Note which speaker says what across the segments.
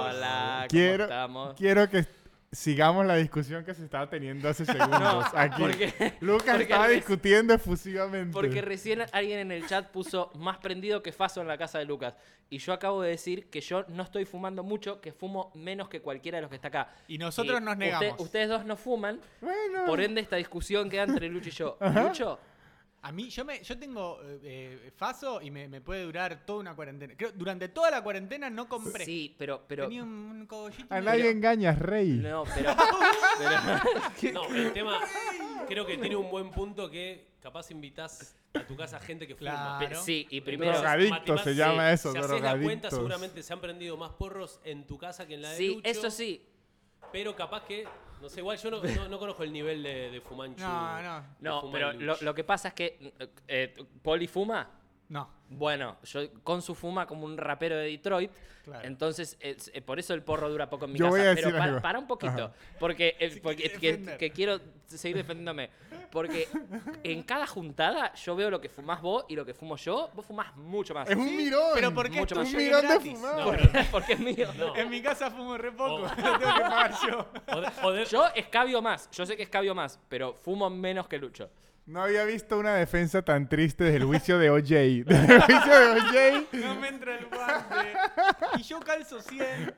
Speaker 1: ¿Cómo
Speaker 2: Quiero-
Speaker 1: estamos?
Speaker 2: Quiero que sigamos la discusión que se estaba teniendo hace segundos
Speaker 1: No,
Speaker 2: aquí.
Speaker 1: porque-
Speaker 2: Lucas
Speaker 1: porque
Speaker 2: estaba
Speaker 1: reci-
Speaker 2: discutiendo efusivamente.
Speaker 1: Porque recién alguien en el chat puso más prendido que Faso en la casa de Lucas. Y yo acabo de decir que yo no estoy fumando mucho, que fumo menos que cualquiera de los que está acá.
Speaker 3: Y nosotros
Speaker 1: Y
Speaker 3: nos
Speaker 1: usted-
Speaker 3: negamos.
Speaker 1: ustedes dos no fuman,
Speaker 2: Bueno.
Speaker 1: por ende esta discusión queda entre Lucho y yo. Lucho,
Speaker 3: A mí, yo, me, yo tengo eh, eh, Faso y me, me puede durar toda una cuarentena. Creo, durante toda la cuarentena no compré.
Speaker 1: sí, pero... pero
Speaker 3: Tenía un, un cogollito
Speaker 2: A
Speaker 3: y-
Speaker 2: nadie engañas, rey.
Speaker 1: no, pero... pero-
Speaker 4: No, el tema creo que tiene un buen punto que capaz invitas a tu casa gente que fuma.
Speaker 3: Claro.
Speaker 1: sí, y primero...
Speaker 4: Entonces,
Speaker 2: Drogadictos se
Speaker 4: matemáticas-
Speaker 2: llama
Speaker 4: sí,
Speaker 2: eso,
Speaker 4: Si haces la cuenta,
Speaker 2: drogadictos.
Speaker 4: seguramente se han prendido más porros en tu casa que en la de
Speaker 1: Sí,
Speaker 4: Lucho,
Speaker 1: eso sí.
Speaker 4: Pero capaz que, no sé, igual yo no, no- no conozco el nivel de, de fumanchu.
Speaker 3: No, no,
Speaker 4: que
Speaker 1: No,
Speaker 4: fuma
Speaker 1: pero lo,
Speaker 4: Lucho.
Speaker 1: lo que pasa es que... Eh, ¿Poli fuma?
Speaker 3: no.
Speaker 1: Bueno, yo con su fuma como un rapero de Detroit.
Speaker 3: Claro.
Speaker 1: Entonces, es- eh, por eso el porro dura poco en mi
Speaker 2: Yo
Speaker 1: casa.
Speaker 2: voy a
Speaker 1: pero
Speaker 2: decir
Speaker 1: pa-
Speaker 2: algo.
Speaker 1: para un poquito. Porque, eh,
Speaker 3: Se
Speaker 1: porque-
Speaker 3: quiere
Speaker 1: que-
Speaker 3: defender.
Speaker 1: que quiero seguir defendiéndome. Porque en cada juntada yo veo lo que fumás vos y lo que fumo yo. Vos fumás mucho más.
Speaker 2: Es un mirón.
Speaker 3: Pero ¿por qué
Speaker 1: Mucho
Speaker 3: es
Speaker 1: más.
Speaker 2: un
Speaker 3: tuyo y es
Speaker 2: mirón de
Speaker 3: gratis?
Speaker 2: fumar.
Speaker 4: No,
Speaker 1: Porque- porque es mío.
Speaker 4: No.
Speaker 3: En mi casa fumo re poco,
Speaker 4: Oh.
Speaker 3: lo tengo que pagar yo.
Speaker 4: O de- o de-
Speaker 1: Yo escabio más. Yo sé que escabio más, pero fumo menos que Lucho.
Speaker 2: No había visto una defensa tan triste del juicio de OJ. Del juicio de OJ.
Speaker 3: No me entra el guante. Y yo calzo 100.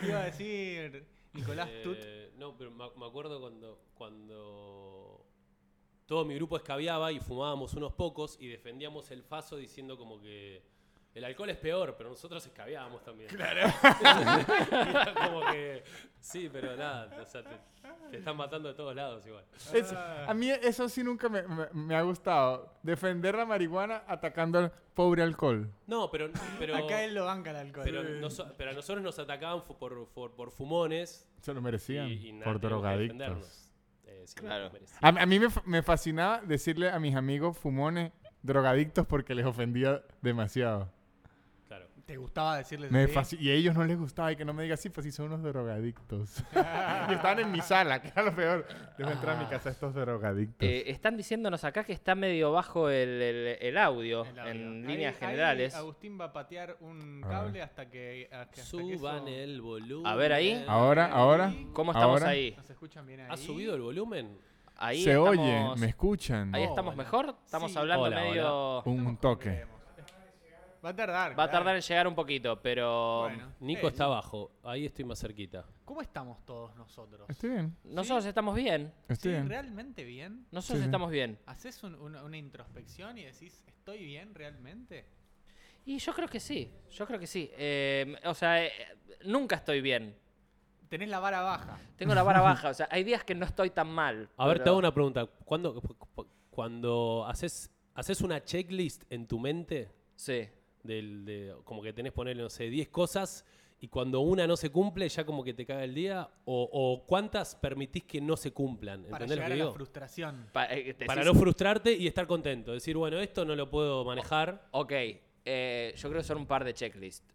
Speaker 3: Iba a decir Nicolás Tut.
Speaker 4: Eh, no, pero me, me acuerdo cuando, cuando todo mi grupo escabiaba y fumábamos unos pocos y defendíamos el faso diciendo como que el alcohol es peor, pero nosotros escabiábamos también. Claro. como que, sí, pero nada, o sea, te, te están matando de todos lados igual.
Speaker 2: Es- a mí eso sí nunca me, me- me ha gustado. Defender la marihuana atacando al pobre alcohol.
Speaker 4: No, pero... pero
Speaker 3: Acá él lo banca el alcohol. Eh,
Speaker 4: pero, noso- pero a nosotros nos atacaban fu- por, por, por fumones
Speaker 2: Se lo
Speaker 4: y,
Speaker 2: merecían.
Speaker 4: y nada,
Speaker 2: por
Speaker 4: tenemos que
Speaker 2: drogadictos.
Speaker 4: defendernos. Eh, sí,
Speaker 1: Claro.
Speaker 4: merecido.
Speaker 2: A, a mí me, fa- me fascinaba decirle a mis amigos fumones drogadictos porque les ofendía demasiado.
Speaker 4: claro.
Speaker 3: ¿Te gustaba decirles
Speaker 2: Me
Speaker 3: así?
Speaker 2: fasci- y a ellos no les gustaba y que no me digas, sí, pues sí, son unos drogadictos. y estaban en mi sala, que era lo peor. Dejo entrar a mi casa estos drogadictos.
Speaker 1: Eh, están diciéndonos acá que está medio bajo el, el- el audio,
Speaker 3: El audio.
Speaker 1: en
Speaker 3: Ahí-
Speaker 1: líneas
Speaker 3: ahí
Speaker 1: generales.
Speaker 3: Agustín va a patear un
Speaker 2: A
Speaker 3: cable hasta que. hasta que- hasta que
Speaker 4: Suban
Speaker 3: eso-
Speaker 4: el volumen.
Speaker 1: A ver ahí.
Speaker 2: ahora, ahora.
Speaker 1: ¿Cómo estamos
Speaker 2: ahora
Speaker 1: ahí?
Speaker 3: Nos escuchan bien ahí.
Speaker 4: ¿Ha subido el volumen?
Speaker 1: Ahí
Speaker 2: se
Speaker 1: estamos-
Speaker 2: oye, me escuchan. Oh,
Speaker 1: Ahí estamos
Speaker 3: Hola.
Speaker 1: mejor. Estamos
Speaker 3: Sí.
Speaker 1: hablando
Speaker 4: Hola,
Speaker 1: medio.
Speaker 2: Un toque.
Speaker 3: Va a tardar.
Speaker 1: Va a tardar
Speaker 3: claro.
Speaker 1: en llegar un poquito, pero.
Speaker 3: Bueno.
Speaker 4: Nico
Speaker 3: Eh,
Speaker 4: está abajo, ahí estoy más cerquita.
Speaker 3: ¿Cómo estamos todos nosotros?
Speaker 2: Estoy bien,
Speaker 1: Nosotros estamos bien.
Speaker 2: estoy
Speaker 3: ¿Sí?
Speaker 2: bien.
Speaker 3: ¿Realmente bien?
Speaker 1: Nosotros
Speaker 2: Sí, sí.
Speaker 1: estamos bien.
Speaker 3: ¿Haces un- una, una introspección y decís, ¿estoy bien realmente?
Speaker 1: Y yo creo que sí. Yo creo que sí. Eh, o sea, eh, nunca estoy bien.
Speaker 3: Tenés la vara baja.
Speaker 1: Tengo la vara baja. O sea, hay días que no estoy tan mal.
Speaker 4: A ver,
Speaker 1: pero-
Speaker 4: te hago una pregunta. ¿Cuándo, cu- cu- cuando haces, haces una checklist en tu mente,
Speaker 1: Sí.
Speaker 4: del, de, como que tenés ponerle, no sé, 10 cosas y cuando una no se cumple ya como que te caga el día? ¿O, o cuántas permitís que no se cumplan?
Speaker 3: Para
Speaker 4: ¿Entendés lo
Speaker 3: llegar
Speaker 4: que
Speaker 3: a la
Speaker 4: digo?
Speaker 3: frustración.
Speaker 1: Pa- eh, decís-
Speaker 4: Para no frustrarte y estar contento. Decir, bueno, esto no lo puedo manejar.
Speaker 1: Ok. eh, yo creo que son un par de checklists.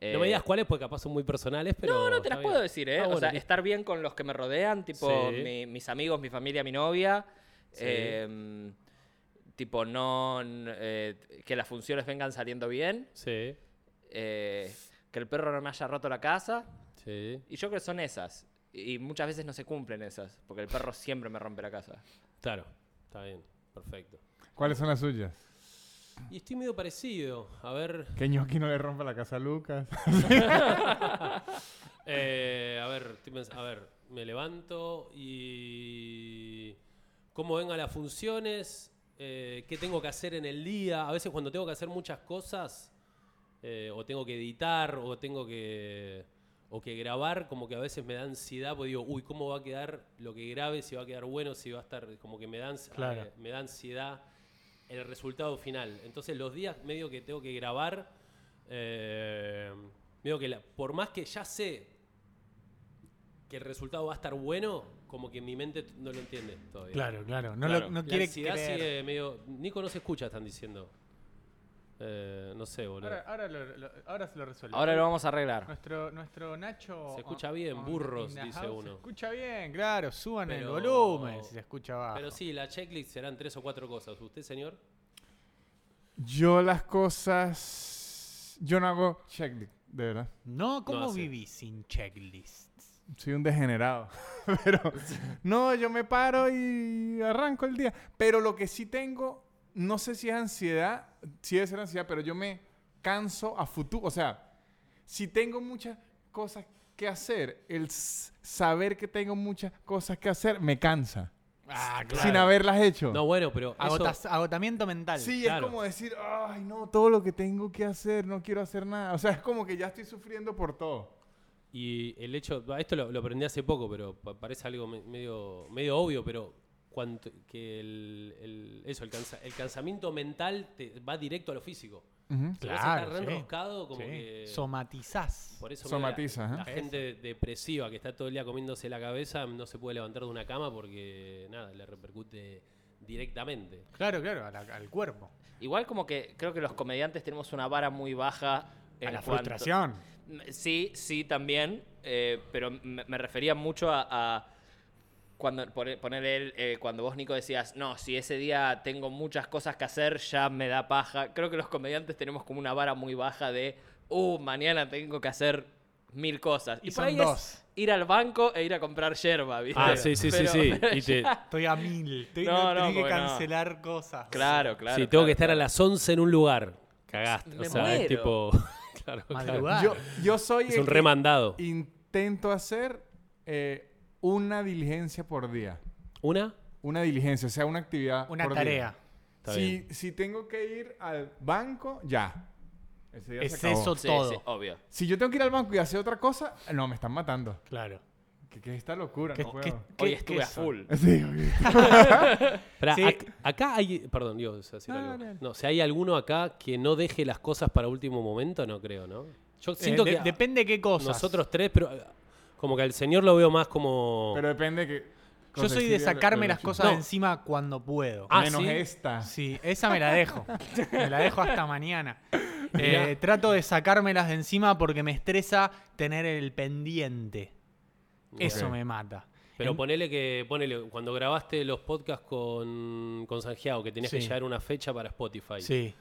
Speaker 4: no me digas cuáles, porque capaz son muy personales, pero...
Speaker 1: Eh. No, no te
Speaker 4: está
Speaker 1: las
Speaker 4: bien.
Speaker 1: puedo decir, ¿eh? o
Speaker 4: Ah, bueno,
Speaker 1: sea,
Speaker 4: listo.
Speaker 1: estar bien con los que me rodean, tipo
Speaker 4: Sí.
Speaker 1: mi- mis amigos, mi familia, mi novia.
Speaker 4: Sí.
Speaker 1: eh, tipo, no. n- eh, que las funciones vengan saliendo bien.
Speaker 4: Sí,
Speaker 1: eh, que el perro no me haya roto la casa.
Speaker 4: sí.
Speaker 1: Y yo creo que son esas. Y muchas veces no se cumplen esas, porque el perro siempre me rompe la casa.
Speaker 4: Claro, está bien, perfecto.
Speaker 2: ¿Cuáles son las suyas?
Speaker 4: Y estoy medio parecido. A ver,
Speaker 2: Que ñoqui no le rompa la casa a Lucas.
Speaker 4: Eh, a ver, estoy pens- a ver, me levanto y cómo vengan las funciones, eh, qué tengo que hacer en el día. A veces cuando tengo que hacer muchas cosas, eh, o tengo que editar, o tengo que o que grabar, como que a veces me da ansiedad, porque digo, uy, cómo va a quedar lo que grabe, si va a quedar bueno, si va a estar, como que me da, ans-
Speaker 2: Claro.
Speaker 4: eh, me da ansiedad el resultado final. Entonces los días medio que tengo que grabar, eh, medio que la- por más que ya sé que el resultado va a estar bueno, como que mi mente t- no lo entiende todavía.
Speaker 3: claro. No,
Speaker 1: Claro.
Speaker 3: Lo, no
Speaker 4: La
Speaker 3: quiere
Speaker 4: ansiedad
Speaker 3: creer.
Speaker 4: sigue medio... Nico no se escucha, están diciendo. Eh, no sé, boludo.
Speaker 3: Ahora, ahora, lo, lo- ahora se lo resuelve.
Speaker 1: Ahora lo vamos a
Speaker 4: Ah.
Speaker 1: arreglar.
Speaker 3: Nuestro, nuestro Nacho.
Speaker 4: Se escucha
Speaker 3: on-
Speaker 4: bien,
Speaker 3: on-
Speaker 4: burros,
Speaker 3: in the
Speaker 4: dice
Speaker 3: house.
Speaker 4: uno.
Speaker 3: Se escucha bien, claro, suban
Speaker 4: Pero-
Speaker 3: el volumen si se escucha bajo.
Speaker 4: Pero sí, la checklist serán tres o cuatro cosas. ¿Usted, señor?
Speaker 2: Yo las cosas... Yo no hago checklist. de verdad.
Speaker 3: No, ¿cómo
Speaker 4: No hace.
Speaker 3: vivís sin checklists?
Speaker 2: Soy un degenerado. Pero no, yo me paro y arranco el día. Pero lo que sí tengo, no sé si es ansiedad, sí debe ser ansiedad, pero yo me canso a futuro. O sea, si tengo muchas cosas que hacer, el s- saber que tengo muchas cosas que hacer me cansa.
Speaker 3: Ah,
Speaker 2: Sin haberlas hecho.
Speaker 4: No, bueno, pero eso-
Speaker 3: agotamiento mental.
Speaker 2: Sí,
Speaker 4: Claro.
Speaker 2: es como decir, ay, no, todo lo que tengo que hacer, no quiero hacer nada. O sea, es como que ya estoy sufriendo por todo.
Speaker 4: Y el hecho, bah, esto lo, lo aprendí hace poco, pero pa- parece algo me- medio, medio obvio, pero cuanto, que el, el- eso, el, cansa- el cansamiento mental te va directo a lo físico.
Speaker 2: Ujú.
Speaker 4: Si vos
Speaker 3: Claro,
Speaker 4: estás re
Speaker 3: sí.
Speaker 4: enroscado, como
Speaker 3: Sí.
Speaker 4: que...
Speaker 3: Somatizás.
Speaker 4: Por eso
Speaker 2: Somatiza,
Speaker 4: mira, la,
Speaker 2: ajá.
Speaker 4: la gente depresiva que está todo el día comiéndose la cabeza no se puede levantar de una cama porque nada, le repercute directamente.
Speaker 3: Claro, claro, a la- al cuerpo.
Speaker 1: Igual como que creo que los comediantes tenemos una vara muy baja en
Speaker 3: a la
Speaker 1: cuanto-
Speaker 3: frustración.
Speaker 1: M- Sí, sí, también. eh, pero me, me refería mucho a. a cuando pone- ponerle el, eh, cuando vos Nico decías no si ese día tengo muchas cosas que hacer ya me da paja creo que los comediantes tenemos como una vara muy baja de uh mañana tengo que hacer mil cosas
Speaker 3: Y
Speaker 1: por
Speaker 3: son
Speaker 1: ahí es
Speaker 3: dos.
Speaker 1: ir al banco e ir a comprar yerba ¿viste?
Speaker 4: Ah, sí, sí,
Speaker 1: Pero-
Speaker 4: sí, sí. Y te-
Speaker 3: Estoy a mil. Estoy,
Speaker 1: No, no,
Speaker 3: tenés que
Speaker 1: porque no.
Speaker 3: cancelar cosas.
Speaker 1: claro claro
Speaker 4: sí, tengo
Speaker 1: claro,
Speaker 4: que estar a
Speaker 1: claro.
Speaker 4: las 11 en un lugar. Cagaste.
Speaker 1: Me
Speaker 4: o sea, es
Speaker 1: muero.
Speaker 4: tipo... claro, claro.
Speaker 3: Madrugar.
Speaker 2: Yo, yo soy
Speaker 4: Es
Speaker 2: el
Speaker 4: un
Speaker 2: que
Speaker 4: remandado.
Speaker 2: intento hacer eh, una diligencia por día.
Speaker 4: ¿Una?
Speaker 2: Una diligencia, o sea, una actividad.
Speaker 3: Una
Speaker 2: por
Speaker 3: tarea.
Speaker 4: Está
Speaker 2: Día. Si,
Speaker 4: bien.
Speaker 2: si tengo que ir al banco, ya. Ese día se
Speaker 3: Es
Speaker 2: acabó.
Speaker 3: eso
Speaker 1: Sí,
Speaker 3: todo.
Speaker 1: sí, obvio
Speaker 2: Si yo tengo que ir al banco y hacer otra cosa, no, me están matando.
Speaker 3: Claro.
Speaker 2: ¿Qué, qué es esta locura?
Speaker 3: ¿Qué-
Speaker 2: no
Speaker 3: qué-
Speaker 2: puedo.
Speaker 1: hoy
Speaker 3: qué
Speaker 1: estuve a
Speaker 3: eso?
Speaker 1: full
Speaker 2: Sí, oye.
Speaker 4: Pará,
Speaker 3: Sí.
Speaker 4: ac- acá hay... Perdón, Dios,
Speaker 2: No, no, no.
Speaker 4: No, si hay alguno acá que no deje las cosas para último momento, no creo, ¿no? Yo siento
Speaker 3: Eh, de-
Speaker 4: que
Speaker 3: depende qué cosas.
Speaker 4: nosotros tres, pero eh, como que al señor lo veo más como...
Speaker 2: Pero depende que.
Speaker 3: Yo soy de sacarme las cosas
Speaker 4: No.
Speaker 3: de encima cuando puedo.
Speaker 4: Ah,
Speaker 2: Menos
Speaker 4: ¿sí?
Speaker 2: esta.
Speaker 3: Sí, esa me la dejo. Me la dejo hasta mañana. Eh,
Speaker 4: Mirá.
Speaker 3: trato de sacármelas de encima porque me estresa tener el pendiente. Eso
Speaker 2: Ok.
Speaker 3: me mata.
Speaker 4: Pero
Speaker 3: En-
Speaker 4: ponele que, ponele, cuando grabaste los podcasts con, con Sanjiao, que tenías que
Speaker 3: Sí.
Speaker 4: llegar una fecha para Spotify.
Speaker 3: Sí.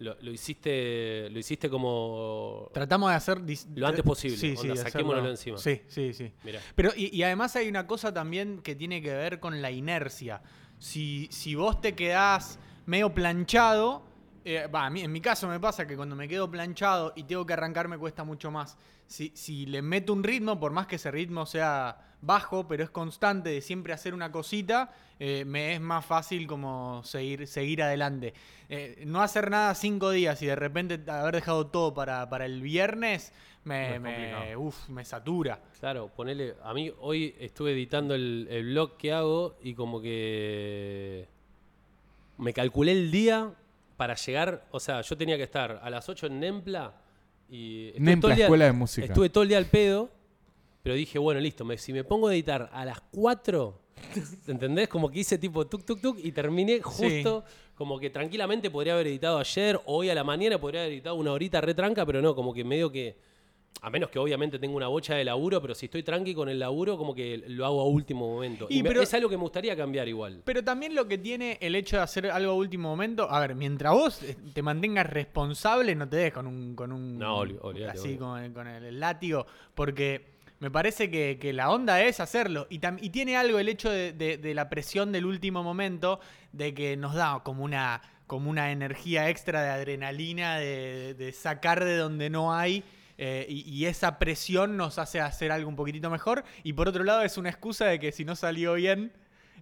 Speaker 4: Lo, lo hiciste, lo hiciste como.
Speaker 3: Tratamos de hacer. dis-
Speaker 4: Lo antes posible,
Speaker 3: Sí, sí,
Speaker 4: onda,
Speaker 3: de
Speaker 4: saquémoslo
Speaker 3: hacerlo.
Speaker 4: de encima.
Speaker 3: Sí, sí, sí.
Speaker 4: Mirá.
Speaker 3: Pero, y, y además hay una cosa también que tiene que ver con la inercia. Si, si vos te quedás medio planchado, eh, va, a mí- en mi caso me pasa que cuando me quedo planchado y tengo que arrancar me cuesta mucho más. Si, si le meto un ritmo, por más que ese ritmo sea bajo, pero es constante de siempre hacer una cosita, eh, me es más fácil como seguir, seguir adelante. Eh, no hacer nada cinco días y de repente haber dejado todo para, para el viernes,
Speaker 2: No
Speaker 3: me,
Speaker 2: es complicado.
Speaker 3: me- uf, me satura.
Speaker 4: Claro, ponele. A mí hoy estuve editando el, el blog que hago y como que. Me calculé el día para llegar. O sea, yo tenía que estar a las 8 en Nempla y. estuve
Speaker 2: Nempla,
Speaker 4: todo el día-
Speaker 2: escuela de música.
Speaker 4: Estuve todo el día al pedo, pero dije, bueno, listo, me- si me pongo a editar a las 4, ¿entendés? Como que hice tipo tuk tuk tuk y terminé justo. Como que tranquilamente podría haber editado ayer, o hoy a la mañana podría haber editado una horita retranca, pero no, como que medio que. A menos que obviamente tenga una bocha de laburo, pero si estoy tranqui con el laburo, como que lo hago a último momento. Y,
Speaker 3: Y
Speaker 4: me-
Speaker 3: pero-
Speaker 4: es algo que me gustaría cambiar igual.
Speaker 3: Pero también lo que tiene el hecho de hacer algo a último momento, a ver, mientras vos eh, te mantengas responsable, no te des con un, con un
Speaker 4: No, oli- olvidate,
Speaker 3: así
Speaker 4: obvio.
Speaker 3: con el, con el látigo, porque me parece que, que la onda es hacerlo. Y, tam- y tiene algo el hecho de, de- de la presión del último momento, de que nos da como una, como una energía extra de adrenalina, de, de sacar de donde no hay. eh, y, y esa presión nos hace hacer algo un poquitito mejor. Y por otro lado, es una excusa de que si no salió bien,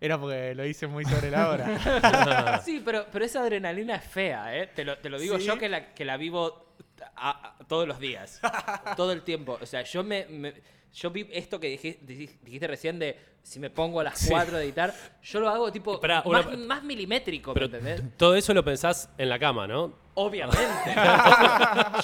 Speaker 3: era porque lo hice muy sobre la hora.
Speaker 1: Sí, pero, pero esa adrenalina es fea, ¿eh? Te lo, te lo digo
Speaker 3: Sí.
Speaker 1: yo que la, que la vivo a- a- todos los días, todo el tiempo. O sea, yo me... me- yo vi esto que dijiste, dijiste recién de si me pongo a las 4 a editar, yo lo hago tipo
Speaker 4: Pará,
Speaker 1: más,
Speaker 4: una-
Speaker 1: más milimétrico, ¿me
Speaker 4: Pero
Speaker 1: entendés?
Speaker 4: t- todo eso lo pensás en la cama, ¿no?
Speaker 1: Obviamente.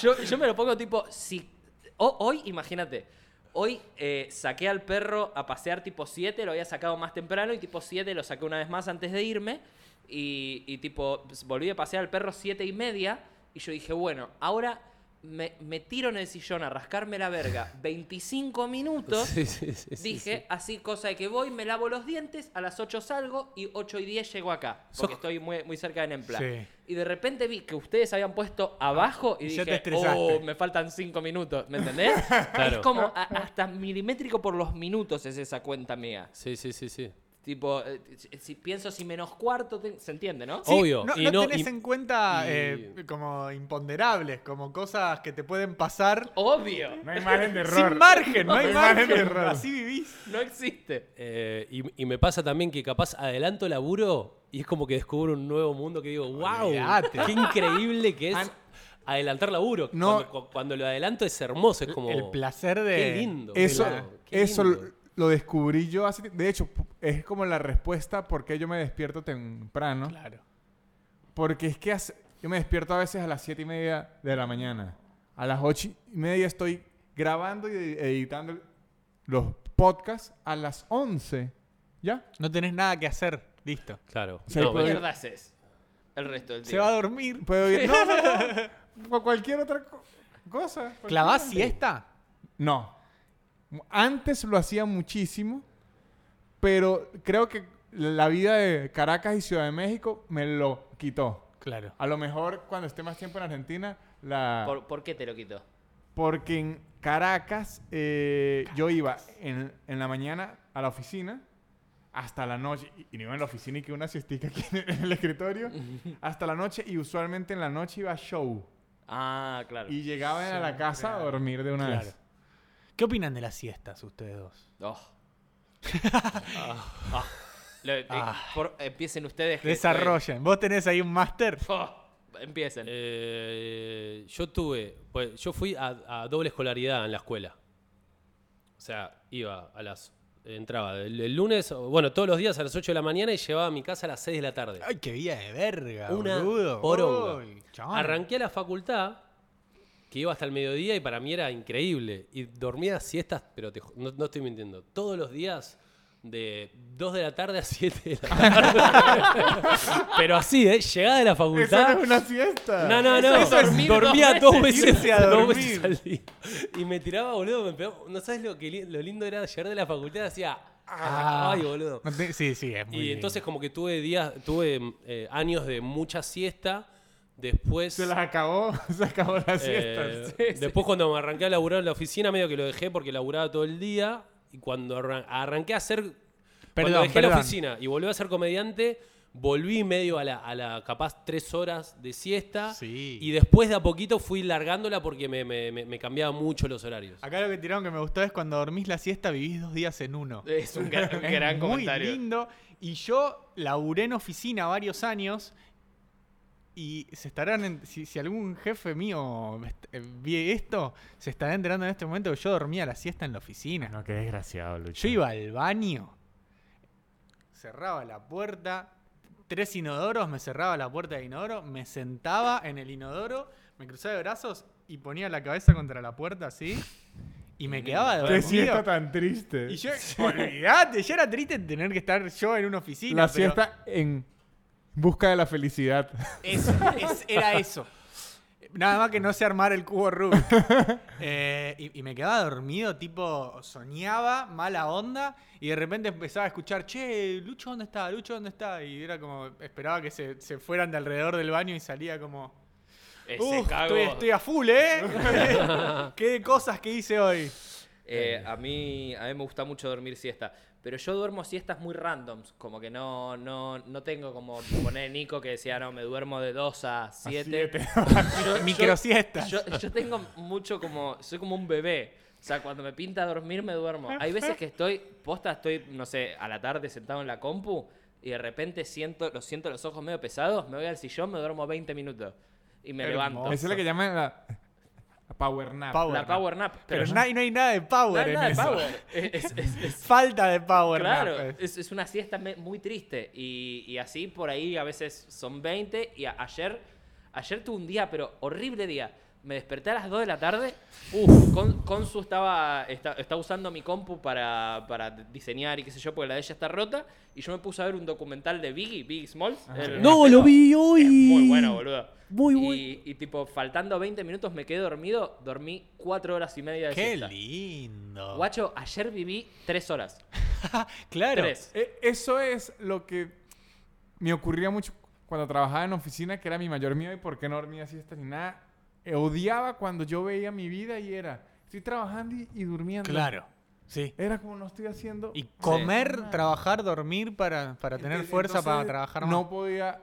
Speaker 1: yo, yo me lo pongo tipo, si... ho- hoy, imagínate, hoy eh, saqué al perro a pasear tipo 7, lo había sacado más temprano y tipo 7 lo saqué una vez más antes de irme pues, y, y tipo volví a pasear al perro 7 y media y yo dije, bueno, ahora me, me tiro en el sillón a rascarme la verga 25 minutos.
Speaker 4: Sí, sí,
Speaker 3: Eh,
Speaker 4: sí, sí,
Speaker 1: Dije,
Speaker 4: sí.
Speaker 1: así cosa de que voy, me lavo los dientes, a las 8 salgo y 8 y 10 llego acá, porque
Speaker 4: Sos-
Speaker 1: estoy muy, muy cerca de Nempla.
Speaker 3: Sí.
Speaker 1: Y de repente vi que ustedes habían puesto abajo y
Speaker 3: Y ya te
Speaker 1: dije,
Speaker 3: estresaste.
Speaker 1: oh, me faltan 5 minutos, ¿me entendés?
Speaker 4: Claro.
Speaker 1: "Ah, Es como a- hasta milimétrico por los minutos es esa cuenta mía.
Speaker 4: Sí, sí, sí, sí.
Speaker 1: Tipo, eh, si, si pienso si menos cuarto, te- se entiende, ¿no?
Speaker 4: Sí. Obvio,
Speaker 3: No,
Speaker 4: y
Speaker 3: no
Speaker 4: no-
Speaker 3: tenés
Speaker 4: y-
Speaker 3: en cuenta
Speaker 4: y-
Speaker 3: eh, como imponderables, como cosas que te pueden pasar
Speaker 1: Obvio,
Speaker 2: No hay margen de error.
Speaker 3: sin margen, no hay
Speaker 2: No hay margen
Speaker 3: margen.
Speaker 2: de error.
Speaker 3: Así vivís.
Speaker 1: no existe.
Speaker 4: Eh, y, y me pasa también que capaz adelanto laburo y es como que descubro un nuevo mundo que digo, wow,
Speaker 3: Olvídate.
Speaker 4: qué increíble que es
Speaker 2: An-
Speaker 4: adelantar laburo.
Speaker 2: No.
Speaker 4: Cuando, cu- cuando lo adelanto es hermoso, es como...
Speaker 3: El placer de.
Speaker 4: Qué lindo.
Speaker 2: Eso,
Speaker 4: boludo, qué
Speaker 2: eso
Speaker 4: lindo.
Speaker 2: lo- lo descubrí yo hace tiempo. De hecho, pu- es como la respuesta por qué yo me despierto temprano.
Speaker 3: Claro.
Speaker 2: Porque es que hace- yo me despierto a veces a las 7 y media de la mañana. A las 8 y media estoy grabando y editando los podcasts a las 11. ¿Ya?
Speaker 3: No tenés nada que hacer. Listo.
Speaker 4: Claro.
Speaker 2: Se
Speaker 4: No,
Speaker 1: ¿Qué
Speaker 2: puede-
Speaker 4: me-
Speaker 1: mierda haces el resto del día?
Speaker 3: Se va a dormir.
Speaker 2: Puedo ir. No, no, no. O cualquier otra co- cosa. cualquier
Speaker 3: ¿Clavás
Speaker 2: otra.
Speaker 3: siesta?
Speaker 2: No. Antes lo hacía muchísimo, pero creo que la vida de Caracas y Ciudad de México me lo quitó.
Speaker 3: Claro.
Speaker 2: A lo mejor cuando esté más tiempo en Argentina, la...
Speaker 1: ¿Por, por qué te lo quitó?
Speaker 2: porque en Caracas, eh, yo iba en, en la mañana a la oficina hasta la noche, y, y no iba en la oficina y que una siestica aquí en, el escritorio, hasta la noche y usualmente en la noche iba a show
Speaker 1: Ah, claro.
Speaker 2: y llegaba a la casa a dormir de una
Speaker 3: Claro.
Speaker 2: vez.
Speaker 3: ¿Qué opinan de las siestas ustedes dos?
Speaker 1: Oh. Ah. Lo- eh,
Speaker 3: Ah.
Speaker 1: por- empiecen ustedes. que
Speaker 3: Desarrollen. ¿Vos tenés ahí un máster?
Speaker 1: estoy- Oh, empiecen.
Speaker 4: Eh, yo tuve, pues yo fui a, a doble escolaridad en la escuela. O sea, iba a las, entraba el, el lunes, bueno, todos los días a las 8 de la mañana y llevaba a mi casa a las 6 de la tarde.
Speaker 3: Ay, qué vida de verga,
Speaker 4: Una
Speaker 3: boludo.
Speaker 4: poronga.
Speaker 3: Uy, chabón.
Speaker 4: Arranqué a la facultad, que iba hasta el mediodía y para mí era increíble. Y dormía siestas, pero te ju- no, no estoy mintiendo, todos los días de 2 de la tarde a 7 de la tarde. pero así, ¿eh? Llegada de la
Speaker 2: Eso
Speaker 4: facultad.
Speaker 2: no es una siesta.
Speaker 4: No, no, no.
Speaker 1: es dormir
Speaker 4: Dormía
Speaker 1: dos
Speaker 4: dos
Speaker 3: veces.
Speaker 4: veces,
Speaker 3: Irse a
Speaker 4: dos
Speaker 3: dormir.
Speaker 4: veces al día. Y me tiraba, boludo, me pegaba. No sabes lo que li- lo lindo era ayer de la facultad, hacía.
Speaker 3: Ah.
Speaker 4: Ay, boludo.
Speaker 3: No te- Sí, sí, es muy
Speaker 4: Y
Speaker 3: lindo.
Speaker 4: entonces como que tuve días, tuve eh, años de mucha siesta. Después.
Speaker 2: Se las acabó, se acabó la
Speaker 4: eh,
Speaker 2: siesta.
Speaker 4: después cuando me arranqué a laburar en la oficina, medio que lo dejé porque laburaba todo el día. Y cuando arran- arranqué a hacer. cuando
Speaker 3: Perdón,
Speaker 4: dejé la
Speaker 3: perdón.
Speaker 4: oficina y volví a ser comediante, volví medio a la, a la capaz tres horas de siesta.
Speaker 3: Sí.
Speaker 4: Y después de a poquito fui largándola porque me, me, me- me cambiaban mucho los horarios.
Speaker 3: Acá lo que tiraron que me gustó es cuando dormís la siesta vivís dos días en uno.
Speaker 1: Es un gran, un
Speaker 3: Es
Speaker 1: gran
Speaker 3: muy
Speaker 1: comentario.
Speaker 3: lindo. Y yo laburé en oficina varios años. Y se estarán. en- si, si algún jefe mío est- eh, ve esto, se estará enterando en este momento que yo dormía la siesta en la oficina.
Speaker 2: Ah, No, qué desgraciado, Lucho.
Speaker 3: Yo iba al baño, cerraba la puerta, tres inodoros, me cerraba la puerta del inodoro, me sentaba en el inodoro, me cruzaba de brazos y ponía la cabeza contra la puerta así y me quedaba
Speaker 2: Qué siesta
Speaker 3: dormido.
Speaker 2: tan triste.
Speaker 3: Y yo, olvidate, ya era triste tener que estar yo en una oficina.
Speaker 2: la
Speaker 3: pero
Speaker 2: siesta en busca de la felicidad.
Speaker 3: es- es- era eso. Nada más que no sé armar el cubo Rubik. Eh, y, y me quedaba dormido, tipo, soñaba, mala onda, y de repente empezaba a escuchar, che, Lucho, ¿dónde está? Lucho, ¿dónde está? Y era como, esperaba que se, se fueran de alrededor del baño y salía como,
Speaker 1: Ese
Speaker 3: "Uf,
Speaker 1: cago.
Speaker 3: estoy, estoy a full, ¿eh? ¿Qué cosas que hice hoy?
Speaker 1: Eh, a, mí, a mí me gusta mucho dormir siesta. Pero yo duermo siestas muy randoms. Como que no, no, no tengo como poner Nico que decía, no, me duermo de 2 a 7.
Speaker 3: Microsiestas.
Speaker 1: Yo, yo tengo mucho como. Soy como un bebé. O sea, cuando me pinta dormir, me duermo. Hay veces que estoy. Posta, estoy, no sé, a la tarde sentado en la compu. Y de repente siento, lo siento los ojos medio pesados. Me voy al sillón, me duermo 20 minutos. Y me
Speaker 3: Hermoso.
Speaker 1: levanto.
Speaker 2: Esa es la que llaman la, la power nap.
Speaker 3: Power.
Speaker 1: la power nap.
Speaker 3: Pero,
Speaker 1: Pero,
Speaker 3: na- no hay nada de power
Speaker 1: no hay
Speaker 3: en
Speaker 1: nada de
Speaker 3: eso.
Speaker 1: power. Es- es- es- es-
Speaker 3: Falta de power.
Speaker 1: Claro,
Speaker 3: nap. pues.
Speaker 1: es, es una siesta me- muy triste. Y, y así por ahí a veces son 20. Y a- ayer, ayer tuve un día, pero horrible día. Me desperté a las 2 de la tarde. Con, Consu estaba está, está usando mi compu para, para diseñar y qué sé yo, porque la de ella está rota. Y yo me puse a ver un documental de Biggie, Biggie Smalls. el
Speaker 4: No,
Speaker 1: rapero.
Speaker 4: lo vi hoy.
Speaker 1: Es muy bueno, boludo.
Speaker 4: Muy
Speaker 1: Y-
Speaker 4: bueno.
Speaker 1: Y, tipo, faltando 20 minutos me quedé dormido. Dormí 4 horas y media de
Speaker 3: Qué
Speaker 1: siesta.
Speaker 3: lindo.
Speaker 1: Guacho, ayer viví 3 horas.
Speaker 3: Claro.
Speaker 1: Tres.
Speaker 2: Eh, Eso es lo que me ocurría mucho cuando trabajaba en oficina, que era mi mayor miedo y por qué no dormía siestas ni nada. Eh, odiaba cuando yo veía mi vida y era, estoy trabajando y, y durmiendo.
Speaker 3: Claro. Sí.
Speaker 2: Era como no estoy haciendo.
Speaker 3: Y comer, trabajar, dormir para, para tener
Speaker 2: Ente-
Speaker 3: fuerza para
Speaker 2: entonces,
Speaker 3: trabajar más.
Speaker 2: No podía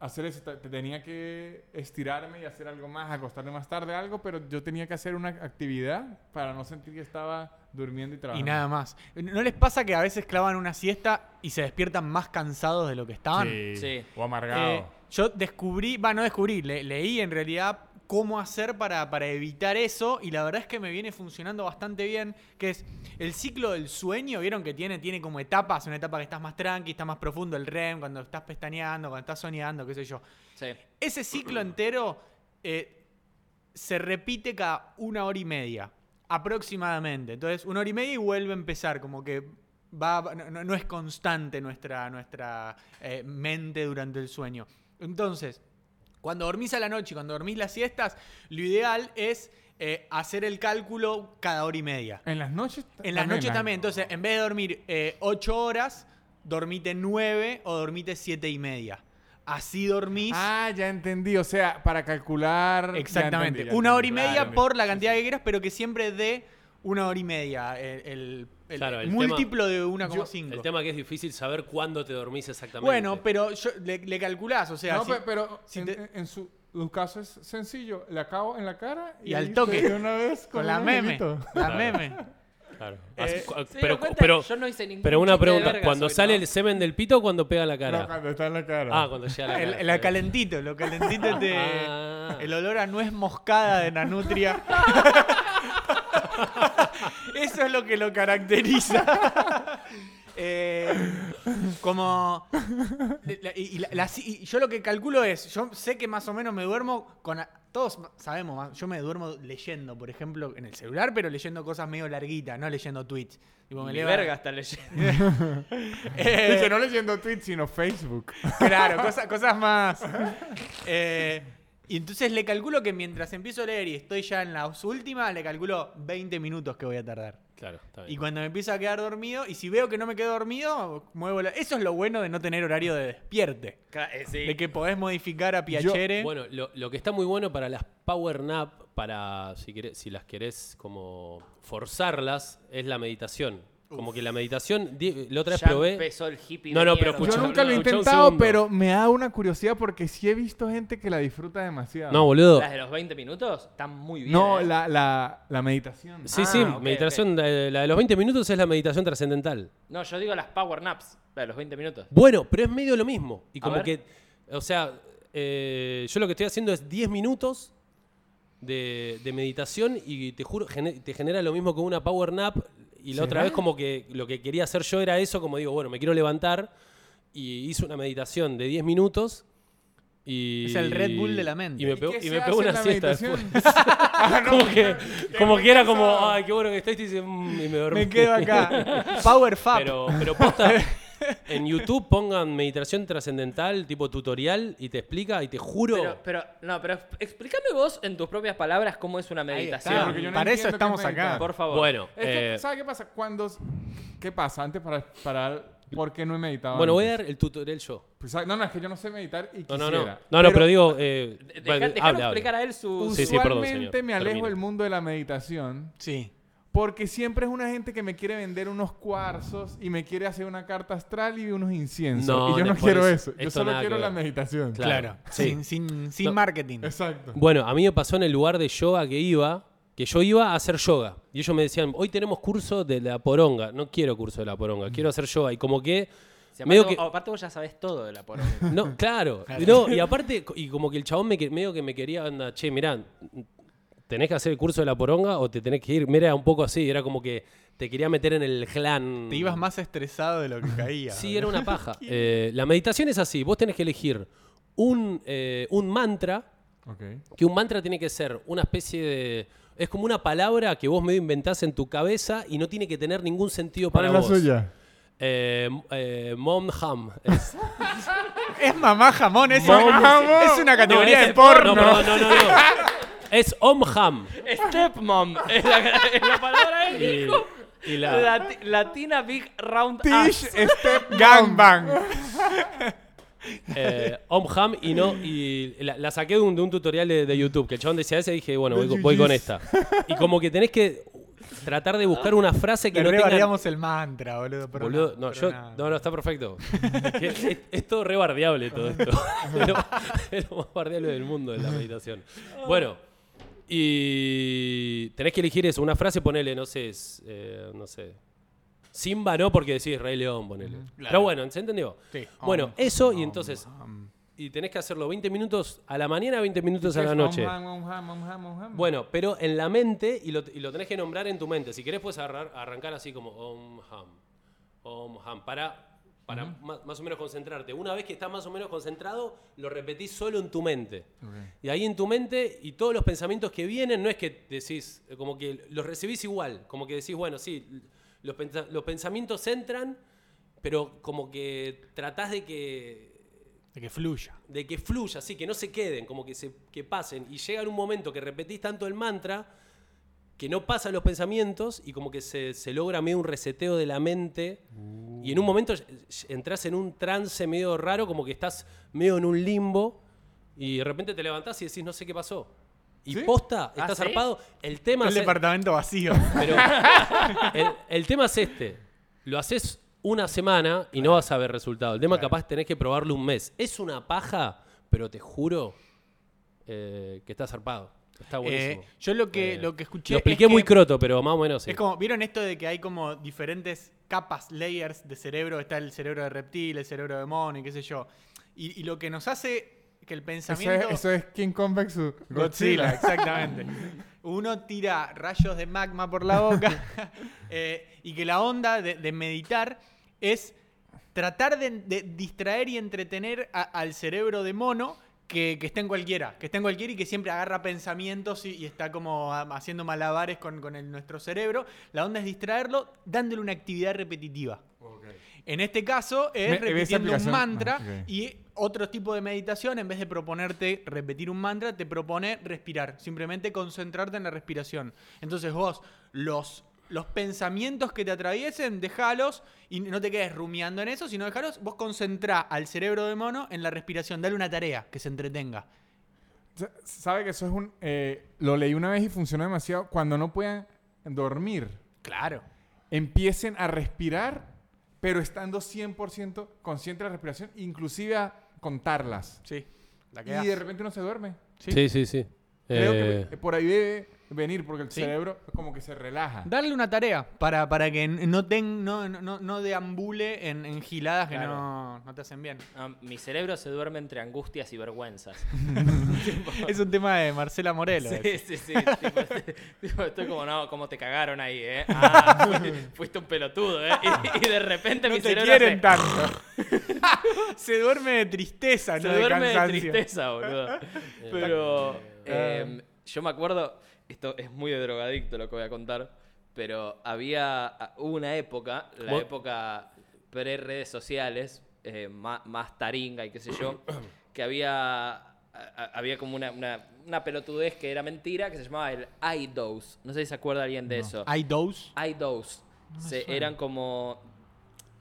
Speaker 2: hacer eso. te- Tenía que estirarme y hacer algo más, acostarme más tarde, algo, pero yo tenía que hacer una actividad para no sentir que estaba durmiendo y
Speaker 3: y
Speaker 2: trabajando.
Speaker 3: nada más. ¿No les pasa que a veces clavan una siesta y se despiertan más cansados de lo que estaban?
Speaker 1: Sí.
Speaker 2: O amargado.
Speaker 3: Eh, yo descubrí, va, no descubrí, le- leí en realidad cómo hacer para, para evitar eso y la verdad es que me viene funcionando bastante bien, que es el ciclo del sueño, vieron que tiene, tiene como etapas, una etapa que estás más tranqui, estás más profundo, el REM, cuando estás pestañeando, cuando estás soñando, qué sé yo.
Speaker 1: Sí.
Speaker 3: Ese ciclo entero eh, se repite cada una hora y media, aproximadamente. Entonces, una hora y media y vuelve a empezar, como que va, va- no, no- no es constante nuestra, nuestra eh, mente durante el sueño. Entonces, cuando dormís a la noche, cuando dormís las siestas, lo ideal es eh, hacer el cálculo cada hora y media.
Speaker 2: en las noches. t-
Speaker 3: En las noches
Speaker 2: hay-
Speaker 3: también. Entonces, en vez de dormir 8 horas, dormite 9 o dormite 7 y media. Así dormís.
Speaker 2: Ah, ya entendí. O sea, para calcular. ya entendí,
Speaker 3: Exactamente.
Speaker 2: ya entendí.
Speaker 3: una hora y media
Speaker 2: Claro.
Speaker 3: por la cantidad que quieras, pero que siempre dé una hora y media. El, el- el
Speaker 4: Claro, el
Speaker 3: múltiplo de
Speaker 4: El
Speaker 3: 1,5.
Speaker 4: tema que es este. difícil saber cuándo te dormís exactamente.
Speaker 3: Bueno, pero yo- le, le calculás, o sea.
Speaker 2: No,
Speaker 3: si-
Speaker 2: pe- pero
Speaker 3: si
Speaker 2: en,
Speaker 3: te-
Speaker 2: en su, su caso es sencillo. Le acabo en la cara
Speaker 3: Y al
Speaker 2: ahí
Speaker 3: toque.
Speaker 2: se dio una vez
Speaker 3: con la meme. La
Speaker 4: Claro.
Speaker 3: meme.
Speaker 4: Claro.
Speaker 3: Eh,
Speaker 4: Así- cu-
Speaker 1: ¿Se dieron
Speaker 4: pero,
Speaker 1: cuenta?
Speaker 4: pero,
Speaker 1: Yo no hice ningún
Speaker 4: pero una
Speaker 1: chiste de
Speaker 4: pregunta:
Speaker 1: verga
Speaker 4: ¿cuando
Speaker 1: sobre
Speaker 4: sale
Speaker 1: todo.
Speaker 4: el semen del pito o cuando pega la cara?
Speaker 2: No, cuando está en la cara.
Speaker 4: ah, cuando llega la cara.
Speaker 3: El, la calentito, lo calentito te.
Speaker 4: Ah.
Speaker 3: El olor a nuez moscada de Nanutria. Eso es lo que lo caracteriza. Eh, como. la- Y, y la- la- y yo lo que calculo es. Yo sé que más o menos me duermo con. a- Todos ma- sabemos, ma- yo me duermo leyendo, por ejemplo, en el celular, pero leyendo cosas medio larguitas, no leyendo tweets. Tipo, me
Speaker 1: Ni
Speaker 3: leo-
Speaker 1: verga está leyendo.
Speaker 3: Eh,
Speaker 2: Dice, no leyendo tweets, sino Facebook.
Speaker 3: Claro, cosa- cosas más. Eh, y entonces le calculo que mientras empiezo a leer y estoy ya en las últimas, le calculo 20 minutos que voy a tardar.
Speaker 4: Claro, está
Speaker 3: Y
Speaker 4: bien.
Speaker 3: cuando me empiezo a quedar dormido, y si veo que no me quedo dormido, muevo la... Eso es lo bueno de no tener horario de despierte.
Speaker 1: Ca- eh, sí.
Speaker 3: De que podés modificar a Piacere.
Speaker 4: Bueno, lo, lo que está muy bueno para las power nap, para si, querés- si las querés como forzarlas, es la meditación. Como que la meditación, di- la otra vez
Speaker 1: Ya
Speaker 4: probé.
Speaker 1: empezó el hippie.
Speaker 4: No,
Speaker 1: de
Speaker 4: no, pero
Speaker 1: mierda.
Speaker 2: Yo
Speaker 4: escucha,
Speaker 2: nunca lo he
Speaker 4: escucha un
Speaker 2: intentado,
Speaker 4: segundo.
Speaker 2: pero me da una curiosidad porque sí he visto gente que la disfruta demasiado.
Speaker 4: No, boludo.
Speaker 1: Las de los 20 minutos están muy bien.
Speaker 2: No,
Speaker 1: ¿eh?
Speaker 2: la, la, la meditación.
Speaker 4: Sí,
Speaker 1: Ah,
Speaker 4: sí,
Speaker 1: ok,
Speaker 4: meditación, eh, La de los 20 minutos es la meditación trascendental.
Speaker 1: No, yo digo las power naps, la de los 20 minutos.
Speaker 4: Bueno, pero es medio lo mismo. Y
Speaker 1: A
Speaker 4: como
Speaker 1: ver.
Speaker 4: que, o sea, eh, yo lo que estoy haciendo es 10 minutos de, de meditación y te juro, gene- te genera lo mismo que una power nap. Y la otra
Speaker 2: ¿Será?
Speaker 4: vez como que lo que quería hacer yo era eso, como digo, bueno, me quiero levantar y hice una meditación de 10 minutos. Y,
Speaker 3: Es el Red Bull de la mente.
Speaker 4: Y me
Speaker 3: ¿Y
Speaker 4: pegó,
Speaker 2: Ah, ¿Qué
Speaker 4: y
Speaker 2: se
Speaker 4: me
Speaker 2: hace
Speaker 4: pegó
Speaker 2: en
Speaker 4: una
Speaker 2: la
Speaker 4: siesta
Speaker 2: meditación?
Speaker 4: después.
Speaker 2: Ah, no,
Speaker 4: Como que, como
Speaker 2: muy
Speaker 4: que era como,
Speaker 2: cansado.
Speaker 4: ay, qué bueno que estoy, y dice, "Mm", y me dormí.
Speaker 3: me quedo acá. Power Fab.
Speaker 4: Pero, pero posta, en YouTube pongan meditación trascendental, tipo tutorial, y te explica, y te juro.
Speaker 1: Pero, pero, no, pero explícame vos en tus propias palabras cómo es una
Speaker 3: Ahí está.
Speaker 1: meditación.
Speaker 2: porque yo no
Speaker 3: Para eso
Speaker 2: entiendo qué
Speaker 3: estamos
Speaker 2: es meditar.
Speaker 3: acá.
Speaker 1: Por favor.
Speaker 4: bueno,
Speaker 2: Es que,
Speaker 4: eh,
Speaker 2: ¿sabe qué pasa? Cuando... ¿Qué pasa? Antes para... para ¿Por qué no he meditado
Speaker 4: bueno, voy a
Speaker 2: antes?
Speaker 4: dar el tutorial yo.
Speaker 2: Pues, ah, no, no, es que yo no sé meditar y
Speaker 4: No,
Speaker 2: quisiera.
Speaker 4: no, no. No, no, pero, digo. Eh,
Speaker 1: Deja-
Speaker 4: vale,
Speaker 1: dejalo
Speaker 4: hable, hable.
Speaker 1: explicar a él su.
Speaker 4: Sí, sí, perdón, señor.
Speaker 2: Usualmente me alejo
Speaker 4: Termine.
Speaker 2: del mundo de la meditación
Speaker 3: Sí.
Speaker 2: porque siempre es una gente que me quiere vender unos cuarzos y me quiere hacer una carta astral y unos inciensos.
Speaker 4: No,
Speaker 2: y yo
Speaker 4: no,
Speaker 2: no
Speaker 4: por
Speaker 2: quiero
Speaker 4: eso.
Speaker 2: eso. Yo
Speaker 4: Esto
Speaker 2: solo
Speaker 4: nada que
Speaker 2: quiero la
Speaker 4: ver.
Speaker 2: meditación.
Speaker 4: Claro. Sí.
Speaker 3: Sin, sin, sin
Speaker 4: No.
Speaker 3: marketing.
Speaker 2: Exacto.
Speaker 4: Bueno, a mí me pasó en el lugar de yoga que iba, que yo iba a hacer yoga. Y ellos me decían, hoy tenemos curso de la poronga. No quiero curso de la poronga, quiero hacer yoga. Y como que.
Speaker 1: Si
Speaker 4: medio
Speaker 1: aparte,
Speaker 4: que-
Speaker 1: vos- aparte vos ya sabés todo de la poronga.
Speaker 4: No, claro. No, y aparte, co- y como que el chabón me, que- medio que me quería, anda, che, mirá, tenés que hacer el curso de la poronga o te tenés que ir. Mira, un poco así, era como que te quería meter en el clan.
Speaker 3: Te ibas más estresado de lo que caía.
Speaker 4: Sí, era una paja. Eh, la meditación es así, vos tenés que elegir un, eh, un mantra
Speaker 2: Ok.
Speaker 4: que un mantra tiene que ser una especie de... Es como una palabra que vos medio inventás en tu cabeza y no tiene que tener ningún sentido
Speaker 2: ¿Cuál
Speaker 4: para
Speaker 2: es la
Speaker 4: vos.
Speaker 2: suya?
Speaker 4: Eh, eh, mom ham. Es,
Speaker 3: Es mamá jamón, es,
Speaker 2: Mamá
Speaker 3: es-
Speaker 2: jamón.
Speaker 3: es una categoría
Speaker 4: no, es-
Speaker 3: de porno.
Speaker 4: No, perdón, no, no, no. Es om ham.
Speaker 1: Stepmom. Es la, es la palabra del
Speaker 4: Y,
Speaker 1: hijo.
Speaker 4: y la,
Speaker 1: Lati- Latina Big Round
Speaker 2: Tish
Speaker 1: Ass.
Speaker 2: Step
Speaker 3: Este Gangbang.
Speaker 4: eh, om ham y no. Y la, la saqué de un, de un tutorial de, de YouTube. Que el chabón decía esa y dije, bueno, voy,
Speaker 2: Los
Speaker 4: voy con
Speaker 2: GGs.
Speaker 4: esta. Y como que tenés que tratar de buscar una frase que
Speaker 3: Le
Speaker 4: no tenga
Speaker 3: rebardeamos el mantra, boludo. pero
Speaker 4: Boludo,
Speaker 3: nada,
Speaker 4: no,
Speaker 3: pero
Speaker 4: yo,
Speaker 3: nada.
Speaker 4: no, no, está perfecto. Que es, es todo re bardeable todo esto. es, lo, es lo más bardeable del mundo en la meditación.
Speaker 3: Ah.
Speaker 4: Bueno, y tenés que elegir eso. Una frase, ponele, no sé, es, eh, no sé. Simba no porque decís Rey León, ponele. Pero bueno, ¿se entendió?
Speaker 3: Sí.
Speaker 4: Bueno,
Speaker 3: Om,
Speaker 4: eso y
Speaker 3: om,
Speaker 4: entonces...
Speaker 3: om.
Speaker 4: Y tenés que hacerlo 20 minutos a la mañana, 20 minutos a
Speaker 2: Es
Speaker 4: la
Speaker 2: om,
Speaker 4: noche.
Speaker 2: ham, om, ham, om, ham, om, ham.
Speaker 4: Bueno, pero en la mente y lo, y lo tenés que nombrar en tu mente. Si querés, puedes arrar- arrancar así como Om Ham. Om Ham. Para, para más, más o menos concentrarte. Una vez que estás más o menos concentrado, lo repetís solo en tu mente. Y ahí en tu mente y todos los pensamientos que vienen, no es que decís, eh, como que los recibís igual. Como que decís, bueno, sí, l- los, pensa- los pensamientos entran, pero como que tratás de que
Speaker 3: De que fluya.
Speaker 4: de que fluya, así que no se queden, como que se que pasen. Y llega en un momento que repetís tanto el mantra que no pasan los pensamientos y como que se, se logra medio un reseteo de la mente. Y en un momento ll- ll- entras en un trance medio raro, como que estás medio en un limbo y de repente te levantás y decís, no sé qué pasó. Y
Speaker 2: ¿Sí?
Speaker 4: posta,
Speaker 1: ¿sí?
Speaker 4: está zarpado. El tema
Speaker 3: El
Speaker 4: es-
Speaker 3: departamento vacío.
Speaker 4: pero el, el tema es este. Lo haces una semana y no vas a ver resultado. El tema capaz tenés que probarlo un mes. Es una paja, pero te juro eh, que está zarpado. Está buenísimo.
Speaker 3: Eh, yo lo que,
Speaker 4: Eh,
Speaker 3: lo que escuché.
Speaker 4: Lo
Speaker 3: es
Speaker 4: expliqué muy
Speaker 3: que-
Speaker 4: croto, pero más o menos sí.
Speaker 3: Es como, ¿vieron esto de que hay como diferentes capas, layers de cerebro? Está el cerebro de reptil, el cerebro de mono y qué sé yo. Y, y lo que nos hace que el
Speaker 2: Eso
Speaker 3: pensamiento...
Speaker 2: es, eso es King Kong vs.
Speaker 3: Godzilla,
Speaker 2: Godzilla.
Speaker 3: exactamente. Uno tira rayos de magma por la boca eh, y que la onda de, de meditar es tratar de, de distraer y entretener a- al cerebro de mono que, que está en cualquiera, que está en cualquiera y que siempre agarra pensamientos y, y está como ah, haciendo malabares con, con el- nuestro cerebro. La onda es distraerlo dándole una actividad repetitiva. En este caso es
Speaker 2: Me- esa
Speaker 3: repitiendo un
Speaker 2: aplicación-
Speaker 3: mantra
Speaker 2: Ah, ok.
Speaker 3: y otro tipo de meditación, en vez de proponerte repetir un mantra, te propone respirar, simplemente concentrarte en la respiración. Entonces vos, los, los pensamientos que te atraviesen, déjalos y no te quedes rumiando en eso, sino déjalos, vos concentrá al cerebro de mono en la respiración, dale una tarea que se entretenga.
Speaker 2: Sa- Sabe que eso es un. eh, lo leí una vez y funciona demasiado. Cuando no puedan dormir,
Speaker 3: Claro.
Speaker 2: empiecen a respirar, pero estando 100% consciente de la respiración, inclusive a contarlas.
Speaker 3: Sí. La
Speaker 2: Y de repente uno se duerme.
Speaker 3: sí.
Speaker 4: Sí, sí, sí.
Speaker 2: Creo que
Speaker 4: Eh,
Speaker 2: eh, por ahí debe venir, porque el
Speaker 3: Sí.
Speaker 2: cerebro como que se relaja.
Speaker 3: Darle una tarea para, para que n- no, ten, no, no- no, no deambule en, en giladas que
Speaker 1: Claro.
Speaker 3: no, no te hacen bien.
Speaker 1: No, mi cerebro se duerme entre angustias y vergüenzas.
Speaker 3: Es un tema de Marcela Morelo. eh.
Speaker 1: Sí, sí, sí. tipo, este- tipo, estoy como, no, cómo te cagaron ahí, ¿eh? Ah, fui- fuiste un pelotudo, ¿eh? Y, y de repente mi cerebro se,
Speaker 3: tanto. se duerme de tristeza,
Speaker 1: se
Speaker 3: Ah, no de
Speaker 1: duerme de
Speaker 3: cansancio.
Speaker 1: tristeza, boludo. Pero eh, yo me acuerdo, esto es muy de drogadicto lo que voy a contar, pero había ah, hubo una época, la
Speaker 4: Vos-
Speaker 1: época pre-redes sociales, eh, ma- más, taringa y qué sé yo, que había, a- a- había como una, una, una pelotudez que era mentira que se llamaba el iDose. No sé si se acuerda alguien de eso.
Speaker 3: Hay dos.
Speaker 1: iDose. Se, eran como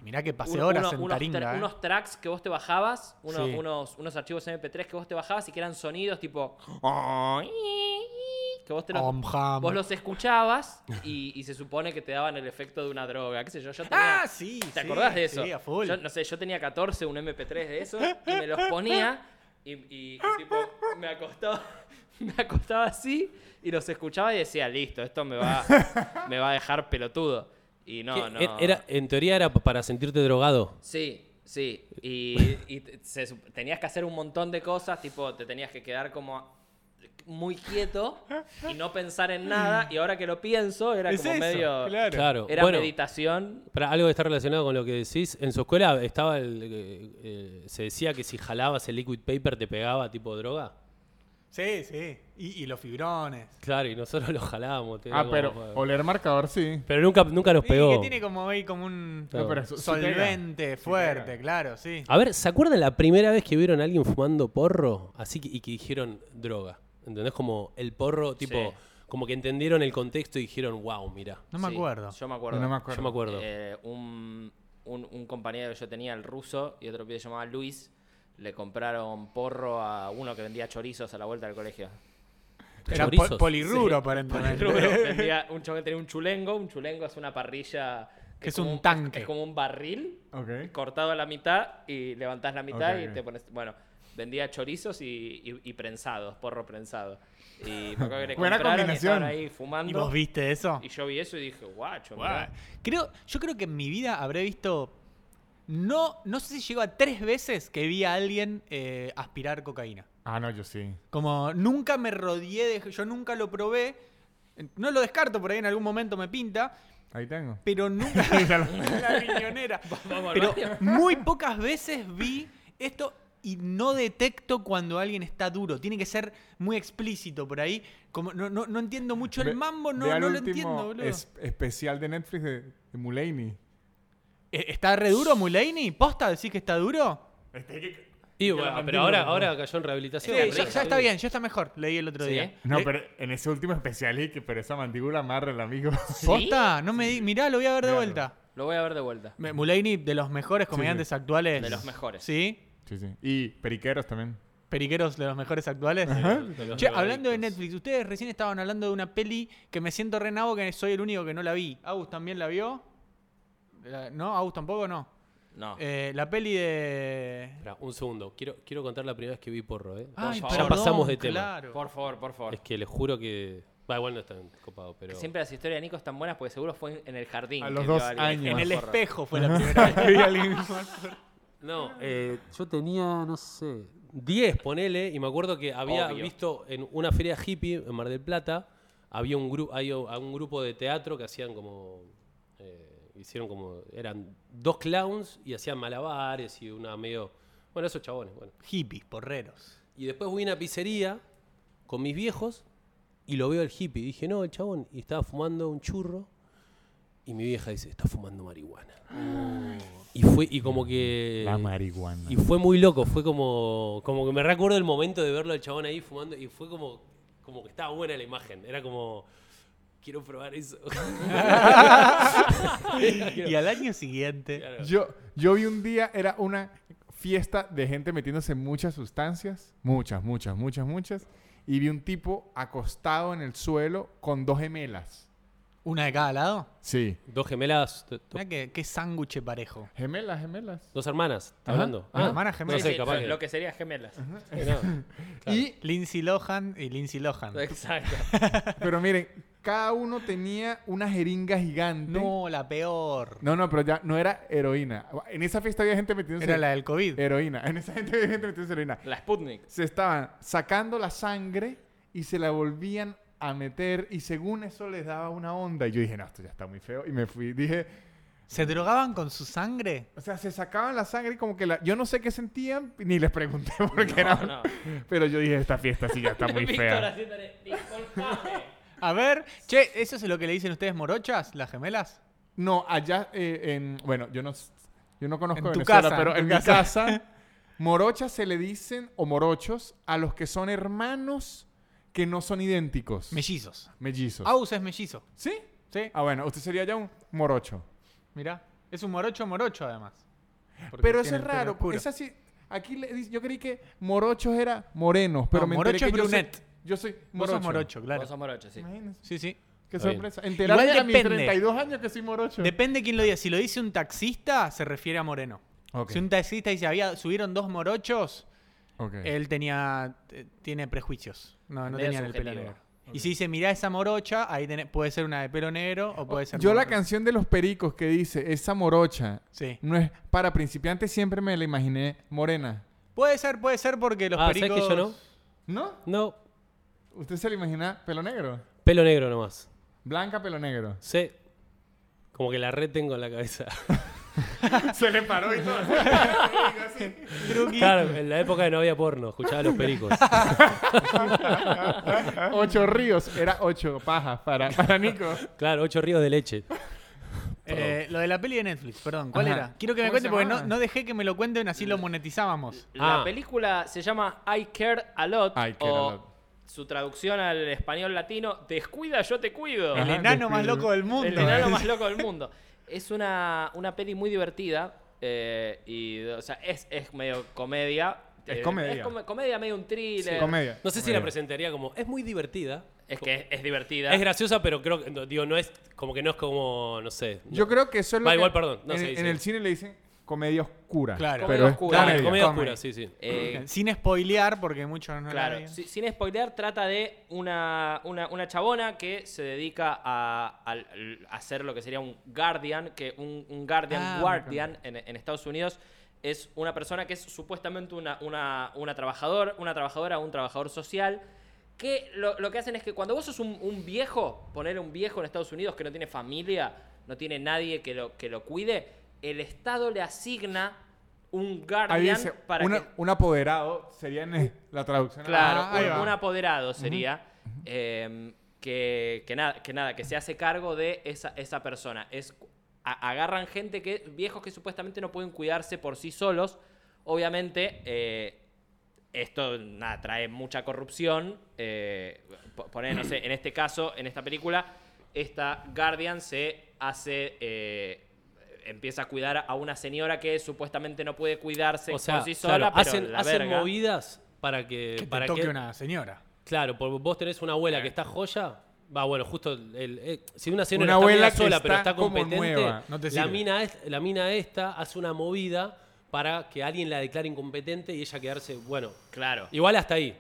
Speaker 3: Mirá que pasé
Speaker 1: uno-
Speaker 3: horas
Speaker 1: uno-
Speaker 3: en
Speaker 1: unos,
Speaker 3: Taringa.
Speaker 1: tra-
Speaker 3: eh.
Speaker 1: unos tracks que vos te bajabas, uno-
Speaker 3: Sí.
Speaker 1: unos, unos archivos MP3 que vos te bajabas y que eran sonidos tipo. Que vos, te los,
Speaker 3: Om Ham.
Speaker 1: vos los escuchabas y, y se supone que te daban el efecto de una droga. ¿Qué sé yo? yo tenía-
Speaker 3: Ah, sí.
Speaker 1: ¿Te
Speaker 3: sí,
Speaker 1: acordás de eso?
Speaker 3: Sí, a full.
Speaker 1: Yo, no sé, yo tenía 14, un MP3 de eso, y me los ponía y, y- y tipo, me acostaba, me acostaba así y los escuchaba y decía, listo, esto me va, me va a dejar pelotudo. Y no,
Speaker 4: que
Speaker 1: no.
Speaker 4: er- era, en teoría era para sentirte drogado.
Speaker 1: Sí, sí. Y, y te- se sup- tenías que hacer un montón de cosas, tipo, te tenías que quedar como muy quieto y no pensar en nada. Y ahora que lo pienso, era
Speaker 3: Es
Speaker 1: como
Speaker 3: eso,
Speaker 1: medio.
Speaker 3: claro.
Speaker 4: Claro.
Speaker 1: Era
Speaker 4: bueno,
Speaker 1: meditación.
Speaker 4: Para algo que está relacionado con lo que decís, en su escuela estaba el, eh, eh, se decía que si jalabas el liquid paper te pegaba tipo droga.
Speaker 3: Sí, sí. Y, y los fibrones.
Speaker 4: Claro, y nosotros lo jalamos. te
Speaker 2: Ah,
Speaker 4: digo,
Speaker 2: pero
Speaker 4: como-
Speaker 2: oler marcador sí.
Speaker 4: Pero nunca, nunca nos
Speaker 3: Y
Speaker 4: pegó.
Speaker 3: que tiene como ahí como un
Speaker 4: Claro.
Speaker 2: No, pero eso- sí
Speaker 3: solvente fuerte,
Speaker 2: pega.
Speaker 3: claro, sí.
Speaker 1: Ah,
Speaker 4: A ver, ¿se acuerdan la primera vez que vieron a alguien fumando porro? Así que, y que dijeron droga. ¿Entendés? Como el porro, tipo,
Speaker 1: Sí.
Speaker 4: como que entendieron el contexto y dijeron, wow, mira.
Speaker 3: No me
Speaker 1: Sí,
Speaker 3: acuerdo.
Speaker 1: Yo me acuerdo.
Speaker 2: No me
Speaker 4: Yo me acuerdo.
Speaker 1: Eh, un, un- un compañero que yo tenía, el ruso, y otro pibe llamado Luis, le compraron porro a uno que vendía chorizos a la vuelta del colegio.
Speaker 3: Era po-
Speaker 4: Chorizos.
Speaker 3: polirruro,
Speaker 1: Sí,
Speaker 3: aparentemente.
Speaker 1: Rubro, vendía- un chabón que tenía un chulengo. Un chulengo es una parrilla.
Speaker 3: Que es un
Speaker 1: como
Speaker 3: tanque.
Speaker 1: Es como un barril
Speaker 2: Ok.
Speaker 1: cortado a la mitad y levantás la mitad
Speaker 2: Ok,
Speaker 1: y
Speaker 2: ok.
Speaker 1: te pones. Bueno, vendía chorizos y, y- y prensados, porro prensado. Y me acuerdo que le
Speaker 2: Buena
Speaker 1: compraron y estaban
Speaker 2: combinación.
Speaker 1: ahí
Speaker 3: ¿Y vos
Speaker 1: fumando. Y,
Speaker 3: viste eso?
Speaker 1: yo vi eso y dije, guacho,
Speaker 3: Guau.
Speaker 1: mirá".
Speaker 3: Creo, yo creo que en mi vida habré visto. No, no sé si llegó a tres veces que vi a alguien eh, aspirar cocaína.
Speaker 2: Ah, no, yo sí.
Speaker 3: Como nunca me rodeé de. Yo nunca lo probé. No lo descarto, por ahí en algún momento me pinta.
Speaker 2: Ahí tengo.
Speaker 3: Pero nunca. la riñonera.
Speaker 1: Vamos al
Speaker 3: Pero
Speaker 1: baño.
Speaker 3: muy pocas veces vi esto y no detecto cuando alguien está duro. Tiene que ser muy explícito por ahí. Como, no, no, no entiendo mucho
Speaker 2: Ve-
Speaker 3: el mambo, no,
Speaker 2: ve al
Speaker 3: no lo
Speaker 2: último
Speaker 3: entiendo, boludo.
Speaker 2: es- especial de Netflix de, de Mulaney.
Speaker 3: ¿E- ¿Está re duro Mulaney? ¿Posta decís que está duro?
Speaker 4: Y bueno, pero ahora, ahora cayó en rehabilitación.
Speaker 3: Sí,
Speaker 4: Rico,
Speaker 3: ya, ya está
Speaker 4: sí.
Speaker 3: bien, ya está mejor. Leí el otro
Speaker 1: Sí.
Speaker 3: día. Eh,
Speaker 2: No,
Speaker 3: Le-
Speaker 2: pero en ese último especial, y que, pero esa mandíbula amarra el amigo.
Speaker 3: ¿Posta? No me di- Mirá, lo voy a ver de
Speaker 2: Claro.
Speaker 3: vuelta.
Speaker 1: Lo voy a ver de vuelta.
Speaker 3: Me- Mulaney, de los mejores comediantes actuales.
Speaker 1: De los mejores.
Speaker 3: ¿Sí?
Speaker 2: sí, sí. Y periqueros también.
Speaker 3: Periqueros de los mejores actuales.
Speaker 4: De los
Speaker 3: Che, hablando de
Speaker 4: drogadictos.
Speaker 3: Netflix, ustedes recién estaban hablando de una peli que me siento renabo que soy el único que no la vi. ¿Agus también la vio? La- ¿No? ¿Agus tampoco? No.
Speaker 1: No.
Speaker 3: Eh, la peli de...
Speaker 4: Esperá, un segundo, quiero, quiero contar la primera vez que vi porro, ¿eh?
Speaker 3: Ay,
Speaker 4: ya
Speaker 1: favor.
Speaker 4: pasamos de tema.
Speaker 3: claro.
Speaker 1: Por favor, por favor.
Speaker 4: Es que les juro que. Va, igual no están copados, pero.
Speaker 1: Siempre las historias de Nico están buenas porque seguro fue en- en el jardín.
Speaker 2: A
Speaker 1: que
Speaker 2: los
Speaker 1: vio
Speaker 2: dos
Speaker 1: alguien
Speaker 2: años.
Speaker 1: fumar
Speaker 3: En el
Speaker 1: porro.
Speaker 3: espejo fue la primera vez que vi a alguien fumar porro.
Speaker 4: No, eh, yo tenía, no sé, 10, ponele, y me acuerdo que había
Speaker 1: Obvio.
Speaker 4: visto en una feria hippie en Mar del Plata, había un, grupo hay o- a un grupo de teatro que hacían como, eh, hicieron como, eran dos clowns y hacían malabares y una medio, bueno, esos chabones, bueno.
Speaker 3: Hippies, porreros.
Speaker 4: Y después fui a una pizzería con mis viejos y lo veo al hippie. Dije, no, el chabón. Y estaba fumando un churro. Y mi vieja dice, está fumando marihuana. Y fue, y como que.
Speaker 2: Eh, marihuana.
Speaker 4: Y fue muy loco. Fue como. Como que me recuerdo el momento de verlo al chabón ahí fumando. Y fue como. Como que estaba buena la imagen. Era como. Quiero probar eso.
Speaker 3: Y al año siguiente...
Speaker 4: Claro.
Speaker 2: Yo, yo vi un día, era una fiesta de gente metiéndose muchas sustancias, muchas, muchas, muchas, muchas, y vi un tipo acostado en el suelo con dos gemelas.
Speaker 3: ¿Una de cada lado?
Speaker 2: Sí.
Speaker 4: Dos gemelas. do- do-
Speaker 3: Mirá que- qué sándwich parejo.
Speaker 2: Gemelas, gemelas.
Speaker 4: Dos hermanas. ¿Estás
Speaker 2: Ajá. Ah.
Speaker 4: hablando?
Speaker 3: Ajá. Hermanas gemelas.
Speaker 4: Ah, No sé,
Speaker 1: Sí,
Speaker 4: capaz.
Speaker 1: lo-
Speaker 4: que-
Speaker 1: Lo que sería gemelas.
Speaker 4: no.
Speaker 2: Y,
Speaker 3: Lindsay Lohan y Lindsay Lohan.
Speaker 1: Exacto.
Speaker 2: pero miren, cada uno tenía una jeringa gigante.
Speaker 3: No, la peor.
Speaker 2: No, no, pero ya no era heroína. En esa fiesta había gente metiéndose
Speaker 3: Era la del COVID.
Speaker 2: heroína. En esa gente había gente metiéndose heroína.
Speaker 1: La Sputnik.
Speaker 2: Se estaban sacando la sangre y se la volvían a meter y según eso les daba una onda. Y yo dije, no, esto ya está muy feo. Y me fui. Dije,
Speaker 3: ¿Se drogaban con su sangre?
Speaker 2: o sea, se sacaban la sangre y como que la... Yo no sé qué sentían, ni les pregunté por qué
Speaker 1: No,
Speaker 2: era.
Speaker 1: no.
Speaker 2: Pero yo dije, esta fiesta sí ya está muy
Speaker 1: Víctor
Speaker 2: fea.
Speaker 1: haciéndole, "Disculpame".
Speaker 3: A ver, che, ¿eso es lo que le dicen ustedes morochas, las gemelas?
Speaker 2: No, allá eh, en... Bueno, yo no, s- yo no conozco
Speaker 3: En tu
Speaker 2: Venezuela,
Speaker 3: casa,
Speaker 2: pero
Speaker 3: en
Speaker 2: en,
Speaker 3: tu
Speaker 2: mi
Speaker 3: casa.
Speaker 2: casa, morochas se le dicen, o morochos, a los que son hermanos que no son idénticos.
Speaker 3: Mellizos.
Speaker 2: Mellizos.
Speaker 3: Aus es mellizo.
Speaker 2: ¿Sí?
Speaker 3: Sí,
Speaker 2: Ah, bueno, usted sería ya un morocho.
Speaker 3: mirá. Es un morocho morocho, además. Porque
Speaker 2: Pero eso
Speaker 3: tiene
Speaker 2: es
Speaker 3: el pelo
Speaker 2: raro,
Speaker 3: oscuro.
Speaker 2: es así. Aquí le dice- yo creí que morochos era morenos, pero
Speaker 3: No,
Speaker 2: me
Speaker 3: morocho
Speaker 2: enteré
Speaker 3: es
Speaker 2: que yo soy-
Speaker 3: brunet.
Speaker 2: Yo soy,
Speaker 3: Vos
Speaker 2: morocho.
Speaker 3: sos morocho, claro.
Speaker 1: Vos sos morocho, sí.
Speaker 2: Imagínense,
Speaker 3: Sí, sí.
Speaker 2: qué
Speaker 4: Está bien.
Speaker 2: sorpresa. Enterarme
Speaker 3: Igual
Speaker 2: a mis
Speaker 3: depende.
Speaker 2: 32 años que soy morocho.
Speaker 3: Depende quién lo diga. Si lo dice un taxista, se refiere a moreno.
Speaker 2: Ok,
Speaker 3: Si un taxista dice, había, subieron dos morochos,
Speaker 2: ok.
Speaker 3: él tenía, eh, tiene prejuicios. No, no
Speaker 1: Medio
Speaker 3: tenían el pelo
Speaker 1: subjetivo.
Speaker 3: negro. Y si dice, mirá esa morocha, ahí tenés- puede ser una de pelo negro o puede ser
Speaker 2: Yo la
Speaker 3: morro.
Speaker 2: canción de los pericos que dice, esa morocha,
Speaker 3: Sí.
Speaker 2: no es para principiantes, siempre me la imaginé morena.
Speaker 3: Puede ser, puede ser porque los
Speaker 4: Ah, ¿sabés
Speaker 3: pericos...
Speaker 4: que yo no?
Speaker 2: ¿No?
Speaker 4: Ah. No,
Speaker 2: ¿Usted se la imagina pelo negro?
Speaker 4: pelo negro nomás.
Speaker 2: Blanca, pelo negro.
Speaker 4: Sí. Como que la red tengo en la cabeza.
Speaker 2: Se le paró y todo. Así.
Speaker 4: Claro, en la época que no había porno, escuchaba los pericos.
Speaker 2: ocho ríos. Era ocho pajas para, para Nico.
Speaker 4: Claro, ocho ríos de leche.
Speaker 3: Eh, lo de la peli de Netflix, perdón. ¿Cuál
Speaker 2: Ajá.
Speaker 3: era? Quiero que me
Speaker 2: ¿Cómo
Speaker 3: cuente
Speaker 2: se
Speaker 3: porque no,
Speaker 2: llamaba?
Speaker 3: no dejé que me lo cuenten, así lo monetizábamos.
Speaker 1: La
Speaker 4: Ah.
Speaker 1: película se llama I Care a Lot.
Speaker 2: I Care a
Speaker 1: o
Speaker 2: Lot.
Speaker 1: Su traducción al español latino, Descuida, yo te cuido.
Speaker 3: El
Speaker 2: Ajá,
Speaker 3: enano más
Speaker 2: describe.
Speaker 3: loco del mundo.
Speaker 1: El enano más loco del mundo. Es una, una peli muy divertida. eh, y, o sea, es, es medio comedia.
Speaker 2: Es
Speaker 1: Eh,
Speaker 2: comedia.
Speaker 1: Es come- comedia, medio un thriller.
Speaker 2: Comedia.
Speaker 4: No sé si la
Speaker 2: Comedia.
Speaker 4: presentaría como. Es muy divertida.
Speaker 1: Es que es, es divertida.
Speaker 4: Es graciosa, pero creo que. no, Digo, no es. Como que no es como. No sé.
Speaker 2: Yo
Speaker 4: no.
Speaker 2: creo que eso es lo
Speaker 4: Va,
Speaker 2: que
Speaker 4: igual, perdón, no
Speaker 2: en,
Speaker 4: se dice.
Speaker 2: en el cine le dicen comedia oscura. pero
Speaker 3: Claro.
Speaker 1: Comedia
Speaker 2: es
Speaker 1: oscura.
Speaker 4: Claro,
Speaker 1: Comedia,
Speaker 4: comedia
Speaker 2: comedia.
Speaker 4: oscura, sí, sí.
Speaker 1: Eh,
Speaker 3: Sin spoilear, porque muchos no la
Speaker 1: Claro,
Speaker 3: veían.
Speaker 1: si- sin spoilear, trata de una, una, una chabona que se dedica a, al- al- a hacer lo que sería un guardian, que un, un guardian
Speaker 3: Ah, me
Speaker 1: guardian en, en Estados Unidos es una persona que es supuestamente una, una, una trabajador, una trabajadora, un trabajador social, que lo, lo que hacen es que cuando vos sos un, un viejo, poner un viejo en Estados Unidos que no tiene familia, no tiene nadie que lo, que lo cuide, el Estado le asigna un
Speaker 2: Ahí
Speaker 1: guardian
Speaker 2: dice,
Speaker 1: para
Speaker 2: una-
Speaker 1: que...
Speaker 2: un apoderado sería en la traducción.
Speaker 1: Claro,
Speaker 3: Ah, ahí
Speaker 1: un,
Speaker 3: va.
Speaker 1: un apoderado sería. eh, que, que nada, que nada, que se hace cargo de esa, esa persona. Es, a- agarran gente que. viejos que supuestamente no pueden cuidarse por sí solos. Obviamente. eh, esto nada, trae mucha corrupción. eh, po- poné, no sé, en este caso, en esta película, esta Guardian se hace. eh, empieza a cuidar a una señora que supuestamente no puede cuidarse
Speaker 4: O sea,
Speaker 1: por sí sola.
Speaker 4: claro,
Speaker 1: pero
Speaker 4: hacen,
Speaker 1: la
Speaker 4: hacen
Speaker 1: verga.
Speaker 4: movidas para que.
Speaker 3: Que te
Speaker 4: para
Speaker 3: toque
Speaker 4: que
Speaker 3: una señora.
Speaker 4: Claro, porque vos tenés una abuela que está joya. Va, bueno, justo el, el- eh, si una
Speaker 2: Una
Speaker 4: señora está media
Speaker 2: abuela que
Speaker 4: sola, pero
Speaker 2: está
Speaker 4: está
Speaker 2: como
Speaker 4: competente,
Speaker 2: nueva, no te
Speaker 4: la,
Speaker 2: sirve.
Speaker 4: mina es- la mina esta hace una movida para que alguien la declare incompetente y ella quedarse, bueno,
Speaker 1: Claro.
Speaker 4: igual hasta ahí.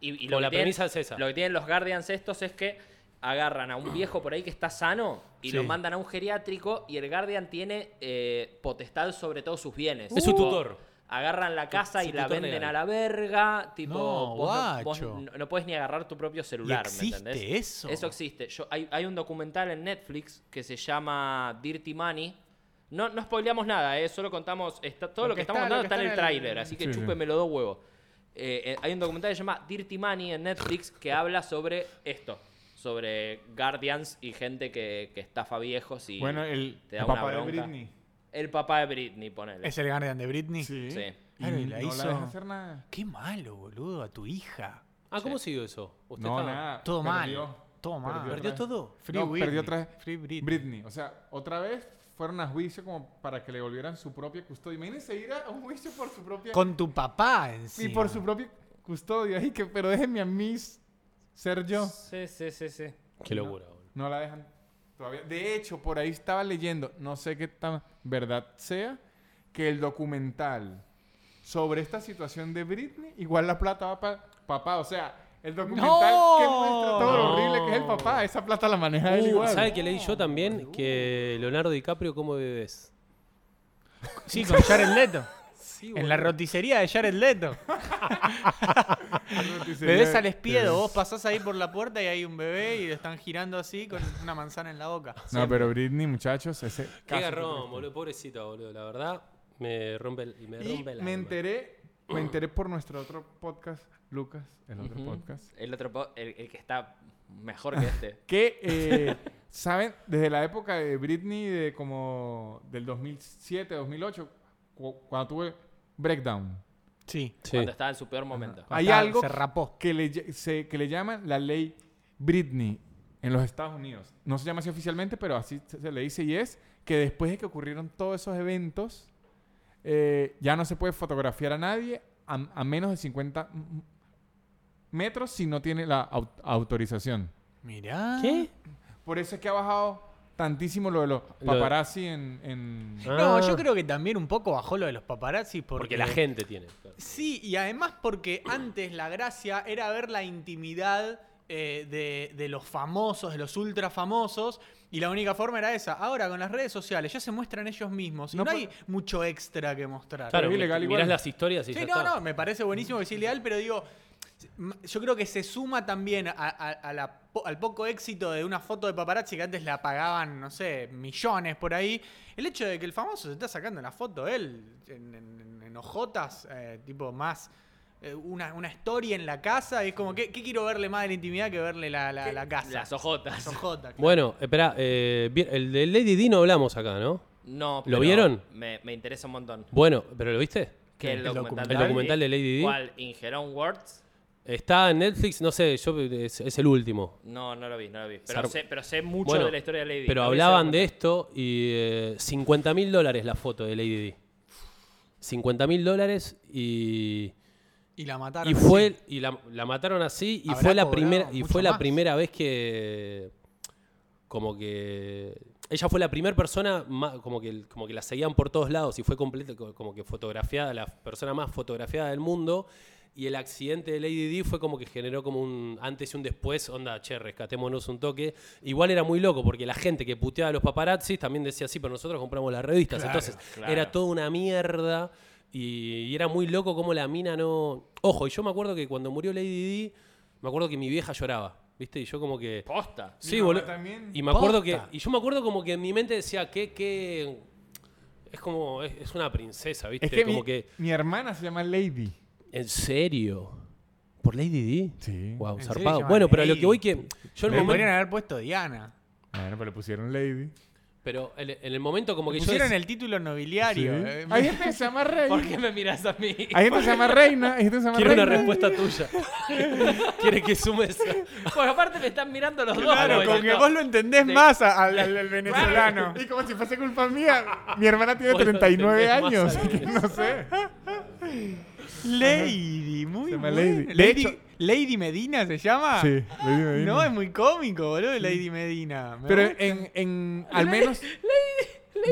Speaker 1: Y, y
Speaker 4: Como
Speaker 1: lo,
Speaker 4: la
Speaker 1: que tienen,
Speaker 4: premisa es esa.
Speaker 1: lo que tienen los Guardians estos es que agarran a un viejo por ahí que está sano y lo
Speaker 3: Sí.
Speaker 1: mandan a un geriátrico y el Guardian tiene eh, potestad sobre todos sus bienes.
Speaker 4: Es su
Speaker 1: Tipo,
Speaker 4: tutor.
Speaker 1: Agarran la casa
Speaker 4: Es
Speaker 1: y
Speaker 4: su
Speaker 1: la
Speaker 4: tutor
Speaker 1: venden
Speaker 4: legal.
Speaker 1: a la verga. Tipo,
Speaker 3: No,
Speaker 1: vos, no, vos
Speaker 3: guacho.
Speaker 1: no- no puedes ni agarrar tu propio celular, ¿me
Speaker 3: existe
Speaker 1: entendés?
Speaker 3: eso?
Speaker 1: Eso existe. Yo, hay, hay un documental en Netflix que se llama Dirty Money. No, no spoileamos nada, eh, solo contamos. está- todo lo que, estamos
Speaker 2: lo
Speaker 1: contando
Speaker 2: que
Speaker 1: está,
Speaker 2: está
Speaker 1: en el
Speaker 2: en el-
Speaker 1: tráiler, así que
Speaker 2: Sí, sí.
Speaker 1: chúpemelo dos huevos. Eh, eh, hay un documental que se llama Dirty Money en Netflix que habla sobre esto: sobre Guardians y gente que, que estafa viejos y.
Speaker 2: Bueno, el,
Speaker 1: Te da
Speaker 2: el
Speaker 1: una
Speaker 2: papá de
Speaker 1: bronca.
Speaker 2: Britney.
Speaker 1: El papá de Britney, ponele.
Speaker 3: ¿Es el guardián de Britney?
Speaker 2: Sí.
Speaker 1: Sí.
Speaker 2: Y
Speaker 3: Claro, y
Speaker 2: no
Speaker 3: la hizo-
Speaker 2: deja hacer nada.
Speaker 3: Qué malo, boludo, a tu hija.
Speaker 4: Ah, ¿cómo siguió eso? ¿Usted
Speaker 2: No,
Speaker 4: estaba-
Speaker 2: nada.
Speaker 3: Todo
Speaker 2: perdió.
Speaker 3: mal. Todo mal.
Speaker 2: Perdió
Speaker 4: ¿Perdió
Speaker 2: otra vez.
Speaker 4: todo?
Speaker 3: Free
Speaker 2: No,
Speaker 3: Britney.
Speaker 2: perdió otra vez.
Speaker 3: Free Britney.
Speaker 2: Britney. O sea, otra vez fueron a juicio como para que le volvieran su propia custodia. Imagínense ir a un juicio por su propia...
Speaker 3: Con tu papá
Speaker 2: y
Speaker 3: encima.
Speaker 2: por su propia custodia. Ay, que, pero déjenme a mí ser yo.
Speaker 1: Sí, sí, sí, sí.
Speaker 4: Qué locura. boludo.
Speaker 2: No la dejan todavía. De hecho, por ahí estaba leyendo, no sé qué tan verdad sea, que el documental sobre esta situación de Britney, igual la plata va para papá. O sea, el documental que muestra todo lo
Speaker 4: No.
Speaker 2: horrible que es el papá, esa plata la maneja él
Speaker 4: Uh,
Speaker 2: igual.
Speaker 4: ¿Sabe que leí yo también? Que Leonardo DiCaprio come bebés.
Speaker 3: Sí, con Jared Leto. en la
Speaker 4: boludo.
Speaker 3: roticería de Jared Leto. Bebés al espiedo. Vos pasás ahí por la puerta y hay un bebé y lo están girando así con una manzana en la boca.
Speaker 2: No, pero Britney, muchachos, ese
Speaker 4: Qué
Speaker 2: caso-
Speaker 4: garrón, boludo. Pobrecito, boludo. La verdad, me rompe el, me
Speaker 2: Y
Speaker 4: rompe el
Speaker 2: me
Speaker 4: alma.
Speaker 2: enteré, me enteré por nuestro otro podcast, Lucas, el otro
Speaker 1: Ujú.
Speaker 2: podcast.
Speaker 1: El otro, po- el- el que está mejor que este.
Speaker 2: Que, eh, ¿saben? Desde la época de Britney, de como del 2007, 2008, cu- cuando tuve Breakdown,
Speaker 3: Sí.
Speaker 4: Sí.
Speaker 1: Cuando estaba en su peor momento.
Speaker 2: Hay
Speaker 3: Estaba-
Speaker 2: algo-
Speaker 3: Se rapó.
Speaker 2: que le, ll- se- que le llaman la ley Britney en los Estados Unidos. No se llama así oficialmente, pero así se, se le dice y es que después de que ocurrieron todos esos eventos, eh, ya no se puede fotografiar a nadie a, a menos de 50 m- metros si no tiene la au- autorización.
Speaker 3: Mirá.
Speaker 4: ¿Qué?
Speaker 2: Por eso es que ha bajado tantísimo lo de los
Speaker 4: de-
Speaker 2: paparazzi en... en-
Speaker 3: No,
Speaker 4: Ah.
Speaker 3: yo creo que también un poco bajó lo de los paparazzis porque,
Speaker 4: Porque la gente tiene. claro.
Speaker 3: Sí, y además porque antes la gracia era ver la intimidad eh, de, de los famosos, de los ultra famosos, y la única forma era esa. Ahora con las redes sociales ya se muestran ellos mismos y no,
Speaker 2: No,
Speaker 3: hay mucho extra que mostrar.
Speaker 4: Claro,
Speaker 2: es ilegal
Speaker 4: mirás
Speaker 2: igual.
Speaker 4: las historias y
Speaker 3: Sí,
Speaker 4: ya
Speaker 3: no,
Speaker 4: está.
Speaker 3: no, me parece buenísimo que sea ilegal, pero digo, Yo creo que se suma también a- a- a la po- al poco éxito de una foto de paparazzi que antes la pagaban, no sé, millones por ahí. El hecho de que el famoso se está sacando la foto él en, en- en- en hojotas, eh, tipo más. eh, Una, una story en la casa, y es como, ¿qué, qué quiero verle más de la intimidad que verle la, la- la casa?
Speaker 1: Las ojotas.
Speaker 3: Las hojotas, claro.
Speaker 4: Bueno, espera, el de Lady Di no hablamos acá, ¿no?
Speaker 1: No,
Speaker 4: ¿Lo
Speaker 1: pero
Speaker 4: vieron?
Speaker 1: Me, me interesa un montón.
Speaker 4: Bueno, ¿pero lo viste?
Speaker 1: Que el,
Speaker 3: El
Speaker 1: documental,
Speaker 4: documental. El documental de Lady Di.
Speaker 1: ¿Cuál? ¿In Her Own Words?
Speaker 4: Está en Netflix, no sé, yo es, es el último.
Speaker 1: No, no lo vi, no lo vi. Pero,
Speaker 4: Sar-
Speaker 1: sé, pero sé mucho
Speaker 4: Bueno,
Speaker 1: de la historia de Lady Di.
Speaker 4: Pero
Speaker 1: No vi ese
Speaker 4: hablaban de
Speaker 1: documental.
Speaker 4: esto y eh, 50 mil dólares la foto de Lady Di. 50 mil dólares y...
Speaker 3: Y la mataron.
Speaker 4: Y
Speaker 3: así.
Speaker 4: fue y la, la mataron así y
Speaker 3: Habrá
Speaker 4: fue la
Speaker 3: cobrado
Speaker 4: primera y
Speaker 3: mucho
Speaker 4: fue la
Speaker 3: más.
Speaker 4: primera vez que como que ella fue la primera persona ma- como que como que la seguían por todos lados y fue completa co- como que fotografiada la persona más fotografiada del mundo y el accidente de Lady Di fue como que generó como un antes y un después, onda, che, rescatémonos un toque. Igual era muy loco porque la gente que puteaba a los paparazzis también decía, sí, pero nosotros compramos las revistas. Entonces
Speaker 1: claro.
Speaker 4: era toda una mierda y, y era muy loco como la mina no... Ojo, y yo me acuerdo que cuando murió Lady Di, me acuerdo que mi vieja lloraba, ¿viste? Y yo como que...
Speaker 1: Posta.
Speaker 4: Sí,
Speaker 2: mamá
Speaker 4: boludo.
Speaker 2: también.
Speaker 4: Y me acuerdo que.
Speaker 3: Posta.
Speaker 4: Y yo me acuerdo como que en mi mente decía que. que es como. Es, es una princesa, ¿viste?
Speaker 2: Es que,
Speaker 4: como
Speaker 2: mi,
Speaker 4: que.
Speaker 2: mi hermana se llama Lady.
Speaker 4: ¿En serio? ¿Por Lady Di?
Speaker 2: Sí.
Speaker 4: Wow,
Speaker 3: ¿En serio
Speaker 4: zarpado.
Speaker 3: llaman
Speaker 4: Bueno, pero a lo
Speaker 3: Lady?
Speaker 4: que voy que. Yo en
Speaker 3: Le
Speaker 4: el momento.
Speaker 3: podrían haber puesto Diana.
Speaker 2: Bueno, pero le pusieron Lady.
Speaker 4: Pero en, en el momento como que yo.
Speaker 3: Pusieron
Speaker 4: dec-
Speaker 3: el título nobiliario.
Speaker 2: Sí.
Speaker 3: eh,
Speaker 2: Hay gente que se llama Rey.
Speaker 1: ¿Por qué me miras a mí?
Speaker 2: Hay gente que se llama Reina. Hay gente que se llama
Speaker 4: Quiero una
Speaker 2: Reina.
Speaker 4: respuesta tuya. Quiere que sumes.
Speaker 1: Porque aparte me están mirando los dos.
Speaker 3: Claro,
Speaker 1: güey,
Speaker 3: con que
Speaker 1: no.
Speaker 3: vos lo entendés
Speaker 1: De-
Speaker 3: más a- al, al- al venezolano.
Speaker 2: Y como si fuese culpa mía. Mi hermana tiene
Speaker 4: Bueno,
Speaker 2: 39
Speaker 4: entendés
Speaker 2: años.
Speaker 4: más al
Speaker 2: así que
Speaker 4: menos.
Speaker 2: no sé.
Speaker 3: Lady, muy
Speaker 2: Se llama
Speaker 3: bueno.
Speaker 2: Lady. De
Speaker 3: Lady,
Speaker 2: hecho-
Speaker 3: Lady Medina se llama.
Speaker 2: Sí, Lady Medina.
Speaker 3: No, es muy cómico, boludo, Lady Medina. Me
Speaker 2: Pero
Speaker 3: gusta.
Speaker 2: en, en al menos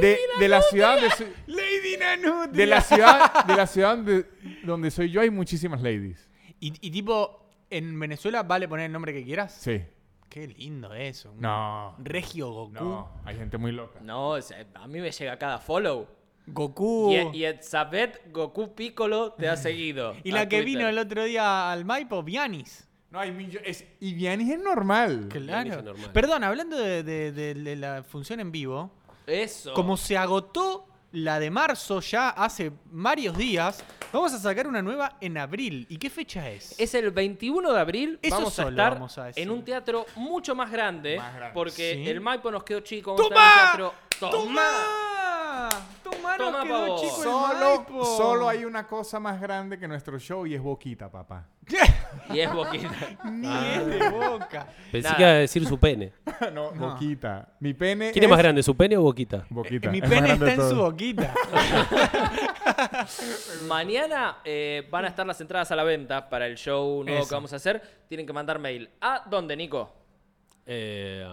Speaker 2: de, de la ciudad donde soy-
Speaker 3: Lady Nanut.
Speaker 2: de la ciudad de la ciudad donde, donde soy yo hay muchísimas ladies.
Speaker 3: Y, y tipo, en Venezuela vale poner el nombre que quieras.
Speaker 2: Sí.
Speaker 3: Qué lindo eso. un
Speaker 2: No.
Speaker 3: Regio Goku.
Speaker 2: No, hay gente muy loca.
Speaker 1: No, o sea, a mí me llega cada follow.
Speaker 3: Goku.
Speaker 1: Y, y Elizabeth Goku Piccolo te ha seguido.
Speaker 3: Y la
Speaker 1: a
Speaker 3: que
Speaker 1: Twitter.
Speaker 3: vino el otro día al Maipo, Vianis.
Speaker 2: No, hay millo- es y Vianis es normal.
Speaker 4: Vianis es
Speaker 3: Claro.
Speaker 4: normal.
Speaker 3: Perdón, hablando de, de- de- de la función en vivo,
Speaker 1: Eso.
Speaker 3: como se agotó la de marzo ya hace varios días, vamos a sacar una nueva en abril. ¿Y qué fecha es?
Speaker 1: Es el 21 de abril.
Speaker 3: Eso
Speaker 1: vamos a
Speaker 3: solo
Speaker 1: estar
Speaker 3: vamos a decir.
Speaker 1: en un teatro mucho más grande.
Speaker 2: Más grande.
Speaker 1: Porque
Speaker 3: Sí.
Speaker 1: el Maipo nos quedó chico. vamos a
Speaker 3: ¡Toma!
Speaker 1: estar en un teatro-
Speaker 3: ¡Toma! ¡Toma! nos
Speaker 1: Toma,
Speaker 3: quedó
Speaker 1: pavo.
Speaker 3: chico el
Speaker 2: Solo,
Speaker 3: Maipo.
Speaker 2: solo hay una cosa más grande que nuestro show y es Boquita, papá.
Speaker 1: Y es Boquita.
Speaker 3: Ni es de boca.
Speaker 4: Pensé
Speaker 1: Nada.
Speaker 4: que iba a decir su pene.
Speaker 2: no, Boquita. Mi pene
Speaker 4: ¿Quién es más grande, su pene o boquita?
Speaker 2: Boquita.
Speaker 3: Eh, Mi
Speaker 2: es más
Speaker 3: pene
Speaker 2: grande
Speaker 3: está en
Speaker 2: todo.
Speaker 3: su boquita.
Speaker 1: Mañana eh, van a estar las entradas a la venta para el show nuevo
Speaker 3: Eso.
Speaker 1: que vamos a hacer. Tienen que mandar mail. ¿A dónde, Nico?
Speaker 4: Eh,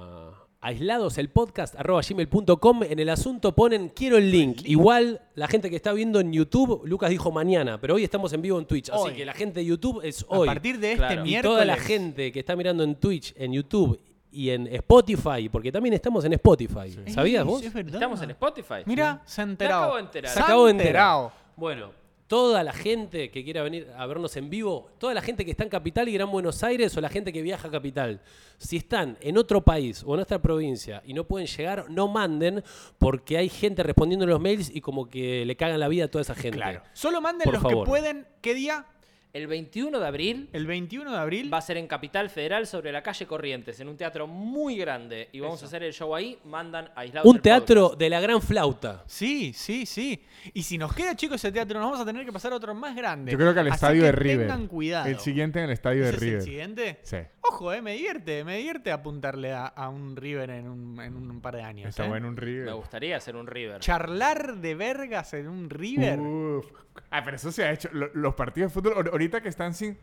Speaker 4: aislados el podcast arroba gmail.com en el asunto ponen quiero el link igual la gente que está viendo en YouTube Lucas dijo mañana pero hoy estamos en vivo en Twitch
Speaker 3: Hoy.
Speaker 4: así que la gente de YouTube es
Speaker 3: A
Speaker 4: hoy
Speaker 3: partir de este
Speaker 1: Claro.
Speaker 4: y
Speaker 3: miércoles.
Speaker 4: toda la gente que está mirando en Twitch en YouTube y en Spotify porque también estamos en Spotify ¿sabías
Speaker 3: Sí,
Speaker 4: vos?
Speaker 3: es verdad.
Speaker 1: Estamos en Spotify.
Speaker 3: Mira, se ha enterado.
Speaker 1: acabo de enterar.
Speaker 3: Se
Speaker 1: Se
Speaker 3: acabo de
Speaker 4: enterar.
Speaker 3: enterado.
Speaker 4: Bueno, toda la gente que quiera venir a vernos en vivo, toda la gente que está en Capital y Gran Buenos Aires o la gente que viaja a Capital, si están en otro país o en otra provincia y no pueden llegar, no manden porque hay gente respondiendo en los mails y como que le cagan la vida a toda esa gente.
Speaker 3: Claro. Solo manden
Speaker 4: Por
Speaker 3: los
Speaker 4: favor.
Speaker 3: que pueden. ¿Qué día?
Speaker 1: El 21 de abril
Speaker 3: El 21 de abril.
Speaker 1: va a ser en Capital Federal sobre la calle Corrientes, en un teatro muy grande. Y vamos a hacer el show ahí. Mandan aislados.
Speaker 4: Un
Speaker 1: el
Speaker 4: teatro
Speaker 1: podcast.
Speaker 4: de la gran flauta.
Speaker 3: Sí, sí, sí. Y si nos queda chico ese teatro, nos vamos a tener que pasar a otro más grande.
Speaker 2: Yo creo que al
Speaker 3: Así
Speaker 2: estadio de River.
Speaker 3: Tengan cuidado.
Speaker 2: El siguiente en el estadio
Speaker 3: ¿Ese
Speaker 2: de
Speaker 3: es
Speaker 2: River.
Speaker 3: el siguiente?
Speaker 2: Sí.
Speaker 3: Ojo, eh, me divierte, me divierte apuntarle a, a un River en un, en un par de años.
Speaker 2: Está
Speaker 3: eh.
Speaker 2: bueno un
Speaker 1: Me
Speaker 2: River.
Speaker 1: gustaría hacer un River.
Speaker 3: Charlar de vergas en un River.
Speaker 2: Uf. Ah, pero eso se ha hecho. Lo- los partidos de fútbol ahor- ahorita que están sin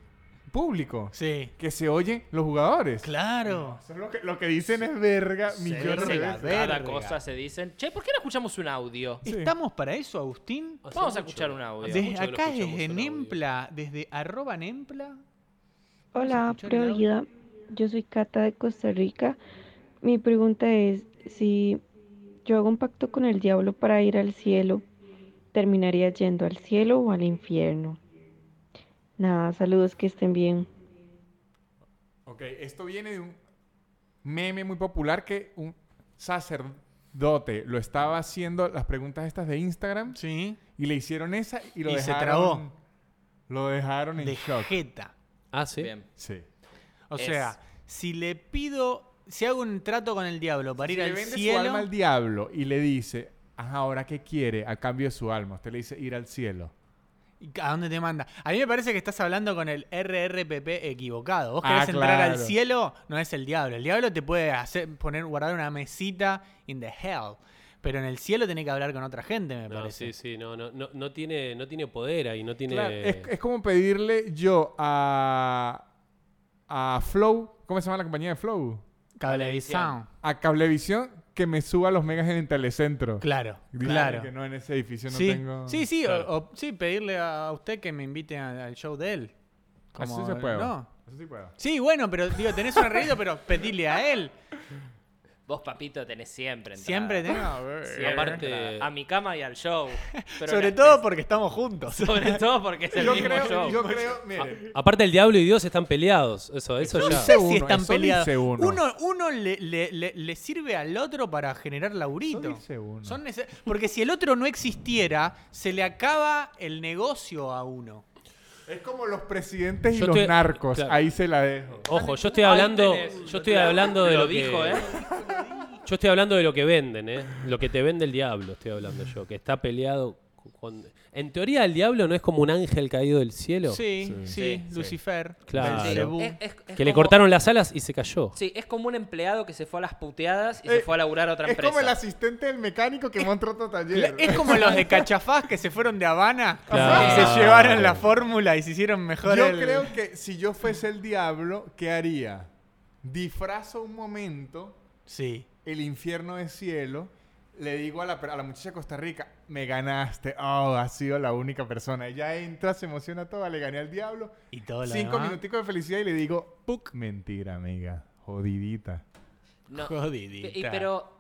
Speaker 2: público.
Speaker 3: Sí.
Speaker 2: Que se oyen los jugadores.
Speaker 3: Claro.
Speaker 2: Eso es lo, que, lo que dicen es verga,
Speaker 1: Se
Speaker 2: millones de
Speaker 1: dicen
Speaker 2: veces.
Speaker 3: verga.
Speaker 1: cada cosa se dicen. Che, ¿por qué no escuchamos un audio?
Speaker 2: Sí.
Speaker 3: ¿Estamos para eso, Agustín?
Speaker 4: Hace
Speaker 1: Vamos a
Speaker 4: mucho-
Speaker 1: escuchar un audio.
Speaker 4: hace
Speaker 3: Desde
Speaker 4: mucho que no
Speaker 3: acá,
Speaker 4: escuchamos
Speaker 3: desde
Speaker 4: un audio.
Speaker 3: Nempla, desde arroba Nempla.
Speaker 5: Hola,
Speaker 3: escuchar el audio?
Speaker 5: Proida. Yo soy Cata de Costa Rica. Mi pregunta es, si yo hago un pacto con el diablo para ir al cielo, ¿terminaría yendo al cielo o al infierno? Nada, saludos, que estén bien.
Speaker 2: Ok, esto viene de un meme muy popular que un sacerdote lo estaba haciendo las preguntas estas de Instagram
Speaker 3: Sí.
Speaker 2: y le hicieron esa y lo
Speaker 3: Y se
Speaker 2: dejaron.
Speaker 3: trabó.
Speaker 2: Lo dejaron en
Speaker 3: De
Speaker 2: shock.
Speaker 3: jeta.
Speaker 4: Ah, sí.
Speaker 1: Bien.
Speaker 2: Sí.
Speaker 3: O
Speaker 1: Es-
Speaker 3: sea, si le pido, si hago un trato con el diablo para
Speaker 2: Si
Speaker 3: ir
Speaker 2: le
Speaker 3: al
Speaker 2: vende
Speaker 3: cielo,
Speaker 2: su alma al diablo y le dice, ajá, ahora qué quiere a cambio de su alma. Usted le dice ir al cielo.
Speaker 3: ¿y ¿a dónde te manda? A mí me parece que estás hablando con el RRPP equivocado. Vos querés
Speaker 2: Ah,
Speaker 3: entrar al
Speaker 2: claro.
Speaker 3: cielo, no es el diablo. El diablo te puede hacer poner guardar una mesita in the hell, pero en el cielo tenés que hablar con otra gente, me
Speaker 4: No,
Speaker 3: parece.
Speaker 4: sí, sí, no, no, no, no tiene, no tiene poder ahí, no tiene.
Speaker 2: Claro, es, es como pedirle yo a, a Flow, ¿cómo se llama la compañía de Flow?
Speaker 3: Cablevisión.
Speaker 2: A Cablevisión que me suba los megas en el telecentro.
Speaker 3: Claro,
Speaker 2: Claro,
Speaker 3: claro.
Speaker 2: Que no en ese edificio no
Speaker 3: sí.
Speaker 2: tengo.
Speaker 3: sí, sí, o-
Speaker 4: Claro.
Speaker 3: o- sí, pedirle a a usted que me invite a- al show de él.
Speaker 2: Así
Speaker 3: Como-
Speaker 2: se puede.
Speaker 3: No.
Speaker 2: Eso sí puedo.
Speaker 3: Sí, bueno, pero digo, tenés un arreglo, pero pedile a él.
Speaker 1: Vos, papito, tenés siempre entrada.
Speaker 3: Siempre tenés.
Speaker 2: Ah,
Speaker 1: Siempre
Speaker 4: Aparte-
Speaker 1: entrada. A mi cama y al show. Pero
Speaker 3: Sobre
Speaker 1: la-
Speaker 3: todo porque estamos juntos.
Speaker 1: Sobre todo porque es el
Speaker 2: Yo
Speaker 1: mismo
Speaker 2: creo,
Speaker 1: show.
Speaker 2: yo creo,
Speaker 3: Ah,
Speaker 2: mire.
Speaker 4: Aparte, el diablo y Dios están peleados. Eso, eso
Speaker 3: No
Speaker 4: ya.
Speaker 3: sé
Speaker 2: uno,
Speaker 3: si están
Speaker 2: eso
Speaker 3: peleados.
Speaker 2: dice uno.
Speaker 3: Uno, uno le, le- le- le sirve al otro para generar
Speaker 2: Eso
Speaker 3: laurito.
Speaker 2: dice uno.
Speaker 3: Son nece- porque si el otro no existiera, se le acaba el negocio a uno.
Speaker 2: Es como los presidentes y
Speaker 4: Yo
Speaker 2: los
Speaker 4: estoy-
Speaker 2: narcos.
Speaker 4: claro.
Speaker 2: Ahí se la dejo.
Speaker 4: Ojo, yo estoy hablando,
Speaker 1: Ahí tenés.
Speaker 4: yo estoy hablando de
Speaker 1: Lo
Speaker 4: lo,
Speaker 1: dijo,
Speaker 4: que,
Speaker 1: ¿eh?
Speaker 4: Yo estoy hablando de lo que venden, ¿eh? Lo que te vende el diablo, estoy hablando yo, que está peleado con. En teoría, el diablo no es como un ángel caído del cielo.
Speaker 3: Sí, sí,
Speaker 1: Sí,
Speaker 3: Lucifer.
Speaker 4: Claro.
Speaker 3: Belcebú.
Speaker 1: Es- es- es
Speaker 4: Que le
Speaker 1: como-
Speaker 4: cortaron las alas y se cayó.
Speaker 1: Sí, es como un empleado que se fue a las puteadas y
Speaker 2: Eh,
Speaker 1: se fue a laburar a otra
Speaker 2: Es
Speaker 1: empresa.
Speaker 2: como el asistente del mecánico que monta otro taller.
Speaker 3: Es como los de Cachafaz que se fueron de Habana
Speaker 4: Claro.
Speaker 3: y se llevaron la fórmula y se hicieron mejor.
Speaker 2: Yo
Speaker 3: el-
Speaker 2: creo que si yo fuese el diablo, ¿qué haría? Disfrazo un momento
Speaker 3: Sí.
Speaker 2: el infierno de cielo. Le digo a la, per- a la muchacha de Costa Rica, me ganaste. Oh, has sido la única persona. Ella entra, se emociona toda, le gané al diablo.
Speaker 3: Y todo lo
Speaker 2: Cinco
Speaker 3: demás.
Speaker 2: minuticos de felicidad y le digo, Puc. mentira, amiga. Jodidita.
Speaker 1: No.
Speaker 3: Jodidita.
Speaker 1: Pe- y- pero,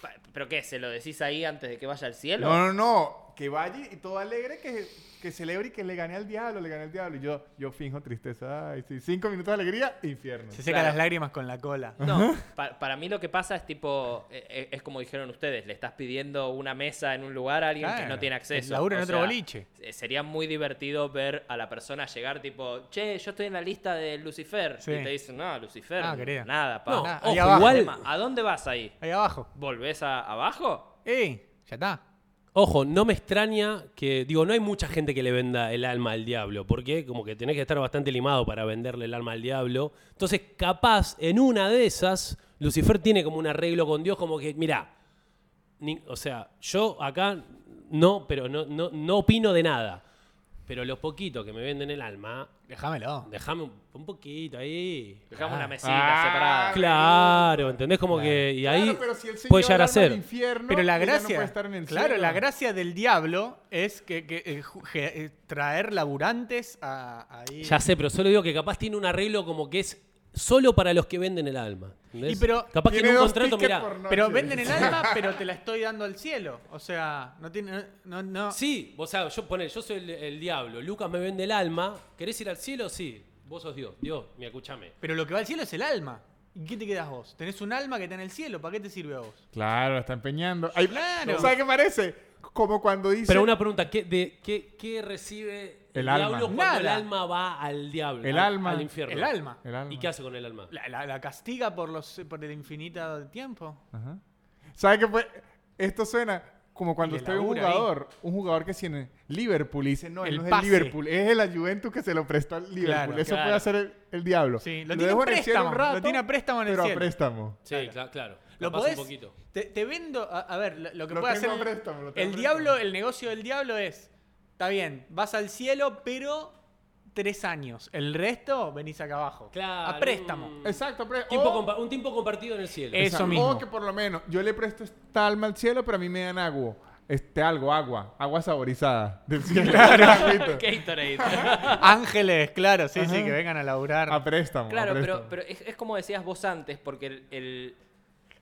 Speaker 1: pa- ¿Pero qué? ¿Se lo decís ahí antes de que vaya al cielo?
Speaker 2: No, no, no. Que vaya y todo alegre que, que celebre y que le gané al diablo, le gané al diablo. Y yo, yo finjo tristeza. Ay, sí. Cinco minutos de alegría, infierno.
Speaker 3: Se seca
Speaker 1: Claro.
Speaker 3: las lágrimas con la cola.
Speaker 1: No, pa- para mí lo que pasa es tipo, eh, eh, es como dijeron ustedes, le estás pidiendo una mesa en un lugar a alguien que
Speaker 3: Claro,
Speaker 1: no tiene acceso.
Speaker 3: labura en
Speaker 1: O
Speaker 3: otro
Speaker 1: sea,
Speaker 3: boliche.
Speaker 1: eh, Sería muy divertido ver a la persona llegar tipo, che, yo estoy en la lista de Lucifer.
Speaker 3: Sí.
Speaker 1: Y te dicen, no, Lucifer,
Speaker 3: Ah, querida.
Speaker 1: nada, pa.
Speaker 4: No,
Speaker 3: Ah,
Speaker 4: ojo,
Speaker 3: ahí abajo.
Speaker 4: igual-
Speaker 1: Tema, ¿A dónde vas ahí?
Speaker 3: Ahí abajo.
Speaker 1: ¿Volvés a- abajo?
Speaker 3: ¡Ey! Ya está.
Speaker 4: Ojo, no me extraña que, digo, no hay mucha gente que le venda el alma al diablo, porque como que tenés que estar bastante limado para venderle el alma al diablo. Entonces, capaz, en una de esas, Lucifer tiene como un arreglo con Dios, como que, mirá, ni- o sea, yo acá no, pero no, no, no opino de nada. Pero los poquitos que me venden el alma,
Speaker 3: Déjamelo.
Speaker 4: déjame un, un poquito ahí.
Speaker 1: Dejamos una mesita
Speaker 2: Ah,
Speaker 1: separada.
Speaker 4: Claro, ¿entendés? Como que, y ahí
Speaker 2: Claro, pero si él se
Speaker 4: puede
Speaker 2: lleva
Speaker 4: llegar
Speaker 2: el
Speaker 4: a
Speaker 2: alma al
Speaker 4: ser.
Speaker 2: infierno,
Speaker 3: Pero la
Speaker 2: ella no
Speaker 3: gracia.
Speaker 2: puede estar en el
Speaker 3: claro,
Speaker 2: cielo.
Speaker 3: la gracia del diablo es que, que, eh, ju- ge- eh, traer laburantes a, ahí.
Speaker 4: Ya sé, pero solo digo que capaz tiene un arreglo como que es solo para los que venden el alma. ¿entendés?
Speaker 3: Y pero-
Speaker 4: capaz que en
Speaker 2: Tiene
Speaker 4: un
Speaker 2: dos
Speaker 4: contrato,
Speaker 2: tickets
Speaker 4: mirá.
Speaker 2: por noche.
Speaker 3: Pero venden el alma, pero te la estoy dando al cielo. O sea, no tiene. No, no.
Speaker 4: Sí, o sea, yo poné, yo soy el, el diablo, Lucas me vende el alma, ¿querés ir al cielo? Sí, vos sos Dios, Dios, mira, escúchame.
Speaker 3: Pero lo que va al cielo es el alma. ¿Y qué te quedas vos? Tenés un alma que está en el cielo. ¿Para qué te sirve a vos?
Speaker 2: Claro, está empeñando. Ay,
Speaker 3: Claro.
Speaker 2: ¿Sabes qué parece? Como cuando dice
Speaker 4: Pero una pregunta, ¿qué, de, qué, qué recibe el,
Speaker 2: El
Speaker 4: diablo
Speaker 2: alma.
Speaker 4: cuando el
Speaker 3: Nada.
Speaker 4: alma va al diablo?
Speaker 2: El
Speaker 4: al-
Speaker 2: alma.
Speaker 4: Al infierno.
Speaker 3: El alma.
Speaker 2: el alma.
Speaker 4: ¿Y qué hace con el alma?
Speaker 3: La, la- la castiga por, los, por el infinito tiempo.
Speaker 2: Ajá. ¿Sabes qué fue? Esto suena como cuando
Speaker 3: Y
Speaker 2: usted ve un
Speaker 3: labura ahí.
Speaker 2: jugador, un jugador que tiene Liverpool y dice, no, él
Speaker 3: El
Speaker 2: no es
Speaker 3: pase.
Speaker 2: el Liverpool, es el Juventus que se lo prestó al Liverpool.
Speaker 3: Claro,
Speaker 2: Eso
Speaker 1: claro.
Speaker 2: puede hacer el, el diablo.
Speaker 3: Sí, lo tiene en
Speaker 2: en el cielo
Speaker 3: préstamo, lo tiene a préstamo en el
Speaker 2: pero
Speaker 3: cielo.
Speaker 2: a préstamo.
Speaker 4: Sí, cla- claro.
Speaker 3: Lo
Speaker 4: capaz
Speaker 3: podés.
Speaker 4: un poquito.
Speaker 3: Te, te vendo. A, a ver, lo, lo que
Speaker 2: Lo
Speaker 3: puede hacer.
Speaker 2: tengo
Speaker 3: El,
Speaker 2: a préstamo, lo tengo
Speaker 3: el
Speaker 2: a
Speaker 3: diablo,
Speaker 2: préstamo.
Speaker 3: el negocio del diablo es. Está bien, vas al cielo, pero tres años. El resto venís acá abajo.
Speaker 4: Claro.
Speaker 3: A préstamo.
Speaker 4: Un
Speaker 2: Exacto, pre-
Speaker 4: tiempo,
Speaker 2: o-
Speaker 4: compa- un tiempo compartido en el cielo.
Speaker 3: Es- Eso mismo.
Speaker 2: O que por lo menos yo le presto esta alma al cielo, pero a mí me dan agua. Este, algo, agua. Agua saborizada. Del cielo. Agüita.
Speaker 1: Gatorade.
Speaker 3: Ángeles, claro, sí, sí,
Speaker 2: Ajá. Ah.
Speaker 3: que vengan a laburar.
Speaker 2: A préstamo. a
Speaker 1: Claro,
Speaker 2: préstamo.
Speaker 1: pero, pero es, es como decías vos antes, porque el, el-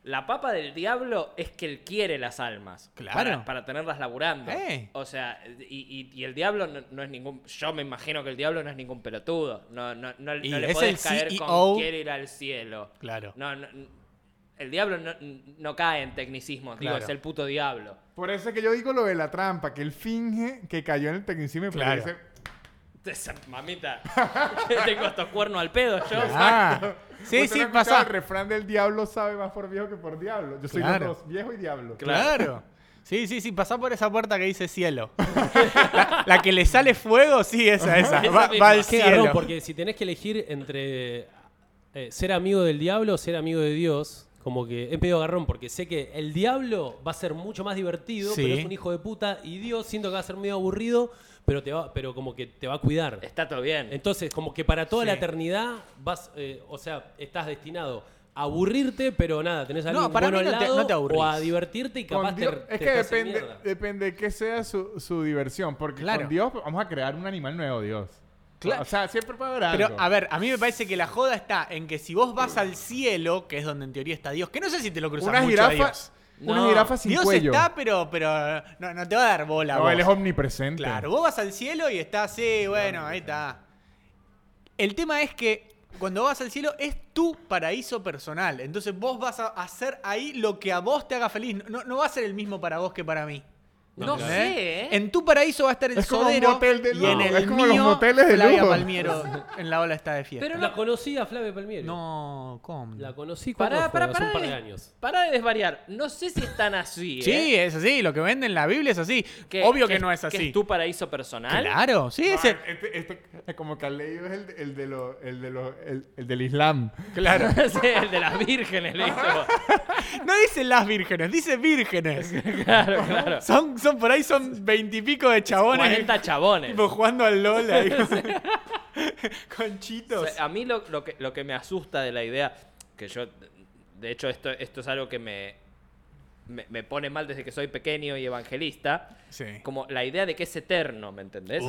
Speaker 1: La papa del diablo es que él quiere las almas.
Speaker 3: Claro.
Speaker 1: Para, para tenerlas laburando.
Speaker 3: Eh.
Speaker 1: O sea, y, y- y el diablo no, no es ningún. Yo me imagino que el diablo no es ningún pelotudo. No, no, no, no
Speaker 3: Y
Speaker 1: le
Speaker 3: es
Speaker 1: podés
Speaker 3: el E
Speaker 1: caer
Speaker 3: CEO.
Speaker 1: con quiere ir al cielo.
Speaker 3: Claro.
Speaker 1: No, no, el diablo no, no cae en tecnicismo.
Speaker 3: Claro.
Speaker 1: Digo, es el puto diablo.
Speaker 2: Por eso es que yo digo lo de la trampa, que él finge que cayó en el tecnicismo y por
Speaker 3: Claro.
Speaker 2: eso dice,
Speaker 1: Esa mamita. Tengo estos cuernos al pedo yo.
Speaker 3: Ah.
Speaker 2: ¿Usted
Speaker 3: Sí,
Speaker 2: no
Speaker 3: sí,
Speaker 2: ha escuchado
Speaker 3: pasa.
Speaker 2: El refrán del diablo sabe más por viejo que por diablo. Yo soy
Speaker 3: Claro.
Speaker 2: los dos, viejo y diablo.
Speaker 3: Claro. Sí, sí, sí, pasá por esa puerta que dice cielo. la, la que le sale fuego, sí, esa, esa.
Speaker 1: Esa
Speaker 3: Va,
Speaker 1: misma.
Speaker 3: va al
Speaker 4: Qué garrón,
Speaker 3: cielo.
Speaker 4: porque si tenés que elegir entre eh, ser amigo del diablo o ser amigo de Dios, como que he pedido garrón, porque sé que el diablo va a ser mucho más divertido,
Speaker 3: Sí.
Speaker 4: pero es un hijo de puta, y Dios siento que va a ser medio aburrido, pero, te va, pero como que te va a cuidar.
Speaker 1: Está todo
Speaker 3: Eh,
Speaker 1: bien.
Speaker 4: Entonces, como que para toda la
Speaker 3: Sí.
Speaker 4: eternidad vas, eh, o sea, estás destinado a aburrirte, pero nada, tenés a
Speaker 3: No,
Speaker 4: alguien
Speaker 3: para
Speaker 4: bueno
Speaker 3: mí no
Speaker 4: al
Speaker 3: te-
Speaker 4: lado,
Speaker 3: no te aburrís.
Speaker 4: o a divertirte y
Speaker 2: Con
Speaker 4: capaz te,
Speaker 2: Dios-
Speaker 4: te
Speaker 2: es que
Speaker 4: te hace
Speaker 2: depende,
Speaker 4: mierda.
Speaker 3: eh,
Speaker 2: depende de qué sea su, su diversión. Porque
Speaker 3: Claro.
Speaker 2: con Dios vamos a crear un animal nuevo, Dios.
Speaker 3: Claro.
Speaker 2: O sea, siempre puede haber algo.
Speaker 3: Pero, a ver, a mí me parece que la joda está en que si vos vas al cielo, que es donde en teoría está Dios, que no sé si te lo cruzas
Speaker 2: una
Speaker 3: mucho a
Speaker 2: jirafa,
Speaker 3: Dios.
Speaker 2: una
Speaker 1: No,
Speaker 2: jirafa sin
Speaker 3: Dios
Speaker 2: cuello.
Speaker 3: está, pero, pero no, no te va a dar bola.
Speaker 2: no,
Speaker 3: vos.
Speaker 2: él es omnipresente.
Speaker 3: Claro, vos vas al cielo y estás, sí, bueno, ahí está. El tema es que cuando vas al cielo es tu paraíso personal. Entonces vos vas a hacer ahí lo que a vos te haga feliz. No, no va a ser el mismo para vos que para mí.
Speaker 1: No
Speaker 3: ¿Eh?
Speaker 1: sé, ¿eh?
Speaker 3: En tu paraíso va a estar el
Speaker 2: Es como un
Speaker 3: sodero
Speaker 2: motel de
Speaker 3: y
Speaker 2: lujo.
Speaker 3: en el
Speaker 2: Es como los
Speaker 3: mío,
Speaker 2: moteles de
Speaker 3: Flavia
Speaker 2: lujo.
Speaker 3: Palmiero en la ola está de fiesta.
Speaker 4: Pero la conocí a Flavia Palmieri.
Speaker 3: no, ¿cómo?
Speaker 4: La conocí cuando
Speaker 1: Pará, pará,
Speaker 4: hace
Speaker 1: pará.
Speaker 4: un par de
Speaker 1: de-
Speaker 4: años.
Speaker 1: pará de desvariar. No sé si es tan así.
Speaker 3: Sí,
Speaker 1: ¿eh?
Speaker 3: es así, lo que vende en la Biblia es así. Obvio que, no es así.
Speaker 1: Que es tu paraíso personal.
Speaker 3: Claro, sí,
Speaker 2: No,
Speaker 3: es el-
Speaker 2: este, este es como que al leído es el, el de lo- el, de lo- el- el del Islam.
Speaker 3: claro.
Speaker 1: Sí, el de las vírgenes le hizo.
Speaker 3: No dice las vírgenes, dice vírgenes.
Speaker 1: Claro, claro.
Speaker 3: Son, son por ahí son veintipico de chabones.
Speaker 1: 40 chabones.
Speaker 3: Tipo jugando al LOL ahí. Conchitos.
Speaker 1: O sea, a mí lo, lo que, lo que me asusta de la idea, que yo, de hecho, esto, esto es algo que me, me, me pone mal desde que soy pequeño y evangelista,
Speaker 3: Sí.
Speaker 1: como la idea de que es eterno, ¿me entendés?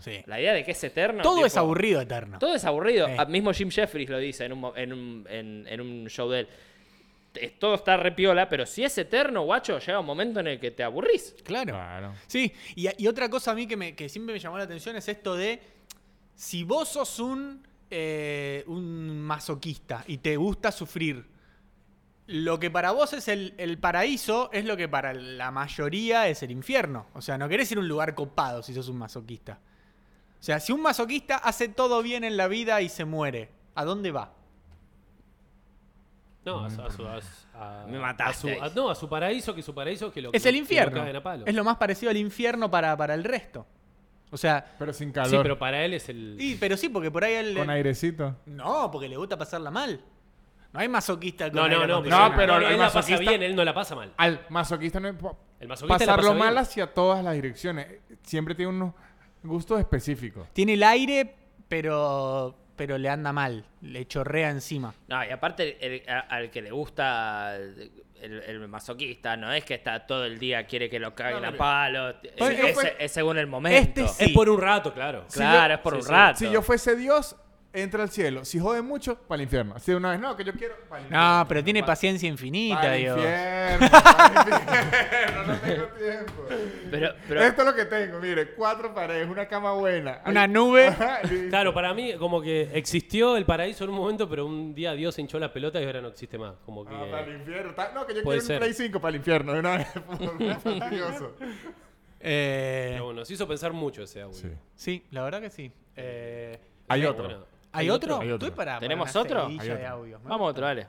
Speaker 3: sí.
Speaker 1: La idea de que es eterno.
Speaker 3: Todo es
Speaker 1: tipo,
Speaker 3: aburrido eterno.
Speaker 1: Todo es aburrido.
Speaker 3: Eh.
Speaker 1: Ah, Mismo Jim Jeffries lo dice en un, mo- en un- en- en un show de él. Te- Todo está repiola, pero si es eterno, guacho, llega un momento en el que te aburrís.
Speaker 3: Claro.
Speaker 2: Claro.
Speaker 3: Sí, y, y otra cosa a mí que, me- que siempre me llamó la atención es esto de, si vos sos un, eh, un masoquista y te gusta sufrir, lo que para vos es el, el paraíso es lo que para la mayoría es el infierno. O sea, no querés ir a un lugar copado si sos un masoquista. O sea, si un masoquista hace todo bien en la vida y se muere, ¿a dónde va?
Speaker 4: No, a, su- a su- a su- a-
Speaker 1: Me mataste.
Speaker 4: a su- a- no, a su paraíso, que su paraíso que lo
Speaker 3: Es
Speaker 4: que-
Speaker 3: el
Speaker 4: que lo
Speaker 3: infierno.
Speaker 4: caguen a palo.
Speaker 3: Es lo más parecido al infierno para, para el resto. O sea,
Speaker 2: Pero sin calor.
Speaker 4: Sí, pero para él es el.
Speaker 3: y- pero sí, porque por ahí el...
Speaker 2: Con airecito.
Speaker 3: No, porque le gusta pasarla mal. No hay masoquista con
Speaker 4: No, no,
Speaker 3: aire
Speaker 4: no.
Speaker 3: acondicionado.
Speaker 2: No, pero el
Speaker 4: él la pasa
Speaker 2: masoquista-
Speaker 4: bien, él no la pasa mal.
Speaker 2: Al masoquista no es po-
Speaker 4: El masoquista la
Speaker 2: pasarlo
Speaker 4: pasa
Speaker 2: mal
Speaker 4: bien.
Speaker 2: hacia todas las direcciones. Siempre tiene unos gustos específicos.
Speaker 3: Tiene el aire, pero pero le anda mal, le chorrea encima.
Speaker 1: No, y aparte, el- a- al que le gusta el, el masoquista, no es que está todo el día quiere que lo caguen a palo. Es,
Speaker 2: Pues yo
Speaker 1: es-
Speaker 2: fue-
Speaker 1: es según el momento.
Speaker 3: Este sí.
Speaker 4: Es por un rato, claro.
Speaker 1: Claro,
Speaker 2: yo-
Speaker 1: es por
Speaker 4: sí,
Speaker 1: un
Speaker 4: sí.
Speaker 1: rato.
Speaker 2: Si yo fuese Dios, entra al cielo. Si jode mucho, para el infierno. Si de una vez, no, que yo quiero, para el infierno.
Speaker 3: No, pero tiene paciencia infinita,
Speaker 2: Para el
Speaker 3: Dios.
Speaker 2: infierno, para el infierno, no tengo tiempo.
Speaker 1: Pero, pero
Speaker 2: Esto es lo que tengo, mire, cuatro paredes, una cama buena. ah,
Speaker 3: Una nube.
Speaker 2: Ajá, listo.
Speaker 4: Claro, para mí, como que existió el paraíso en un momento, pero un día Dios hinchó la pelota y ahora no existe más. Como que.
Speaker 2: Ah, para el infierno. ta- No, que yo
Speaker 4: Puede
Speaker 2: quiero
Speaker 4: ser.
Speaker 2: un Play 5 para el infierno. de Una vez, por fastidioso.
Speaker 3: Eh,
Speaker 4: Pero bueno, nos hizo pensar mucho ese audio.
Speaker 3: sí, la verdad que sí. Eh,
Speaker 2: Hay
Speaker 4: Pero
Speaker 2: otro.
Speaker 4: bueno.
Speaker 3: ¿Hay otro?
Speaker 2: Hay otro.
Speaker 3: Estoy para- para
Speaker 1: ¿Tenemos
Speaker 3: una
Speaker 1: otro?
Speaker 3: seguidilla
Speaker 2: Hay otro.
Speaker 3: de audios. Me
Speaker 1: vamos a otro, dale.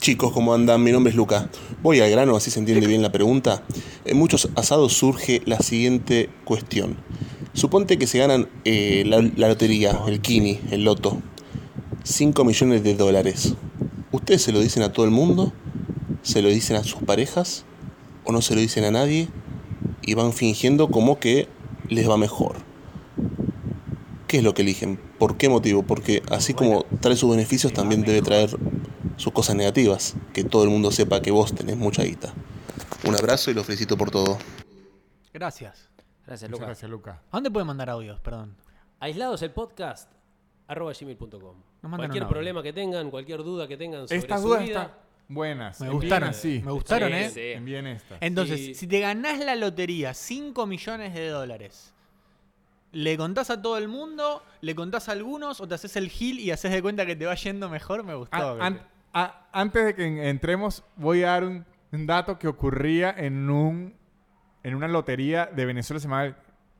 Speaker 6: Chicos, ¿cómo andan? Mi nombre es Luca. Voy al grano, así se entiende bien la pregunta. En muchos asados surge la siguiente cuestión. Suponte que se ganan eh, la, la lotería, el Kini, el Loto. 5 millones de dólares. ¿Ustedes se lo dicen a todo el mundo? ¿Se lo dicen a sus parejas? ¿O no se lo dicen a nadie? Y van fingiendo como que les va mejor. ¿Qué es lo que eligen? ¿Por qué motivo? Porque así como trae sus beneficios, también debe traer sus cosas negativas. Que todo el mundo sepa que vos tenés mucha guita. Un abrazo y los felicito por todo.
Speaker 3: hace- Gracias.
Speaker 1: Gracias,
Speaker 2: Muchas
Speaker 1: Lucas.
Speaker 2: gracias, Lucas.
Speaker 3: ¿A dónde pueden mandar audios? Perdón.
Speaker 4: Aislados el podcast arroba gmail.com.
Speaker 3: mandan
Speaker 4: Cualquier
Speaker 3: un audio.
Speaker 4: problema que tengan, cualquier duda que tengan sobre
Speaker 2: Estas
Speaker 4: su
Speaker 2: dudas
Speaker 4: vida,
Speaker 2: están buenas.
Speaker 3: Me
Speaker 2: Envíen
Speaker 3: gustaron,
Speaker 2: así.
Speaker 3: me gustaron, ¿eh?
Speaker 1: Sí.
Speaker 2: Envíen estas.
Speaker 3: Entonces,
Speaker 4: Sí.
Speaker 3: si te ganás la lotería, 5 millones de dólares, ¿le contás a todo el mundo? ¿Le contás a algunos? ¿O te haces el gil y haces de cuenta que te va yendo mejor? Me gustó.
Speaker 2: A-
Speaker 3: Bete.
Speaker 2: Ah, an- a- antes de que en- entremos, voy a dar un, un dato que ocurría en un en una lotería de Venezuela se llamaba el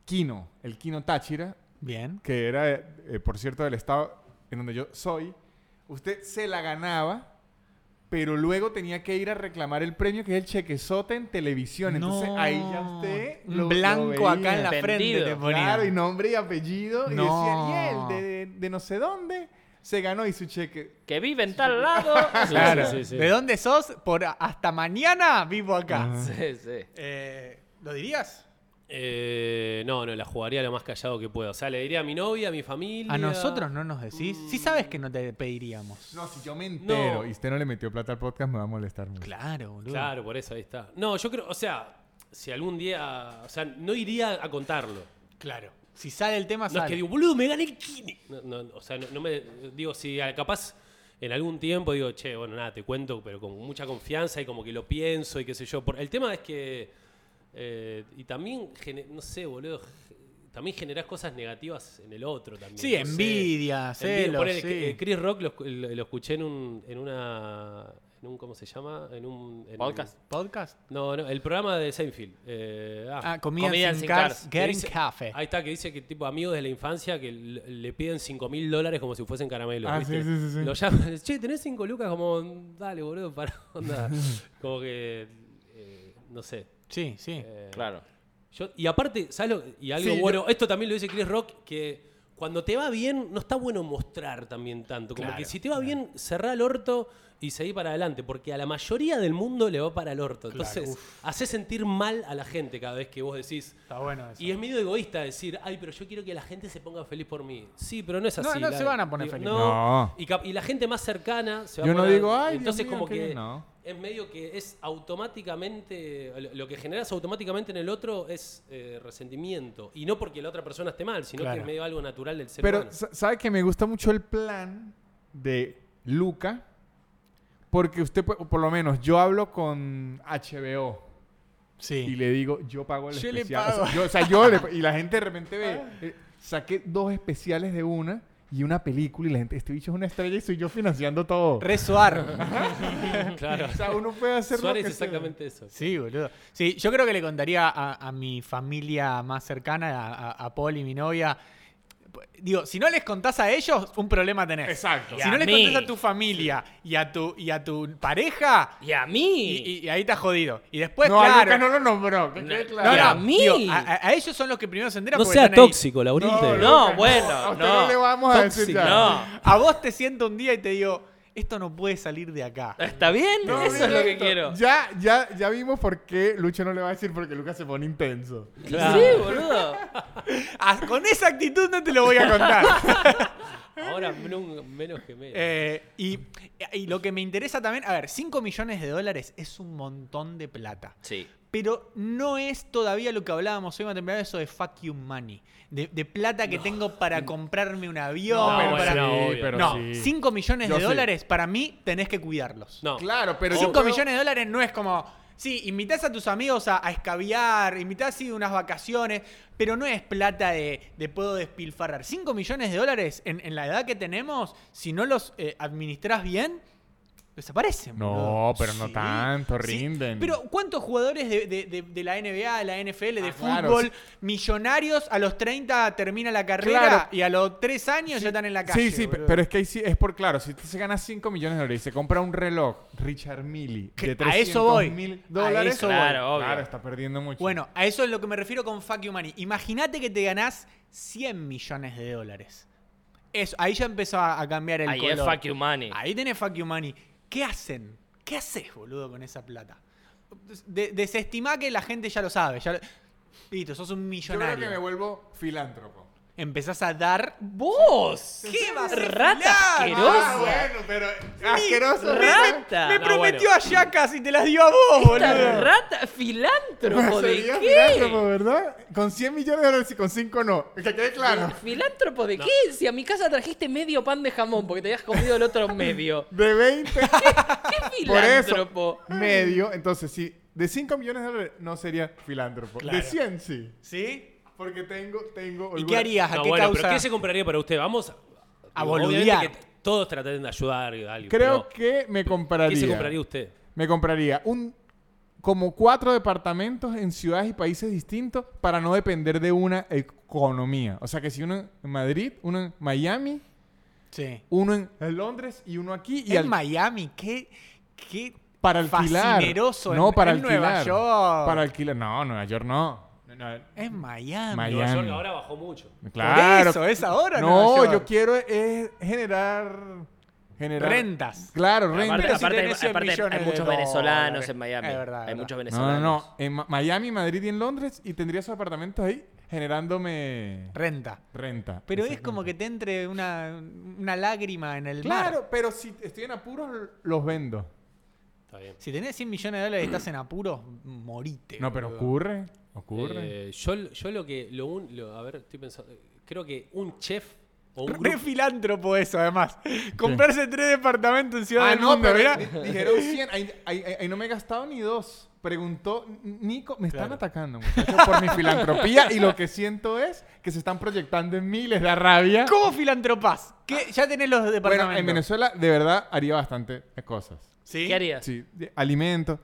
Speaker 2: Quino, el Quino Táchira,
Speaker 3: Bien.
Speaker 2: que era, eh, por cierto, del estado en donde yo soy. Usted se la ganaba, pero luego tenía que ir a reclamar el premio, que es el chequezote en televisión. Entonces
Speaker 3: No.
Speaker 2: ahí ya usted
Speaker 3: Un
Speaker 2: lo- lo
Speaker 3: blanco acá en
Speaker 2: veía.
Speaker 3: la frente
Speaker 1: Vendido.
Speaker 3: te ponía.
Speaker 2: Claro, y nombre y apellido. Y
Speaker 3: No.
Speaker 2: decía, y él, de, de no sé dónde, se ganó y su cheque.
Speaker 1: Que vive en tal lado.
Speaker 4: Sí,
Speaker 3: Claro.
Speaker 4: sí, sí.
Speaker 3: ¿De dónde sos? Por a- hasta mañana vivo acá.
Speaker 2: Ah,
Speaker 1: Sí, sí.
Speaker 3: Eh, ¿Lo dirías?
Speaker 4: Eh, no, no, la jugaría lo más callado que pueda. O sea, le diría a mi novia, a mi familia.
Speaker 3: A nosotros no nos decís. Sí sabes que no te pediríamos.
Speaker 2: No, si yo me entero
Speaker 4: No.
Speaker 2: y usted no le metió plata al podcast, me va a molestar mucho.
Speaker 3: Claro, boludo.
Speaker 4: Claro, por eso ahí está. No, yo creo, o sea, si algún día. O sea, no iría a contarlo.
Speaker 3: Claro. Si sale el tema,
Speaker 4: No
Speaker 3: sale.
Speaker 4: es que digo, boludo, me gané el kini. No, no, o sea, no, no me. Digo, si a- capaz en algún tiempo digo, che, bueno, nada, te cuento, pero con mucha confianza y como que lo pienso y qué sé yo. Por- el tema es que. eh, y también, gene- no sé, boludo. ge- También generás cosas negativas en el otro también.
Speaker 3: Sí,
Speaker 4: no sé.
Speaker 3: envidia, celos,
Speaker 4: ponele,
Speaker 3: sí.
Speaker 4: eh, Chris Rock lo, escu- lo- lo escuché en un. En una, en un ¿Cómo se llama? En un. en-
Speaker 1: Podcast.
Speaker 3: ¿Podcast?
Speaker 4: No, no, el programa de Seinfeld. Eh,
Speaker 3: Ah, comida,
Speaker 1: Comida
Speaker 3: sin,
Speaker 1: sin
Speaker 3: cars.
Speaker 1: cars.
Speaker 4: que
Speaker 3: Getting
Speaker 4: dice-
Speaker 3: Cafe.
Speaker 4: Ahí está, que dice que tipo amigos de la infancia que l- le piden 5 mil dólares como si fuesen caramelos.
Speaker 2: Ah,
Speaker 4: ¿viste?
Speaker 2: sí, sí, sí, sí.
Speaker 4: Lo llaman, che, tenés 5 lucas como, dale, boludo, para onda. como que, eh, no sé.
Speaker 3: Sí, sí.
Speaker 4: eh,
Speaker 1: Claro.
Speaker 4: yo- y aparte, ¿sabes lo? Y algo
Speaker 2: Sí, yo-
Speaker 4: bueno, esto también lo dice Chris Rock, que cuando te va bien, no está bueno mostrar también tanto. Como
Speaker 3: Claro,
Speaker 4: que si te va bien, cerrá el orto y seguí para adelante, porque a la mayoría del mundo le va para el orto.
Speaker 3: Claro,
Speaker 4: Entonces, hace sentir mal a la gente cada vez que vos decís,
Speaker 3: Está bueno eso.
Speaker 4: y es medio egoísta decir, ay, pero yo quiero que la gente se ponga feliz por mí. Sí, pero no es
Speaker 3: No,
Speaker 4: así.
Speaker 3: no
Speaker 4: la-
Speaker 3: se van a poner
Speaker 4: digo,
Speaker 3: felices.
Speaker 4: No.
Speaker 2: No.
Speaker 4: Y, cap- y la gente más cercana se va
Speaker 2: Yo
Speaker 4: a
Speaker 2: no
Speaker 4: poner-
Speaker 2: digo, "Ay, Dios
Speaker 4: Entonces,
Speaker 2: mío,
Speaker 4: como
Speaker 2: qué
Speaker 4: que
Speaker 2: bien", no.
Speaker 4: es medio que es automáticamente. lo- Lo que generas automáticamente en el otro es eh, resentimiento. Y no porque la otra persona esté mal, sino
Speaker 3: Claro.
Speaker 4: que es medio algo natural del ser
Speaker 2: Pero,
Speaker 4: humano.
Speaker 2: sa- ¿sabe que me gusta mucho el plan de Luca? Porque usted, pu- por lo menos, yo hablo con HBO y
Speaker 3: Sí.
Speaker 2: le digo, yo pago el
Speaker 3: Yo le
Speaker 2: especial.
Speaker 3: pago.
Speaker 2: O sea, yo, o sea, yo le- y la gente de repente ve,
Speaker 1: Ah.
Speaker 2: eh, saqué dos especiales de una y una película y la gente, este bicho es una estrella y soy yo financiando todo.
Speaker 3: Resuar.
Speaker 4: claro.
Speaker 2: O sea, uno puede hacer lo
Speaker 4: Suárez
Speaker 2: que
Speaker 4: es
Speaker 2: sea.
Speaker 4: exactamente eso.
Speaker 3: sí, boludo. Sí, yo creo que le contaría a, a mi familia más cercana, a, a- a Paul y mi novia. Digo, si no les contás a ellos, un problema tenés.
Speaker 2: Exacto.
Speaker 1: Y
Speaker 3: Si
Speaker 1: a
Speaker 3: no les
Speaker 1: mí.
Speaker 3: contás a tu familia y a tu, y a tu pareja,
Speaker 1: Y a
Speaker 3: y,
Speaker 1: mí.
Speaker 3: y- y ahí estás jodido. Y después,
Speaker 2: no, a
Speaker 3: claro.
Speaker 2: Luca no lo nombró. que
Speaker 1: Pues No,
Speaker 2: quede
Speaker 3: No,
Speaker 2: claro.
Speaker 1: Y
Speaker 3: no,
Speaker 1: a mí.
Speaker 3: digo, a, a- a ellos son los que primero se enteran
Speaker 4: No
Speaker 3: porque
Speaker 4: sea
Speaker 3: están ahí.
Speaker 4: tóxico, Laurita.
Speaker 2: No,
Speaker 1: No,
Speaker 2: Luca,
Speaker 1: bueno,
Speaker 2: A usted
Speaker 1: no.
Speaker 2: no le vamos a decir
Speaker 4: Tóxico.
Speaker 2: nada.
Speaker 1: No.
Speaker 3: A vos te siento un día y te digo, esto no puede salir de acá.
Speaker 1: ¿Está bien?
Speaker 2: No,
Speaker 1: Eso
Speaker 2: mira
Speaker 1: es lo que
Speaker 2: esto.
Speaker 1: quiero.
Speaker 2: Ya, ya, ya vimos por qué Lucho no le va a decir porque Lucas se pone intenso.
Speaker 4: Claro.
Speaker 1: Sí, boludo.
Speaker 3: Ah, Con esa actitud no te lo voy a contar.
Speaker 4: Ahora men- menos que menos.
Speaker 3: Eh, y, y lo que me interesa también, a ver, 5 millones de dólares es un montón de plata.
Speaker 1: Sí.
Speaker 3: Pero no es todavía lo que hablábamos hoy más temprano, eso de fuck you money. De, de plata que tengo para comprarme un avión.
Speaker 4: No,
Speaker 3: para-
Speaker 4: bueno,
Speaker 3: para-
Speaker 4: no, obvio.
Speaker 2: Mm. pero
Speaker 3: no,
Speaker 2: sí.
Speaker 3: 5 millones
Speaker 2: Yo
Speaker 3: de
Speaker 2: sé.
Speaker 3: dólares, para mí, tenés que cuidarlos.
Speaker 4: no.
Speaker 2: Claro, pero
Speaker 3: 5
Speaker 2: yo puedo-
Speaker 3: millones de dólares no es como. Sí, invitas a tus amigos a, a escabiar, invitas a ir unas vacaciones, pero no es plata de, de puedo despilfarrar. 5 millones de dólares en, en la edad que tenemos, si no los eh, administras bien, desaparecen.
Speaker 2: No,
Speaker 3: boludo.
Speaker 2: pero no tanto, rinden.
Speaker 3: Pero ¿cuántos jugadores de, de- de- de la NBA, de la NFL, de
Speaker 2: Ah, claro,
Speaker 3: fútbol,
Speaker 2: sí.
Speaker 3: millonarios, a los 30 termina la carrera
Speaker 2: Claro.
Speaker 3: y a los 3 años ya están en la calle?
Speaker 2: Sí, sí, pe-
Speaker 3: boludo?
Speaker 2: pero es que ahí sí, es por claro, si usted se gana 5 millones de dólares y se compra un reloj Richard Mille
Speaker 3: Que-
Speaker 2: de
Speaker 3: a eso voy.
Speaker 2: 300 mil
Speaker 3: A
Speaker 2: dólares,
Speaker 3: eso
Speaker 1: voy. Claro, obvio.
Speaker 2: claro, está perdiendo mucho.
Speaker 3: Bueno, a eso es lo que me refiero con fuck you money. Imagínate que te ganás 100 millones de dólares. Eso, ahí ya empezó a, a cambiar el
Speaker 1: Ahí
Speaker 3: color.
Speaker 1: es fuck you money.
Speaker 3: Ahí tenés fuck you money. ¿Qué hacen? ¿Qué haces, boludo, con esa plata? De- desestimá que la gente ya lo sabe. Ya lo- Listo, sos un
Speaker 2: yo creo
Speaker 3: millonario.
Speaker 2: que me vuelvo filántropo.
Speaker 3: Empezás a dar.
Speaker 1: ¡Vos!
Speaker 3: ¿Qué vas
Speaker 1: ¡Rata
Speaker 2: Ah,
Speaker 1: asquerosa!
Speaker 2: bueno, pero asqueroso.
Speaker 1: ¡Rata!
Speaker 3: Me
Speaker 4: No,
Speaker 3: prometió a Yacas y te las dio a vos,
Speaker 1: ¡Esta
Speaker 3: boludo.
Speaker 1: rata! ¡Filántropo de
Speaker 2: Sería filántropo,
Speaker 1: qué!
Speaker 2: ¿verdad? Con 100 millones de dólares y con 5 no. Que quede claro.
Speaker 1: ¿Filántropo de qué? Si a mi casa trajiste medio pan de jamón porque te habías comido el otro medio.
Speaker 2: De 20
Speaker 1: ¿Qué
Speaker 2: Por eso,
Speaker 1: filántropo?
Speaker 2: medio. Entonces, si de 5 millones de dólares no sería filántropo. De 100 sí.
Speaker 3: ¿Sí?
Speaker 2: Porque tengo, tengo.
Speaker 3: ¿Y
Speaker 2: holgura-
Speaker 3: qué harías? ¿A
Speaker 4: No,
Speaker 3: qué
Speaker 4: bueno,
Speaker 3: causa?
Speaker 4: pero ¿qué se compraría para usted? Vamos a,
Speaker 3: A
Speaker 4: digo, obviamente
Speaker 3: boludear.
Speaker 4: que todos tratan de ayudar a alguien.
Speaker 2: Creo
Speaker 4: pero
Speaker 2: que me compraría.
Speaker 4: ¿Qué se compraría usted?
Speaker 2: Me compraría un como cuatro departamentos en ciudades y países distintos para no depender de una economía. O sea que si uno en Madrid, uno en Miami,
Speaker 3: Sí.
Speaker 2: uno en Londres y uno aquí y
Speaker 3: en
Speaker 2: al-
Speaker 3: Miami, qué, qué
Speaker 2: para alquilar.
Speaker 3: fascineroso.
Speaker 2: no,
Speaker 3: en,
Speaker 2: para
Speaker 3: en
Speaker 2: alquilar.
Speaker 3: Nueva York.
Speaker 2: Para alquilar. No, Nueva York no. No, no,
Speaker 3: Es Miami.
Speaker 2: Miami.
Speaker 4: Nueva York ahora bajó mucho.
Speaker 2: Claro.
Speaker 3: Por eso, es ahora
Speaker 2: no,
Speaker 3: Nueva York.
Speaker 2: yo quiero es generar generar
Speaker 3: Rentas.
Speaker 2: Claro,
Speaker 1: Aparte,
Speaker 2: rentas.
Speaker 3: si
Speaker 1: aparte-
Speaker 3: tenés cien
Speaker 1: aparte hay
Speaker 3: millones de
Speaker 1: muchos
Speaker 3: dólares.
Speaker 1: venezolanos en Miami.
Speaker 3: Es verdad, es
Speaker 1: hay
Speaker 3: verdad.
Speaker 1: muchos
Speaker 2: No, no,
Speaker 1: venezolanos.
Speaker 2: no. En Ma- Miami, Madrid y en Londres y tendría esos apartamentos ahí generándome
Speaker 3: Renta.
Speaker 2: renta.
Speaker 3: Pero es como que te entre una, una lágrima en el mar.
Speaker 2: Claro, pero si estoy en apuros los vendo.
Speaker 4: Está bien.
Speaker 3: Si tenés 100 millones de dólares y estás en apuros, morite.
Speaker 2: No, pero
Speaker 3: boludo.
Speaker 2: ocurre, ocurre.
Speaker 4: Eh, yo, yo lo que. Lo un- lo- a ver, estoy pensando. Creo que un chef o un
Speaker 3: Re
Speaker 4: grupo-
Speaker 3: filántropo eso, además. Comprarse tres departamentos en Ciudad
Speaker 2: ah,
Speaker 3: del
Speaker 2: no,
Speaker 3: Mundo,
Speaker 2: pero
Speaker 3: mirá.
Speaker 2: di- dijeron 100. Ahí, ahí- ahí- ahí no me he gastado ni dos. Preguntó Nico, me están
Speaker 4: Claro.
Speaker 2: atacando muchachos, por mi filantropía y lo que siento es que se están proyectando en mí, les da rabia.
Speaker 3: ¿Cómo filantropás? ¿Qué? Ya tenés los departamentos.
Speaker 2: Bueno, en Venezuela de verdad haría bastante cosas.
Speaker 3: ¿Sí?
Speaker 1: ¿Qué harías?
Speaker 2: Sí, de- alimentos,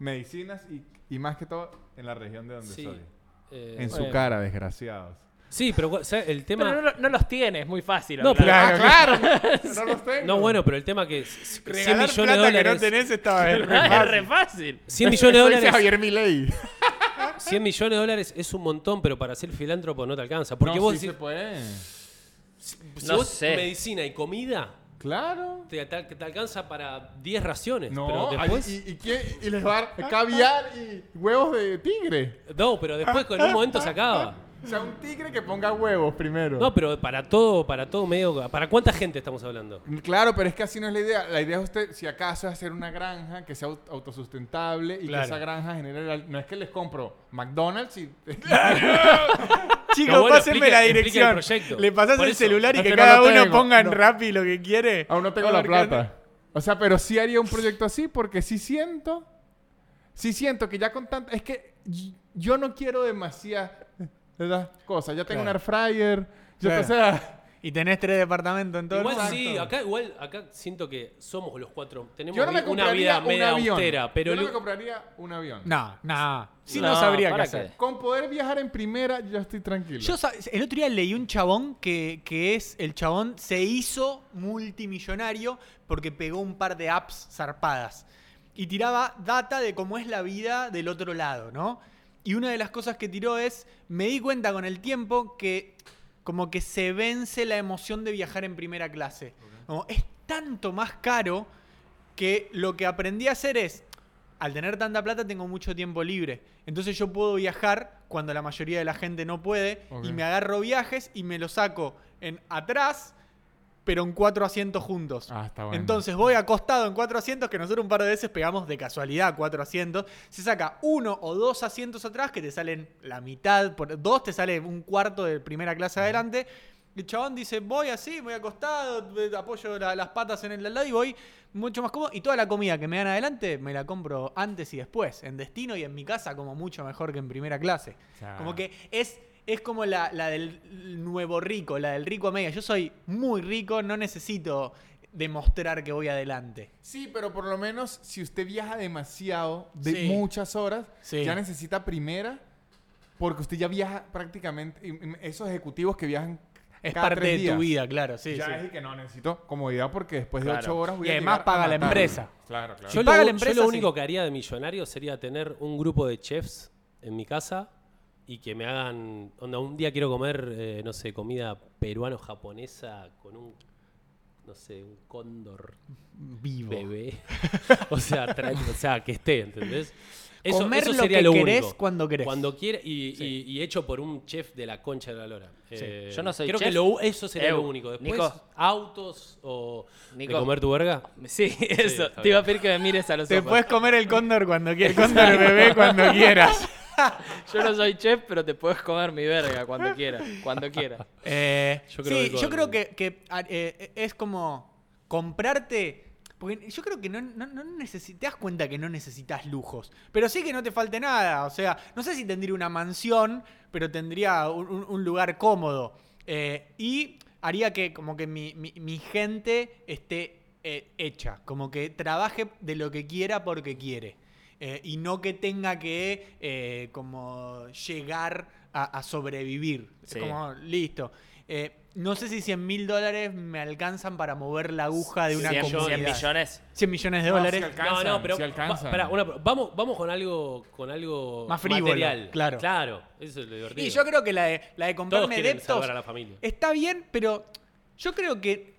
Speaker 2: medicinas y, y más que todo en la región de donde
Speaker 4: Sí.
Speaker 2: soy.
Speaker 4: eh,
Speaker 2: En su
Speaker 1: bueno.
Speaker 2: cara, desgraciados.
Speaker 4: sí, pero o sea, el
Speaker 1: Pero
Speaker 4: tema.
Speaker 1: no,
Speaker 4: No,
Speaker 1: lo- no los tienes, muy fácil.
Speaker 4: No,
Speaker 1: hablar.
Speaker 4: Claro,
Speaker 2: claro. no los tengo.
Speaker 4: bueno, pero el tema que. es- 100
Speaker 3: Regalar
Speaker 4: millones de
Speaker 3: plata que no
Speaker 4: dólares.
Speaker 3: tenés estaba
Speaker 1: Es re fácil. Es re fácil.
Speaker 4: 100 millones de
Speaker 2: Soy
Speaker 4: dólares.
Speaker 2: Javier Milei.
Speaker 4: 100 millones de dólares es un montón, pero para ser filántropo no te alcanza. Porque vos decís,
Speaker 2: puede.
Speaker 4: si
Speaker 1: No
Speaker 4: vos
Speaker 1: sé.
Speaker 4: medicina y comida,
Speaker 2: Claro.
Speaker 4: te, te- te alcanza para 10 raciones.
Speaker 2: No,
Speaker 4: pero después,
Speaker 2: ay, y, y qué- y les va a dar caviar y huevos de tigre.
Speaker 4: no, pero después en un momento se acaba.
Speaker 2: O sea, un tigre que ponga huevos primero.
Speaker 4: No, pero para todo, para todo medio. ¿Para cuánta gente estamos hablando?
Speaker 2: Claro, pero es que así no es la idea. La idea es usted, si acaso, es hacer una granja que sea aut- autosustentable y
Speaker 4: Claro.
Speaker 2: que esa granja genere... la- No es que les compro McDonald's y...
Speaker 3: Chicos,
Speaker 4: No, bueno,
Speaker 3: pásenme
Speaker 4: explique-
Speaker 3: la
Speaker 4: explique el
Speaker 3: dirección.
Speaker 4: proyecto.
Speaker 3: Le pasás
Speaker 4: Por
Speaker 3: el
Speaker 4: eso.
Speaker 3: celular y
Speaker 2: Es
Speaker 3: que
Speaker 2: que no
Speaker 3: cada
Speaker 2: lo
Speaker 3: uno
Speaker 2: tengo,
Speaker 3: ponga en
Speaker 2: no.
Speaker 3: Rappi lo que quiere.
Speaker 2: Aún no tengo la
Speaker 3: Abarcando.
Speaker 2: plata. O sea, pero sí haría un proyecto así porque sí siento. Sí siento que ya con tanto. Es que y- yo no quiero demasiadas cosas. Ya tengo
Speaker 3: Claro.
Speaker 2: un air fryer. Yo,
Speaker 3: Claro.
Speaker 2: o sea,
Speaker 3: Y tenés tres departamentos en todo el
Speaker 4: Igual
Speaker 3: mundo.
Speaker 4: sí, acá, igual acá siento que somos los cuatro. Tenemos
Speaker 2: yo no me
Speaker 4: vi- una
Speaker 2: compraría
Speaker 4: vida
Speaker 2: un
Speaker 4: media
Speaker 2: avión.
Speaker 4: austera, pero
Speaker 2: yo no
Speaker 4: lo-
Speaker 2: me compraría un avión.
Speaker 3: No, no. Sí no,
Speaker 1: No,
Speaker 3: sabría qué
Speaker 1: ¿para
Speaker 3: hacer.
Speaker 1: qué?
Speaker 2: Con poder viajar en primera, yo estoy tranquilo.
Speaker 3: Yo sa- el otro día leí un chabón que, que es, el chabón se hizo multimillonario porque pegó un par de apps zarpadas y tiraba data de cómo es la vida del otro lado, ¿no? Y una de las cosas que tiró es, me di cuenta con el tiempo que como que se vence la emoción de viajar en primera clase. Como, es tanto más caro que lo que aprendí a hacer es, al tener tanta plata tengo mucho tiempo libre. Entonces yo puedo viajar cuando la mayoría de la gente no puede
Speaker 2: Ok.
Speaker 3: y me agarro viajes y me los saco en atrás, pero en cuatro asientos juntos.
Speaker 2: Ah, está bueno.
Speaker 3: Entonces voy acostado en cuatro asientos, que nosotros un par de veces pegamos de casualidad cuatro asientos. Se saca uno o dos asientos atrás que te salen la mitad, por, dos te sale un cuarto de primera clase adelante. El chabón dice, voy así, voy acostado, eh, apoyo la- las patas en el lado y voy mucho más cómodo. Y toda la comida que me dan adelante me la compro antes y después, en destino y en mi casa, como mucho mejor que en primera clase.
Speaker 2: O sea,
Speaker 3: Como que es, es como la, la del nuevo rico, la del rico a media. Yo soy muy rico, no necesito demostrar que voy adelante.
Speaker 2: Sí, pero por lo menos si usted viaja demasiado, de
Speaker 3: Sí.
Speaker 2: muchas horas,
Speaker 3: Sí.
Speaker 2: ya necesita primera, porque usted ya viaja prácticamente, y- y esos ejecutivos que viajan
Speaker 3: Es
Speaker 2: cada
Speaker 3: parte de
Speaker 2: tres días,
Speaker 3: tu vida, claro, sí.
Speaker 2: ya
Speaker 3: sí.
Speaker 2: es y que no necesito comodidad porque después de
Speaker 1: Claro.
Speaker 2: ocho horas voy
Speaker 3: Y
Speaker 2: a
Speaker 3: además
Speaker 2: llegar a
Speaker 3: paga la
Speaker 2: matar.
Speaker 3: empresa.
Speaker 2: Claro, claro.
Speaker 4: Yo,
Speaker 3: paga
Speaker 4: lo,
Speaker 3: la
Speaker 4: yo
Speaker 3: empresa,
Speaker 4: lo
Speaker 3: sí.
Speaker 4: único que haría de millonario sería tener un grupo de chefs en mi casa y que me hagan. Onda, un día quiero comer, eh, no sé, comida peruano-japonesa con un. No sé, un cóndor
Speaker 3: Vivo.
Speaker 4: bebé. o, sea, tra- o sea, que esté, ¿entendés? Eso,
Speaker 3: Comer
Speaker 4: eso
Speaker 3: lo
Speaker 4: sería
Speaker 3: que
Speaker 4: lo
Speaker 3: querés
Speaker 4: único.
Speaker 3: cuando querés.
Speaker 4: Cuando quiere y, y- y hecho por un chef de la concha de la lora. Eh,
Speaker 1: Yo no soy
Speaker 4: creo
Speaker 1: chef.
Speaker 4: que lo- eso sería
Speaker 1: Eu,
Speaker 4: lo único. Después,
Speaker 1: Nico.
Speaker 4: autos o
Speaker 1: Nico.
Speaker 4: de comer tu verga.
Speaker 1: Sí, eso.
Speaker 4: está
Speaker 1: Te iba a pedir que me mires a los
Speaker 3: Te
Speaker 1: ojos.
Speaker 3: puedes comer el cóndor cuando quieras, el cóndor bebé cuando quieras.
Speaker 1: Yo no soy chef, pero te puedes comer mi verga cuando quieras. Cuando quieras.
Speaker 3: Eh,
Speaker 4: Yo creo
Speaker 3: sí,
Speaker 4: que con-
Speaker 3: yo creo que, que, a- eh, es como comprarte. Porque yo creo que no, no, no necesi- te das cuenta que no necesitas lujos. Pero sí que no te falte nada. O sea, no sé si tendría una mansión, pero tendría un, un- un lugar cómodo. Eh, y haría que como que mi, mi- mi gente esté eh, hecha. Como que trabaje de lo que quiera porque quiere. Eh, y no que tenga que eh, como llegar a, a sobrevivir.
Speaker 1: Sí.
Speaker 3: Es como, listo. Eh, no sé si 100 mil dólares me alcanzan para mover la aguja de una
Speaker 1: 100,
Speaker 3: comunidad.
Speaker 1: 100 millones.
Speaker 3: 100 millones de
Speaker 2: No,
Speaker 3: dólares.
Speaker 2: sí alcanzan,
Speaker 4: no, no, pero
Speaker 2: sí
Speaker 4: va-
Speaker 2: alcanzan.
Speaker 4: pará, una pro- vamos, vamos con algo, con algo
Speaker 3: Más frívolo,
Speaker 4: material.
Speaker 3: claro.
Speaker 4: Claro, eso es lo divertido.
Speaker 3: y yo creo que la de, la de
Speaker 4: Todos
Speaker 3: comprarme
Speaker 4: quieren
Speaker 3: deptos
Speaker 4: salvar a la familia.
Speaker 3: está bien, pero yo creo que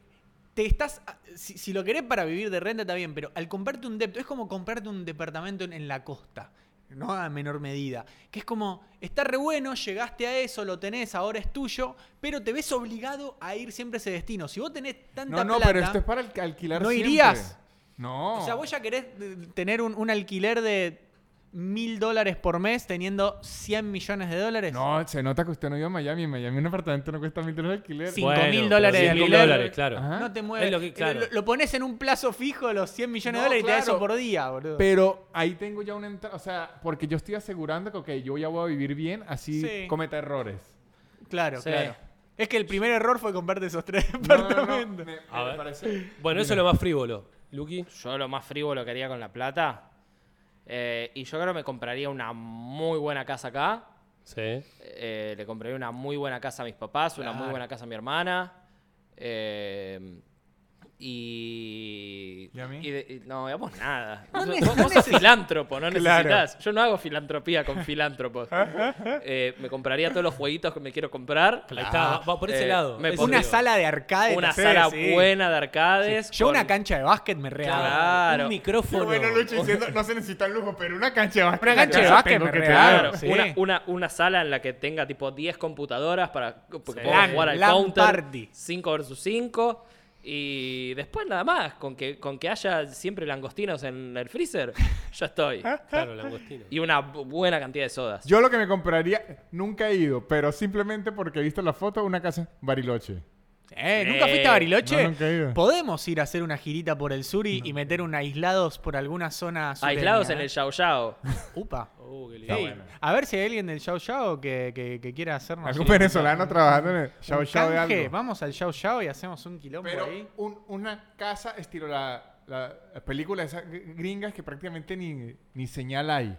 Speaker 3: te estás. Si, si lo querés para vivir de renta, está bien, pero al comprarte un depto, es como comprarte un departamento en, en la costa, ¿no? A menor medida. Que es como, está re bueno, llegaste a eso, lo tenés, ahora es tuyo, pero te ves obligado a ir siempre a ese destino. Si vos tenés tanta
Speaker 2: No, no,
Speaker 3: plata.
Speaker 2: pero esto es para alqu- alquilar
Speaker 3: ¿no
Speaker 2: siempre.
Speaker 3: irías?
Speaker 2: No.
Speaker 3: O
Speaker 1: Oh.
Speaker 3: sea, vos ya querés eh, tener un, un alquiler de mil dólares por mes teniendo 100 millones de dólares.
Speaker 2: No, se nota que usted no iba a Miami. En Miami un apartamento no cuesta mil dólares de alquiler.
Speaker 3: Sí. 5.000 dólares de
Speaker 4: 10.000
Speaker 3: alquiler.
Speaker 4: dólares, claro.
Speaker 2: Ajá.
Speaker 1: ¿Ah?
Speaker 3: No te mueves.
Speaker 4: Es lo que- claro.
Speaker 3: lo, lo pones en un plazo fijo los 100 millones
Speaker 2: No,
Speaker 3: de dólares y te da
Speaker 2: claro.
Speaker 3: eso por día, boludo.
Speaker 2: Pero ahí tengo ya una entrada. O sea, porque yo estoy asegurando que, ok, yo ya voy a vivir bien, así
Speaker 3: Sí.
Speaker 2: cometa errores.
Speaker 3: claro,
Speaker 1: Sí.
Speaker 3: claro. Es que el primer error fue comprarte esos tres
Speaker 2: No, no, no,
Speaker 3: departamentos.
Speaker 2: me-
Speaker 4: A
Speaker 2: me
Speaker 4: ver.
Speaker 2: parece-
Speaker 4: Bueno, eso es lo más frívolo. Luqui.
Speaker 1: Yo lo más frívolo que haría con la plata. eh, y yo creo que me compraría una muy buena casa acá.
Speaker 4: Sí.
Speaker 1: Eh, le compraría una muy buena casa a mis papás, una muy
Speaker 3: Claro.
Speaker 1: buena casa a mi hermana. Eh, y.
Speaker 2: ¿Y a mí?
Speaker 1: de- y- no, digamos nada.
Speaker 3: No
Speaker 1: vos
Speaker 3: ne-
Speaker 1: vos
Speaker 3: no
Speaker 1: sos
Speaker 3: neces-
Speaker 1: filántropo, no
Speaker 2: Claro.
Speaker 1: necesitas. Yo no hago filantropía con filántropos. Eh, me compraría todos los jueguitos que me quiero comprar.
Speaker 4: Ahí está, va- va por ese
Speaker 1: Eh,
Speaker 4: lado.
Speaker 1: me
Speaker 4: Eso
Speaker 1: pondría-
Speaker 3: Una
Speaker 4: digo.
Speaker 3: sala de arcade.
Speaker 1: Una
Speaker 3: no sé,
Speaker 1: sala
Speaker 3: sí.
Speaker 1: buena de arcades.
Speaker 3: Yo
Speaker 1: con-
Speaker 3: una cancha de básquet me rehago.
Speaker 1: Claro.
Speaker 4: Un micrófono.
Speaker 2: diciendo, no se necesitan lujo, pero una cancha de básquet.
Speaker 3: Una cancha de
Speaker 2: Yo
Speaker 3: básquet
Speaker 2: tengo
Speaker 3: me
Speaker 2: que tener.
Speaker 3: regalo.
Speaker 1: Claro,
Speaker 3: sí.
Speaker 1: una, una- una sala en la que tenga tipo 10 computadoras para que pueda
Speaker 4: LAN,
Speaker 1: jugar al
Speaker 3: LAN
Speaker 1: counter.
Speaker 3: party.
Speaker 1: 5 versus 5. Y después nada más, con que, con que haya siempre langostinos en el freezer, yo estoy.
Speaker 3: ¿Ah?
Speaker 4: Claro, langostino.
Speaker 1: Y una bu- buena cantidad de sodas.
Speaker 2: Yo lo que me compraría, nunca he ido, pero simplemente porque he visto la foto, una casa Bariloche.
Speaker 3: Eh,
Speaker 1: Sí.
Speaker 3: ¿Nunca fuiste a Bariloche?
Speaker 2: No, nunca he ido.
Speaker 3: Podemos ir a hacer una girita por el sur y, y meter un aislados por alguna zona sureña,
Speaker 1: Aislados en
Speaker 3: ¿eh?
Speaker 1: el Yao Yao.
Speaker 3: Upa.
Speaker 4: Uh, qué lindo.
Speaker 3: Ey,
Speaker 2: bueno.
Speaker 3: A ver si hay alguien del Yao Yao que, que- que quiera hacernos.
Speaker 2: Algún
Speaker 3: un-
Speaker 2: venezolano trabajando en el
Speaker 3: un
Speaker 2: chao chao de
Speaker 3: canje.
Speaker 2: algo.
Speaker 3: Vamos al Yao Yao y hacemos un quilombo
Speaker 2: Pero
Speaker 3: ahí.
Speaker 2: un- una casa estilo la, la película de esas gr- gringas que prácticamente ni, ni señal hay.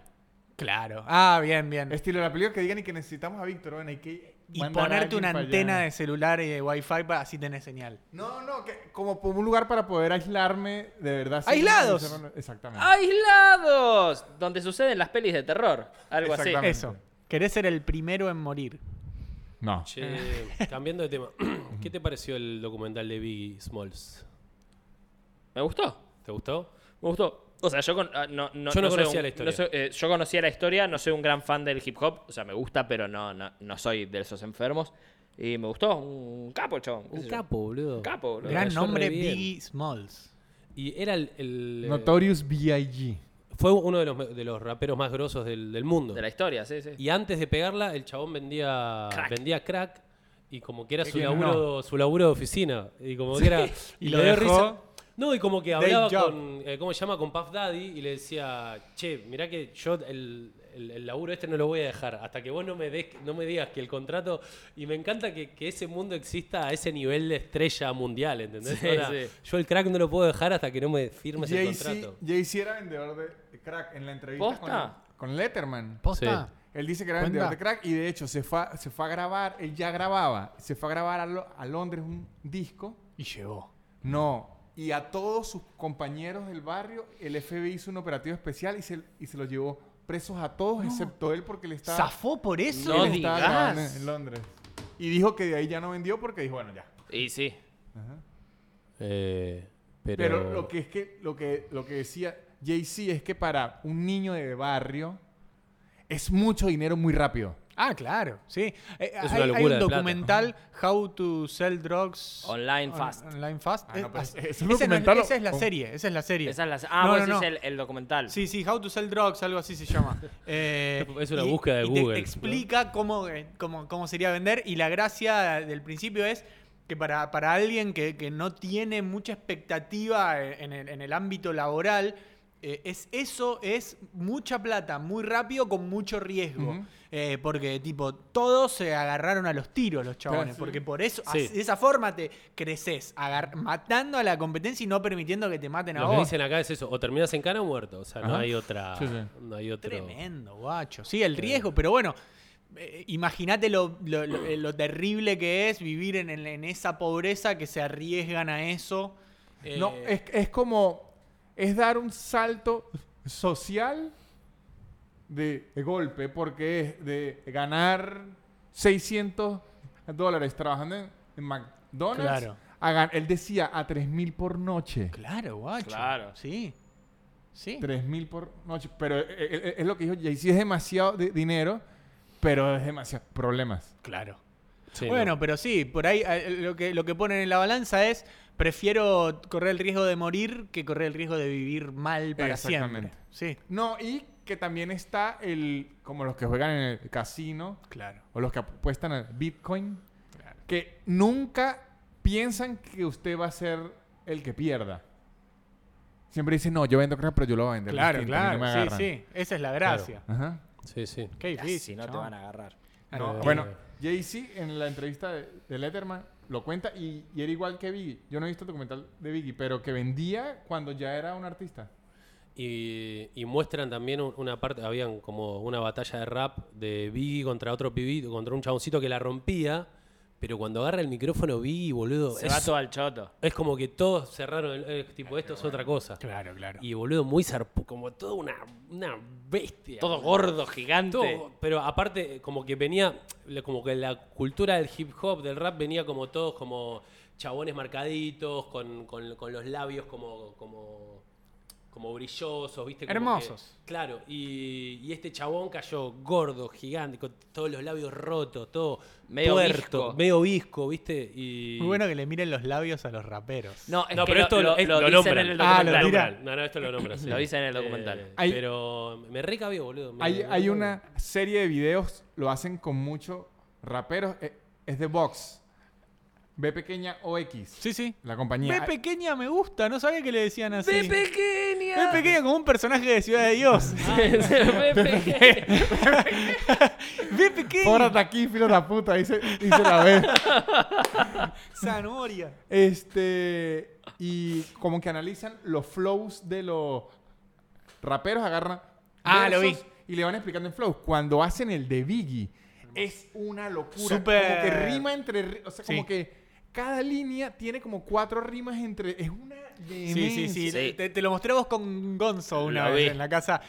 Speaker 3: Claro. Ah, bien, bien.
Speaker 2: Estilo la película que digan y que necesitamos a Víctor, bueno, hay que
Speaker 3: y
Speaker 2: mandar a
Speaker 3: ponerte
Speaker 2: alguien
Speaker 3: una
Speaker 2: para
Speaker 3: antena
Speaker 2: allá.
Speaker 3: de celular y de wifi para así tenés señal.
Speaker 2: No, no, que, como por un lugar para poder aislarme de verdad. sin-
Speaker 3: ¡Aislados! Ah,
Speaker 2: sin cerrar- Exactamente.
Speaker 1: ¡Aislados! Donde suceden las pelis de terror. Algo así.
Speaker 2: Exactamente.
Speaker 3: Eso. Querés ser el primero en morir.
Speaker 2: No.
Speaker 4: Che, Eh, cambiando de tema. ¿Qué te pareció el documental de Biggie Smalls?
Speaker 1: Me gustó.
Speaker 4: ¿Te gustó?
Speaker 1: Me gustó. O sea, yo, con- ah, no, no,
Speaker 4: Yo no
Speaker 1: soy
Speaker 4: conocía
Speaker 1: un-
Speaker 4: la historia.
Speaker 1: no soy- eh, yo conocía la historia, no soy un gran fan del hip hop. O sea, me gusta, pero no, no, no soy de esos enfermos. Y me gustó. Un capo, chabón. qué sé yo.
Speaker 4: boludo.
Speaker 1: Un capo, boludo.
Speaker 4: Gran
Speaker 3: Gran nombre,
Speaker 4: bien.
Speaker 3: Biggie Smalls.
Speaker 4: Y era el. el, eh,
Speaker 2: Notorious B.I.G.
Speaker 4: fue uno de los, me- de los raperos más grosos del, del mundo.
Speaker 1: De la historia, sí, sí.
Speaker 4: Y antes de pegarla, el chabón vendía
Speaker 1: Crack.
Speaker 4: crack. vendía crack y como que era su
Speaker 2: ¿Quién
Speaker 4: laburo, su laburo de oficina. Y como que era. Y
Speaker 3: Lo
Speaker 4: le dio
Speaker 3: dejó.
Speaker 4: risa. No, y como que
Speaker 3: Day
Speaker 4: hablaba
Speaker 3: job.
Speaker 4: con. eh, ¿Cómo se llama? Con Puff Daddy y le decía, che, mirá que yo el, el- el laburo este no lo voy a dejar hasta que vos no me, des, no me digas que el contrato. Y me encanta que, que ese mundo exista a ese nivel de estrella mundial, ¿entendés?
Speaker 1: Sí,
Speaker 4: Ahora,
Speaker 1: sí.
Speaker 4: Yo el crack no lo puedo dejar hasta que no me firmes el
Speaker 2: Jay-Z
Speaker 4: contrato.
Speaker 2: Jay-Z era vendedor de crack en la entrevista
Speaker 1: ¿Posta?
Speaker 2: con, con Letterman.
Speaker 3: ¿Posta?
Speaker 2: Él dice que era
Speaker 3: Cuenta.
Speaker 2: vendedor de crack y de hecho se fue, a- se fue a grabar, él ya grababa, se fue a grabar a, Lo- a Londres un disco.
Speaker 3: Y llegó.
Speaker 2: No. Y a todos sus compañeros del barrio, el FBI hizo un operativo especial y se, y se los llevó presos a todos, excepto él porque él estaba,
Speaker 3: ¿Zafó por
Speaker 2: él
Speaker 3: eso?
Speaker 1: No
Speaker 2: estaba
Speaker 1: digas.
Speaker 2: grabando en, en Londres. Y dijo que de ahí ya no vendió porque dijo, bueno, ya.
Speaker 1: Y sí.
Speaker 4: Eh, pero,
Speaker 2: Pero lo que es que lo que lo que decía Jay-Z es que para un niño de barrio es mucho dinero muy rápido.
Speaker 3: Ah, claro, sí. Eh,
Speaker 4: Es
Speaker 3: hay,
Speaker 4: una
Speaker 3: hay
Speaker 4: locura
Speaker 3: un
Speaker 4: de plata.
Speaker 3: documental, How to Sell Drugs
Speaker 1: Online
Speaker 3: on-
Speaker 1: fast.
Speaker 3: Online Fast.
Speaker 2: Ah, no, pero
Speaker 3: Eh,
Speaker 2: ese- ese
Speaker 3: ese no es-
Speaker 2: documental lo-
Speaker 3: esa es la serie, esa es la serie.
Speaker 1: Esa es la- ah,
Speaker 3: No,
Speaker 1: vos decís
Speaker 3: no, no.
Speaker 1: el, el documental.
Speaker 3: Sí, sí, How to Sell Drugs, algo así se llama. Eh,
Speaker 4: Es una búsqueda
Speaker 3: y
Speaker 4: de
Speaker 3: te-
Speaker 4: Google,
Speaker 3: Te
Speaker 4: ¿no?
Speaker 3: explica cómo, eh, cómo, cómo sería vender y la gracia del principio es que para, para alguien que, que no tiene mucha expectativa eh, en el, en el ámbito laboral, eh, es, eso es mucha plata, muy rápido, con mucho riesgo.
Speaker 2: Ujú.
Speaker 3: Eh, porque, tipo, todos se agarraron a los tiros los chabones.
Speaker 2: sí.
Speaker 3: Porque por eso,
Speaker 4: Sí.
Speaker 3: así- de esa forma te creces, agar- matando a la competencia y no permitiendo que te maten a
Speaker 4: Lo que
Speaker 3: vos.
Speaker 4: dicen acá es eso, o terminas en cana o muerto. O sea, no
Speaker 2: Ajá.
Speaker 4: hay otra.
Speaker 2: Sí, sí.
Speaker 4: No hay otro.
Speaker 3: Tremendo, guacho. Sí, el riesgo, pero bueno, eh, imagínate lo, lo- lo- eh, lo terrible que es vivir en, en- en esa pobreza que se arriesgan a eso. Eh,
Speaker 2: No, es, es como. Es dar un salto social de, de golpe, porque es de ganar 600 dólares trabajando en, en McDonald's.
Speaker 3: Claro.
Speaker 2: a gan- él decía a 3 mil por noche.
Speaker 3: Claro, guacho.
Speaker 1: Claro.
Speaker 3: Sí. Sí.
Speaker 2: 3 mil por noche. Pero eh, eh, eh, es lo que dijo Jay-Z: es demasiado de- dinero, pero es demasiado. Problemas.
Speaker 3: Claro.
Speaker 4: Sí,
Speaker 3: bueno,
Speaker 4: no.
Speaker 3: pero sí, por ahí eh, lo que, lo que ponen en la balanza es prefiero correr el riesgo de morir que correr el riesgo de vivir mal para siempre.
Speaker 2: Exactamente.
Speaker 3: Sí.
Speaker 2: No, y que también está el. Como los que juegan en el casino.
Speaker 3: Claro.
Speaker 2: o los que apuestan al Bitcoin, que nunca piensan que usted va a ser el que pierda. Siempre dicen, no, yo vendo crack, pero yo lo voy a vender.
Speaker 3: Claro,
Speaker 2: distinto, a mí no
Speaker 3: claro.
Speaker 2: me
Speaker 3: sí,
Speaker 2: agarran".
Speaker 3: sí. Esa es la gracia.
Speaker 2: Ajá.
Speaker 4: Sí, sí.
Speaker 3: Qué difícil.
Speaker 7: Si no te
Speaker 3: chabón.
Speaker 7: van a agarrar.
Speaker 3: Claro.
Speaker 4: No,
Speaker 2: Bueno,
Speaker 4: eh.
Speaker 2: Jay-Z en la entrevista de, de Letterman lo cuenta y, y era igual que Biggie. Yo no he visto el documental de Biggie, pero que vendía cuando ya era un artista.
Speaker 4: Y, y muestran también un- una parte, habían como una batalla de rap de Biggie contra otro pibito, contra un chaboncito que la rompía, pero cuando agarra el micrófono Biggie, boludo,
Speaker 1: Se va
Speaker 4: es,
Speaker 1: todo al choto.
Speaker 4: es como que todos cerraron, el, eh, tipo, esto es otra cosa.
Speaker 3: Claro, claro.
Speaker 4: Y boludo, muy zarpo, como toda una, una bestia.
Speaker 1: Todo gordo, gigante.
Speaker 4: Todo, pero aparte, como que venía, le- como que la cultura del hip hop, del rap, venía como todos como chabones marcaditos, con, con- con los labios como, como, como brillosos, ¿viste? Como que-
Speaker 3: Hermosos.
Speaker 4: claro, y, y este chabón cayó gordo, gigante, con todos los labios rotos, todo
Speaker 1: Medio
Speaker 4: tuerto,
Speaker 1: visco.
Speaker 4: medio visco, ¿viste? Y...
Speaker 3: Muy bueno que le miren los labios a los raperos.
Speaker 1: No, es
Speaker 4: No,
Speaker 1: que
Speaker 4: pero
Speaker 1: lo-
Speaker 4: esto
Speaker 1: lo,
Speaker 4: es-
Speaker 1: lo
Speaker 4: lo
Speaker 1: dicen
Speaker 4: nombran.
Speaker 1: en el
Speaker 3: Ah, lo
Speaker 1: documental.
Speaker 3: tiran.
Speaker 4: No, no, esto lo nombra, sí.
Speaker 1: Lo dicen en el documental.
Speaker 4: Eh,
Speaker 2: Hay-
Speaker 4: pero me recabió, boludo. me-
Speaker 2: Hay,
Speaker 4: me
Speaker 2: hay
Speaker 4: recabió.
Speaker 2: una serie de videos, lo hacen con muchos raperos. eh, Es de Vox. B pequeña OX.
Speaker 3: Sí, sí.
Speaker 2: La compañía.
Speaker 3: Ve pequeña me gusta, no sabía que le decían así.
Speaker 1: ¡Ve
Speaker 3: Ve
Speaker 1: pequeña!
Speaker 3: pequeña como un personaje de Ciudad de Dios.
Speaker 1: Ve pequeña.
Speaker 3: Ve pequeña.
Speaker 2: Por aquí, filo de la puta, dice, dice la vez.
Speaker 3: Zanoria.
Speaker 2: Este. Y como que analizan los flows de los raperos, agarran.
Speaker 3: Ah, lo
Speaker 2: versos
Speaker 3: vi.
Speaker 2: Y le van explicando en flows. Cuando hacen el de Biggie, es una locura. Como
Speaker 3: Súper.
Speaker 2: que rima entre. ri- O sea, como
Speaker 3: Sí.
Speaker 2: que cada línea tiene como cuatro rimas entre. Es una.
Speaker 3: Sí, sí, sí.
Speaker 1: Sí.
Speaker 3: Te, te lo mostramos con Gonzo una
Speaker 1: Lo
Speaker 3: vez
Speaker 1: vi.
Speaker 3: en la casa.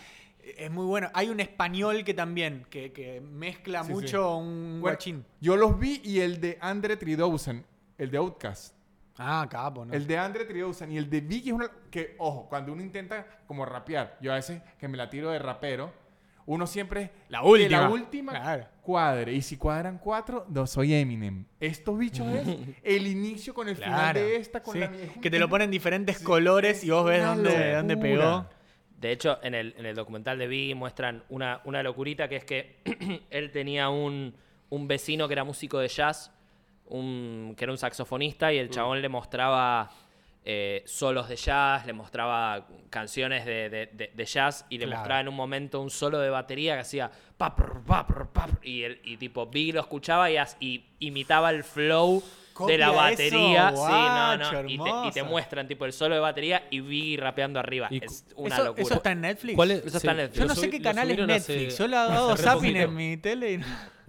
Speaker 3: Es muy bueno. Hay un español que también, que, que mezcla
Speaker 2: Sí,
Speaker 3: mucho un
Speaker 2: Bueno,
Speaker 3: guachín.
Speaker 2: yo los vi y el de Andre 3000, el de Outcast.
Speaker 3: Ah, capo, ¿no?
Speaker 2: El de Andre 3000 y el de Biggie es una... Que, ojo, cuando uno intenta como rapear, yo a veces que me la tiro de rapero, uno siempre... es
Speaker 3: La
Speaker 2: que
Speaker 3: última.
Speaker 2: La última
Speaker 3: Claro.
Speaker 2: cuadre. Y si cuadran cuatro, no soy Eminem. Estos bichos es el inicio con el final
Speaker 3: Claro.
Speaker 2: de esta, con
Speaker 3: Sí.
Speaker 2: la... es un-
Speaker 3: Que te lo ponen diferentes colores y vos ves
Speaker 2: una
Speaker 3: dónde, dónde pegó.
Speaker 2: locura.
Speaker 1: De hecho, en el, en el documental de Biggie muestran una, una locurita que es que él tenía un, un vecino que era músico de jazz, un, que era un saxofonista,
Speaker 3: Mm.
Speaker 1: y el chabón le mostraba eh, solos de jazz, le mostraba canciones de, de- de- de jazz, y le
Speaker 3: Claro.
Speaker 1: mostraba en un momento un solo de batería que hacía papr, papr, papr, y, el, y tipo Biggie lo escuchaba y, as- y imitaba el flow. De la
Speaker 3: Copia eso,
Speaker 1: batería, sí, no, no, y
Speaker 3: guacho,
Speaker 1: te, y te
Speaker 3: hermosa.
Speaker 1: muestran tipo el solo de batería y Biggie rapeando arriba.
Speaker 4: Y
Speaker 1: es
Speaker 4: cu-
Speaker 1: una
Speaker 3: eso,
Speaker 1: locura.
Speaker 3: eso está en Netflix.
Speaker 4: ¿Cuál es?
Speaker 1: Eso está en Netflix.
Speaker 3: Yo
Speaker 4: lo
Speaker 3: no sé
Speaker 4: subi-
Speaker 3: qué
Speaker 4: lo
Speaker 3: canal es
Speaker 4: subieron hace-
Speaker 3: Netflix. Yo le he dado
Speaker 4: hace re
Speaker 3: zapping
Speaker 4: poquito.
Speaker 3: en mi tele y no-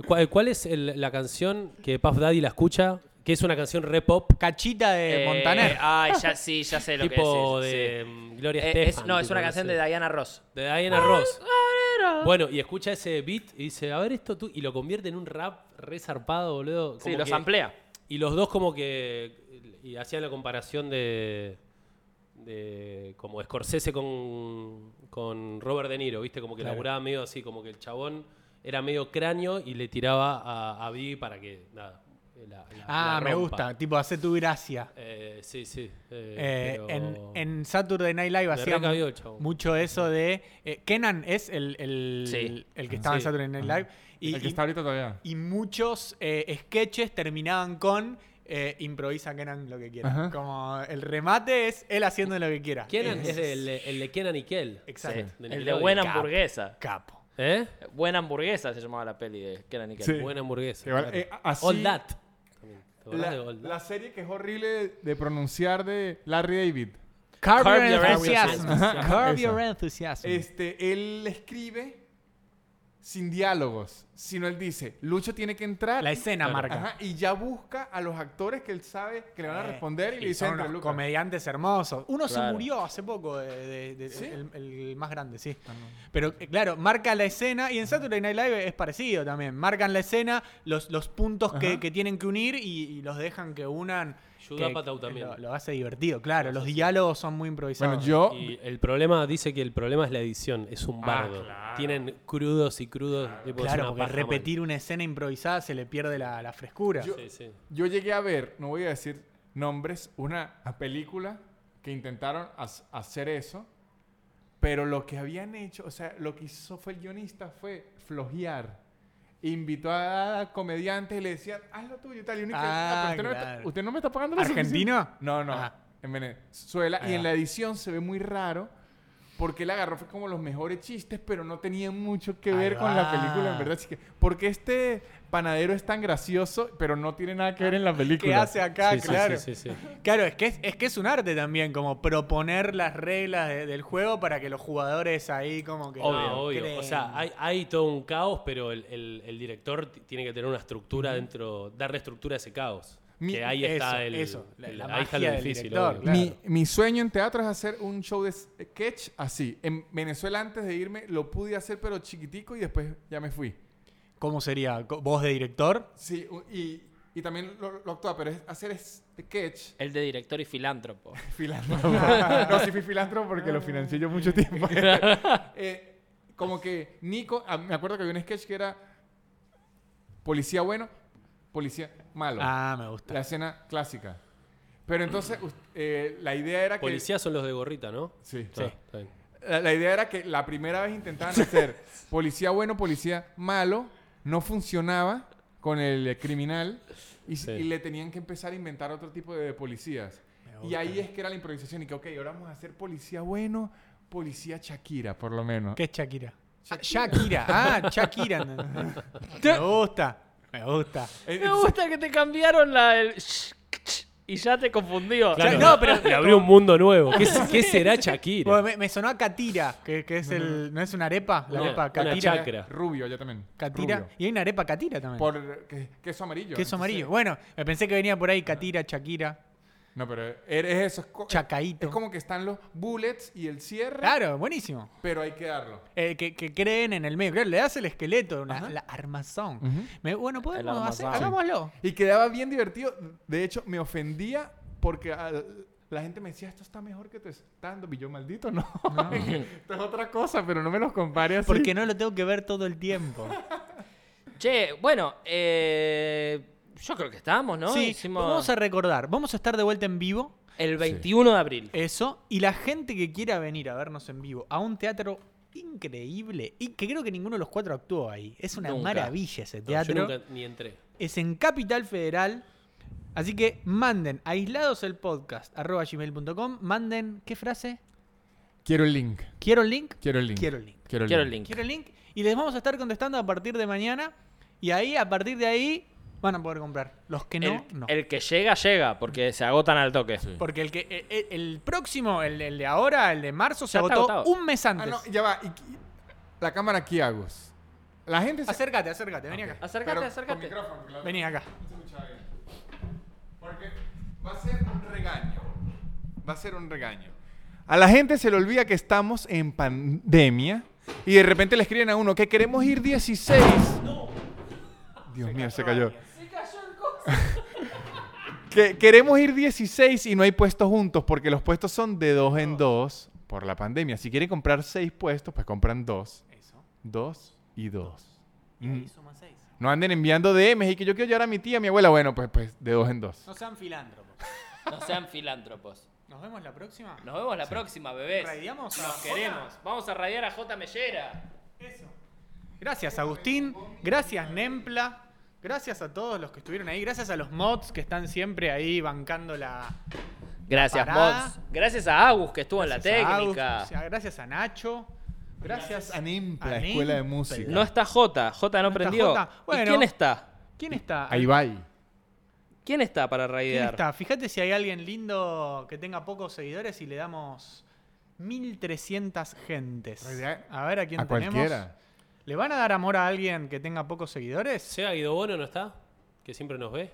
Speaker 4: ¿Cuál, cuál es el- la canción que Puff Daddy la escucha? Que es una canción re pop,
Speaker 3: Cachita de
Speaker 1: Eh,
Speaker 3: Montaner.
Speaker 4: ah,
Speaker 1: Ay, ya sí, ya sé lo que
Speaker 4: tipo
Speaker 1: decís,
Speaker 4: de
Speaker 1: sí.
Speaker 4: mm, Gloria
Speaker 1: Eh, es-
Speaker 4: Estefan.
Speaker 1: no, es
Speaker 4: tipo,
Speaker 1: una canción
Speaker 4: sé.
Speaker 1: de Diana Ross.
Speaker 4: de Diana Ross. Bueno, y escucha ese beat y dice, a ver esto tú, y lo convierte en un rap re zarpado, boludo.
Speaker 1: Sí,
Speaker 4: como
Speaker 1: los
Speaker 4: que-
Speaker 1: amplía.
Speaker 4: Y los dos como que, y hacían la comparación de, de- como Scorsese con, con Robert De Niro, ¿viste? Como que
Speaker 2: Claro.
Speaker 4: laburaba medio así, como que el chabón era medio cráneo y le tiraba a, a Biggie para que, nada, la- la-
Speaker 3: Ah,
Speaker 4: la
Speaker 3: me
Speaker 4: rompa.
Speaker 3: gusta. Tipo, hace tu gracia.
Speaker 4: Eh, sí, sí. eh,
Speaker 3: Eh,
Speaker 4: pero-
Speaker 3: en, en Saturday Night Live
Speaker 4: Me
Speaker 3: hacía
Speaker 4: recabió el chabón.
Speaker 3: mucho eso de. eh, Kenan es el, el,
Speaker 1: Sí.
Speaker 3: el que estaba en
Speaker 4: Sí.
Speaker 3: Saturday Night Live. Y,
Speaker 2: el que está ahorita todavía.
Speaker 3: y muchos eh, sketches terminaban con eh, improvisa Kenan lo que quiera.
Speaker 2: Ajá.
Speaker 3: Como el remate es él haciendo lo que quiera.
Speaker 4: Kenan
Speaker 3: Eh,
Speaker 4: es el, el de Kenan y Kel.
Speaker 3: Exacto.
Speaker 1: Sí.
Speaker 4: De
Speaker 1: El de
Speaker 4: Nickelodeon.
Speaker 1: Buena
Speaker 4: Cap.
Speaker 1: Hamburguesa.
Speaker 3: Capo.
Speaker 4: ¿Eh?
Speaker 1: Buena Hamburguesa se llamaba la peli de Kenan Nickel.
Speaker 2: Sí.
Speaker 4: Buena hamburguesa.
Speaker 2: Que va-
Speaker 4: claro.
Speaker 2: eh, así-
Speaker 4: All That. También. ¿Te acordás
Speaker 2: La,
Speaker 4: de All That?
Speaker 2: la serie que es horrible de pronunciar de Larry David.
Speaker 3: Curb
Speaker 1: Curb
Speaker 3: your
Speaker 1: your
Speaker 3: enthusiasm.
Speaker 4: enthusiasm.
Speaker 3: Ajá, Curb
Speaker 2: esa.
Speaker 3: your enthusiasm.
Speaker 2: Este, él escribe sin diálogos, sino él dice, Lucho tiene que entrar.
Speaker 3: La escena
Speaker 4: Claro.
Speaker 3: marca.
Speaker 2: Ajá, y ya busca a los actores que él sabe que le van a
Speaker 3: Eh,
Speaker 2: responder y, le dice,
Speaker 3: son
Speaker 2: "Entra,
Speaker 3: unos
Speaker 2: Lucas".
Speaker 3: comediantes hermosos. Uno se
Speaker 1: Claro.
Speaker 3: murió hace poco, de- de- de-
Speaker 2: ¿Sí? Ah,
Speaker 3: el, el más grande, sí. Pero eh, claro, marca la escena y en Saturday Night Live es parecido también. Marcan la escena, los, los puntos que,
Speaker 2: Ajá.
Speaker 3: que tienen que unir y, y los dejan que unan.
Speaker 4: Yuda
Speaker 3: que-
Speaker 4: Patau
Speaker 3: que
Speaker 4: también.
Speaker 3: Lo, lo hace divertido, claro. Los diálogos son muy improvisados.
Speaker 2: Bueno, yo...
Speaker 4: Y el problema, dice que el problema es la edición, es un
Speaker 2: Ah,
Speaker 4: bardo.
Speaker 2: claro.
Speaker 4: Tienen crudos y crudos. tipo, es
Speaker 3: Claro,
Speaker 4: una
Speaker 3: porque
Speaker 4: paja mal.
Speaker 3: repetir una escena improvisada se le pierde la, la frescura.
Speaker 2: Yo-
Speaker 4: Sí, sí.
Speaker 2: Yo llegué a ver, no voy a decir nombres, una película que intentaron has- hacer eso, pero lo que habían hecho, o sea, lo que hizo fue el guionista fue flojear. Invitó a comediantes y le decían, haz lo tuyo y tal. Y uno que, pero
Speaker 3: Ah,
Speaker 2: usted, no me
Speaker 3: claro.
Speaker 2: está, usted no me está pagando la
Speaker 3: ¿Argentino?
Speaker 2: No, no,
Speaker 3: Ajá.
Speaker 2: en Venezuela.
Speaker 3: Ahí
Speaker 2: y en
Speaker 3: va.
Speaker 2: la edición se ve muy raro. Porque él agarró fue como los mejores chistes, pero no tenía mucho que
Speaker 3: Ahí
Speaker 2: ver con la
Speaker 3: va.
Speaker 2: película, en verdad. Así que, ¿por qué este panadero es tan gracioso, pero no tiene nada que ver en la película?
Speaker 3: ¿Qué hace acá?
Speaker 4: Sí, sí,
Speaker 3: Ah, claro.
Speaker 4: sí, sí, sí.
Speaker 3: Claro, es que es, es que es un arte también, como proponer las reglas de- del juego para que los jugadores ahí como que...
Speaker 4: Obvio,
Speaker 3: no
Speaker 4: obvio.
Speaker 3: creen.
Speaker 4: O sea, hay, hay todo un caos, pero el, el- el director t- tiene que tener una estructura dentro, darle estructura a ese caos.
Speaker 2: Mi-
Speaker 4: que ahí
Speaker 3: eso,
Speaker 4: está el,
Speaker 3: eso, la-
Speaker 4: el-
Speaker 3: la
Speaker 4: ahí está
Speaker 3: magia
Speaker 4: lo
Speaker 3: del
Speaker 4: difícil.
Speaker 3: director,
Speaker 4: obvio.
Speaker 3: claro.
Speaker 2: Mi, mi sueño en teatro es hacer un show de sketch así. En Venezuela, antes de irme, lo pude hacer, pero chiquitico, y después ya me fui.
Speaker 3: ¿Cómo sería? Co- ¿Voz de director?
Speaker 2: Sí, u- y, y también lo, lo actuaba, pero es hacer sketch.
Speaker 1: El de director y filántropo.
Speaker 2: Filántropo. no, sí fui filántropo porque lo financié yo mucho tiempo. Eh, como que Nico, ah, me acuerdo que había un sketch que era policía bueno, policía malo.
Speaker 3: Ah, me gusta.
Speaker 2: La escena clásica. Pero entonces us- eh, la idea era que...
Speaker 4: Policías son los de gorrita, ¿no?
Speaker 2: Sí.
Speaker 4: Ah, está bien.
Speaker 2: La, la idea era que la primera vez intentaban hacer policía bueno, policía malo, no funcionaba con el eh, criminal y, s-
Speaker 4: Sí.
Speaker 2: y le tenían que empezar a inventar otro tipo de policías. Y ahí es que era la improvisación y que, ok, ahora vamos a hacer policía bueno, policía Shakira, por lo menos.
Speaker 3: ¿Qué es Shakira? Ah, Shakira. Ah, Shakira. me gusta, me gusta.
Speaker 2: Eh,
Speaker 1: Me gusta que te cambiaron la el sh- sh- y ya te confundió.
Speaker 4: Claro.
Speaker 3: No, pero-
Speaker 4: Le abrió un mundo nuevo. ¿Qué, se- qué será Shakira?
Speaker 3: Bueno, me, me sonó a Katira, que, que es el... ¿No es una arepa? La
Speaker 4: No,
Speaker 3: arepa
Speaker 4: una
Speaker 3: Katira.
Speaker 4: chacra. Shakira.
Speaker 2: Rubio, yo también.
Speaker 3: Katira.
Speaker 2: Rubio.
Speaker 3: Y hay una arepa Katira también.
Speaker 2: Por eh, que- queso amarillo.
Speaker 3: Queso
Speaker 2: entonces-
Speaker 3: amarillo. Bueno, me pensé que venía por ahí Katira, Shakira,
Speaker 2: No, pero eh, es eso. Es, co-
Speaker 3: Chacaito.
Speaker 2: es como que están los bullets y el cierre,
Speaker 3: Claro, buenísimo.
Speaker 2: pero hay que darlo.
Speaker 3: Eh, que, que creen en el medio. Claro, le das el esqueleto, una- la armazón. Me- bueno, podemos hacer,
Speaker 1: armazón.
Speaker 3: hagámoslo.
Speaker 2: Y quedaba bien divertido. De hecho, me ofendía porque al- la gente me decía, esto está mejor que tu stand-up. Y yo, maldito, no. esto es otra cosa, pero no me los compare así.
Speaker 3: Porque no lo tengo que ver todo el tiempo.
Speaker 1: Che, bueno, eh, yo creo que estábamos, ¿no?
Speaker 3: sí,
Speaker 1: Hicimos
Speaker 3: vamos a recordar. Vamos a estar de vuelta en vivo.
Speaker 1: el 21 de abril.
Speaker 3: Eso. Y la gente que quiera venir a vernos en vivo a un teatro increíble y que creo que ninguno de los cuatro actuó ahí. Es una
Speaker 1: Nunca.
Speaker 3: maravilla ese
Speaker 4: No, yo
Speaker 3: teatro.
Speaker 4: nunca ni entré.
Speaker 3: es en Capital Federal. Así que manden aislados el podcast arroba gmail.com. Manden, ¿qué frase?
Speaker 2: Quiero el link.
Speaker 3: ¿Quiero el link?
Speaker 2: Quiero el link.
Speaker 3: Quiero el link.
Speaker 1: Quiero el link.
Speaker 3: Quiero el link. Y les vamos a estar contestando a partir de mañana. Y ahí, a partir de ahí, van a poder comprar. Los que no,
Speaker 1: el,
Speaker 3: no.
Speaker 1: el que llega, llega, porque se agotan al toque.
Speaker 3: Porque el que e- e- el, próximo, el, el de ahora, el de marzo, se
Speaker 1: Ya está
Speaker 3: agotó
Speaker 1: agotado.
Speaker 3: un mes antes.
Speaker 2: Ah, no, ya va. ¿Y qui- la cámara, ¿qué hago? La gente se...
Speaker 3: Acércate, acércate, vení acá.
Speaker 1: Acércate,
Speaker 2: Pero Con
Speaker 1: acércate.
Speaker 2: micrófono, porque la-
Speaker 3: Vení acá.
Speaker 2: se escucha bien. Porque va a ser un regaño. Va a ser un regaño. A la gente se le olvida que estamos en pandemia y de repente le escriben a uno que queremos ir 16. Dios mío, se cayó. Se cayó el Que- queremos ir 16 y no hay puestos juntos porque los puestos son de dos en dos por la pandemia. Si quieren comprar seis puestos, pues compran dos.
Speaker 3: Eso.
Speaker 2: Dos y dos.
Speaker 3: Y ahí
Speaker 2: Mm.
Speaker 3: suma seis.
Speaker 2: No anden enviando DMs y que yo quiero llevar a mi tía, a mi abuela. Bueno, pues, pues de dos en dos.
Speaker 3: No sean filántropos.
Speaker 1: No sean filántropos.
Speaker 3: Nos vemos la próxima.
Speaker 1: Nos vemos la próxima, bebés.
Speaker 3: Radiamos a
Speaker 1: Nos
Speaker 3: Jota.
Speaker 1: queremos. Vamos a radiar a J. Mellera.
Speaker 3: Gracias Agustín, gracias Nempla, gracias a todos los que estuvieron ahí, gracias a los mods que están siempre ahí bancando la
Speaker 1: Gracias,
Speaker 3: Pará.
Speaker 1: Mods. Gracias a Agus, que estuvo en
Speaker 3: gracias
Speaker 1: la
Speaker 3: a
Speaker 1: técnica.
Speaker 3: Agus, gracias a Nacho, gracias a
Speaker 2: Nempla,
Speaker 3: a
Speaker 2: Escuela de
Speaker 3: Nempla.
Speaker 2: Música.
Speaker 1: No está J. J no,
Speaker 3: No está
Speaker 1: prendió.
Speaker 3: Jota. Bueno.
Speaker 1: ¿Y quién está?
Speaker 3: ¿Quién está?
Speaker 2: Ahí va. ahí.
Speaker 1: ¿Quién está para
Speaker 3: ¿Quién
Speaker 1: raidear?
Speaker 3: está? Fíjate si hay alguien lindo que tenga pocos seguidores y le damos 1300 gentes.
Speaker 2: Raidea-
Speaker 3: A ver a quién
Speaker 2: A
Speaker 3: tenemos.
Speaker 2: cualquiera.
Speaker 3: ¿Le van a dar amor a alguien que tenga pocos seguidores?
Speaker 4: Sea Guido Bono, ¿no está? Que siempre nos ve.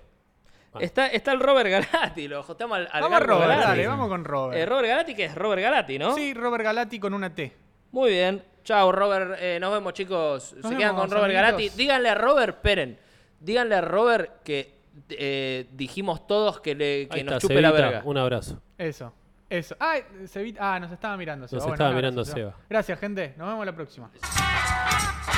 Speaker 4: Bueno.
Speaker 1: Está, está el Robert Galati, lo jotamos al, al
Speaker 3: Vamos a
Speaker 1: Garbo
Speaker 3: Robert,
Speaker 1: Galati.
Speaker 3: dale, vamos con Robert.
Speaker 1: Eh, Robert Galati, que es Robert Galati, ¿no?
Speaker 3: Sí, Robert Galati con una T.
Speaker 1: Muy bien. Chao, Robert. Eh, nos vemos, chicos. Se
Speaker 3: Nos
Speaker 1: quedan
Speaker 3: vemos,
Speaker 1: con Robert
Speaker 3: amiguitos.
Speaker 1: Galati. Díganle a Robert, esperen. Díganle a Robert que eh, dijimos todos que, le, que
Speaker 4: Ahí
Speaker 1: nos
Speaker 4: está,
Speaker 1: chupe la
Speaker 4: Cevita,
Speaker 1: verga.
Speaker 4: Un abrazo.
Speaker 3: Eso, eso. Ah, Seba- ah, nos estaba mirando Seba.
Speaker 4: Nos
Speaker 3: Bueno,
Speaker 4: estaba
Speaker 3: un abrazo,
Speaker 4: mirando Seba.
Speaker 3: Gracias, gente. Nos vemos la próxima.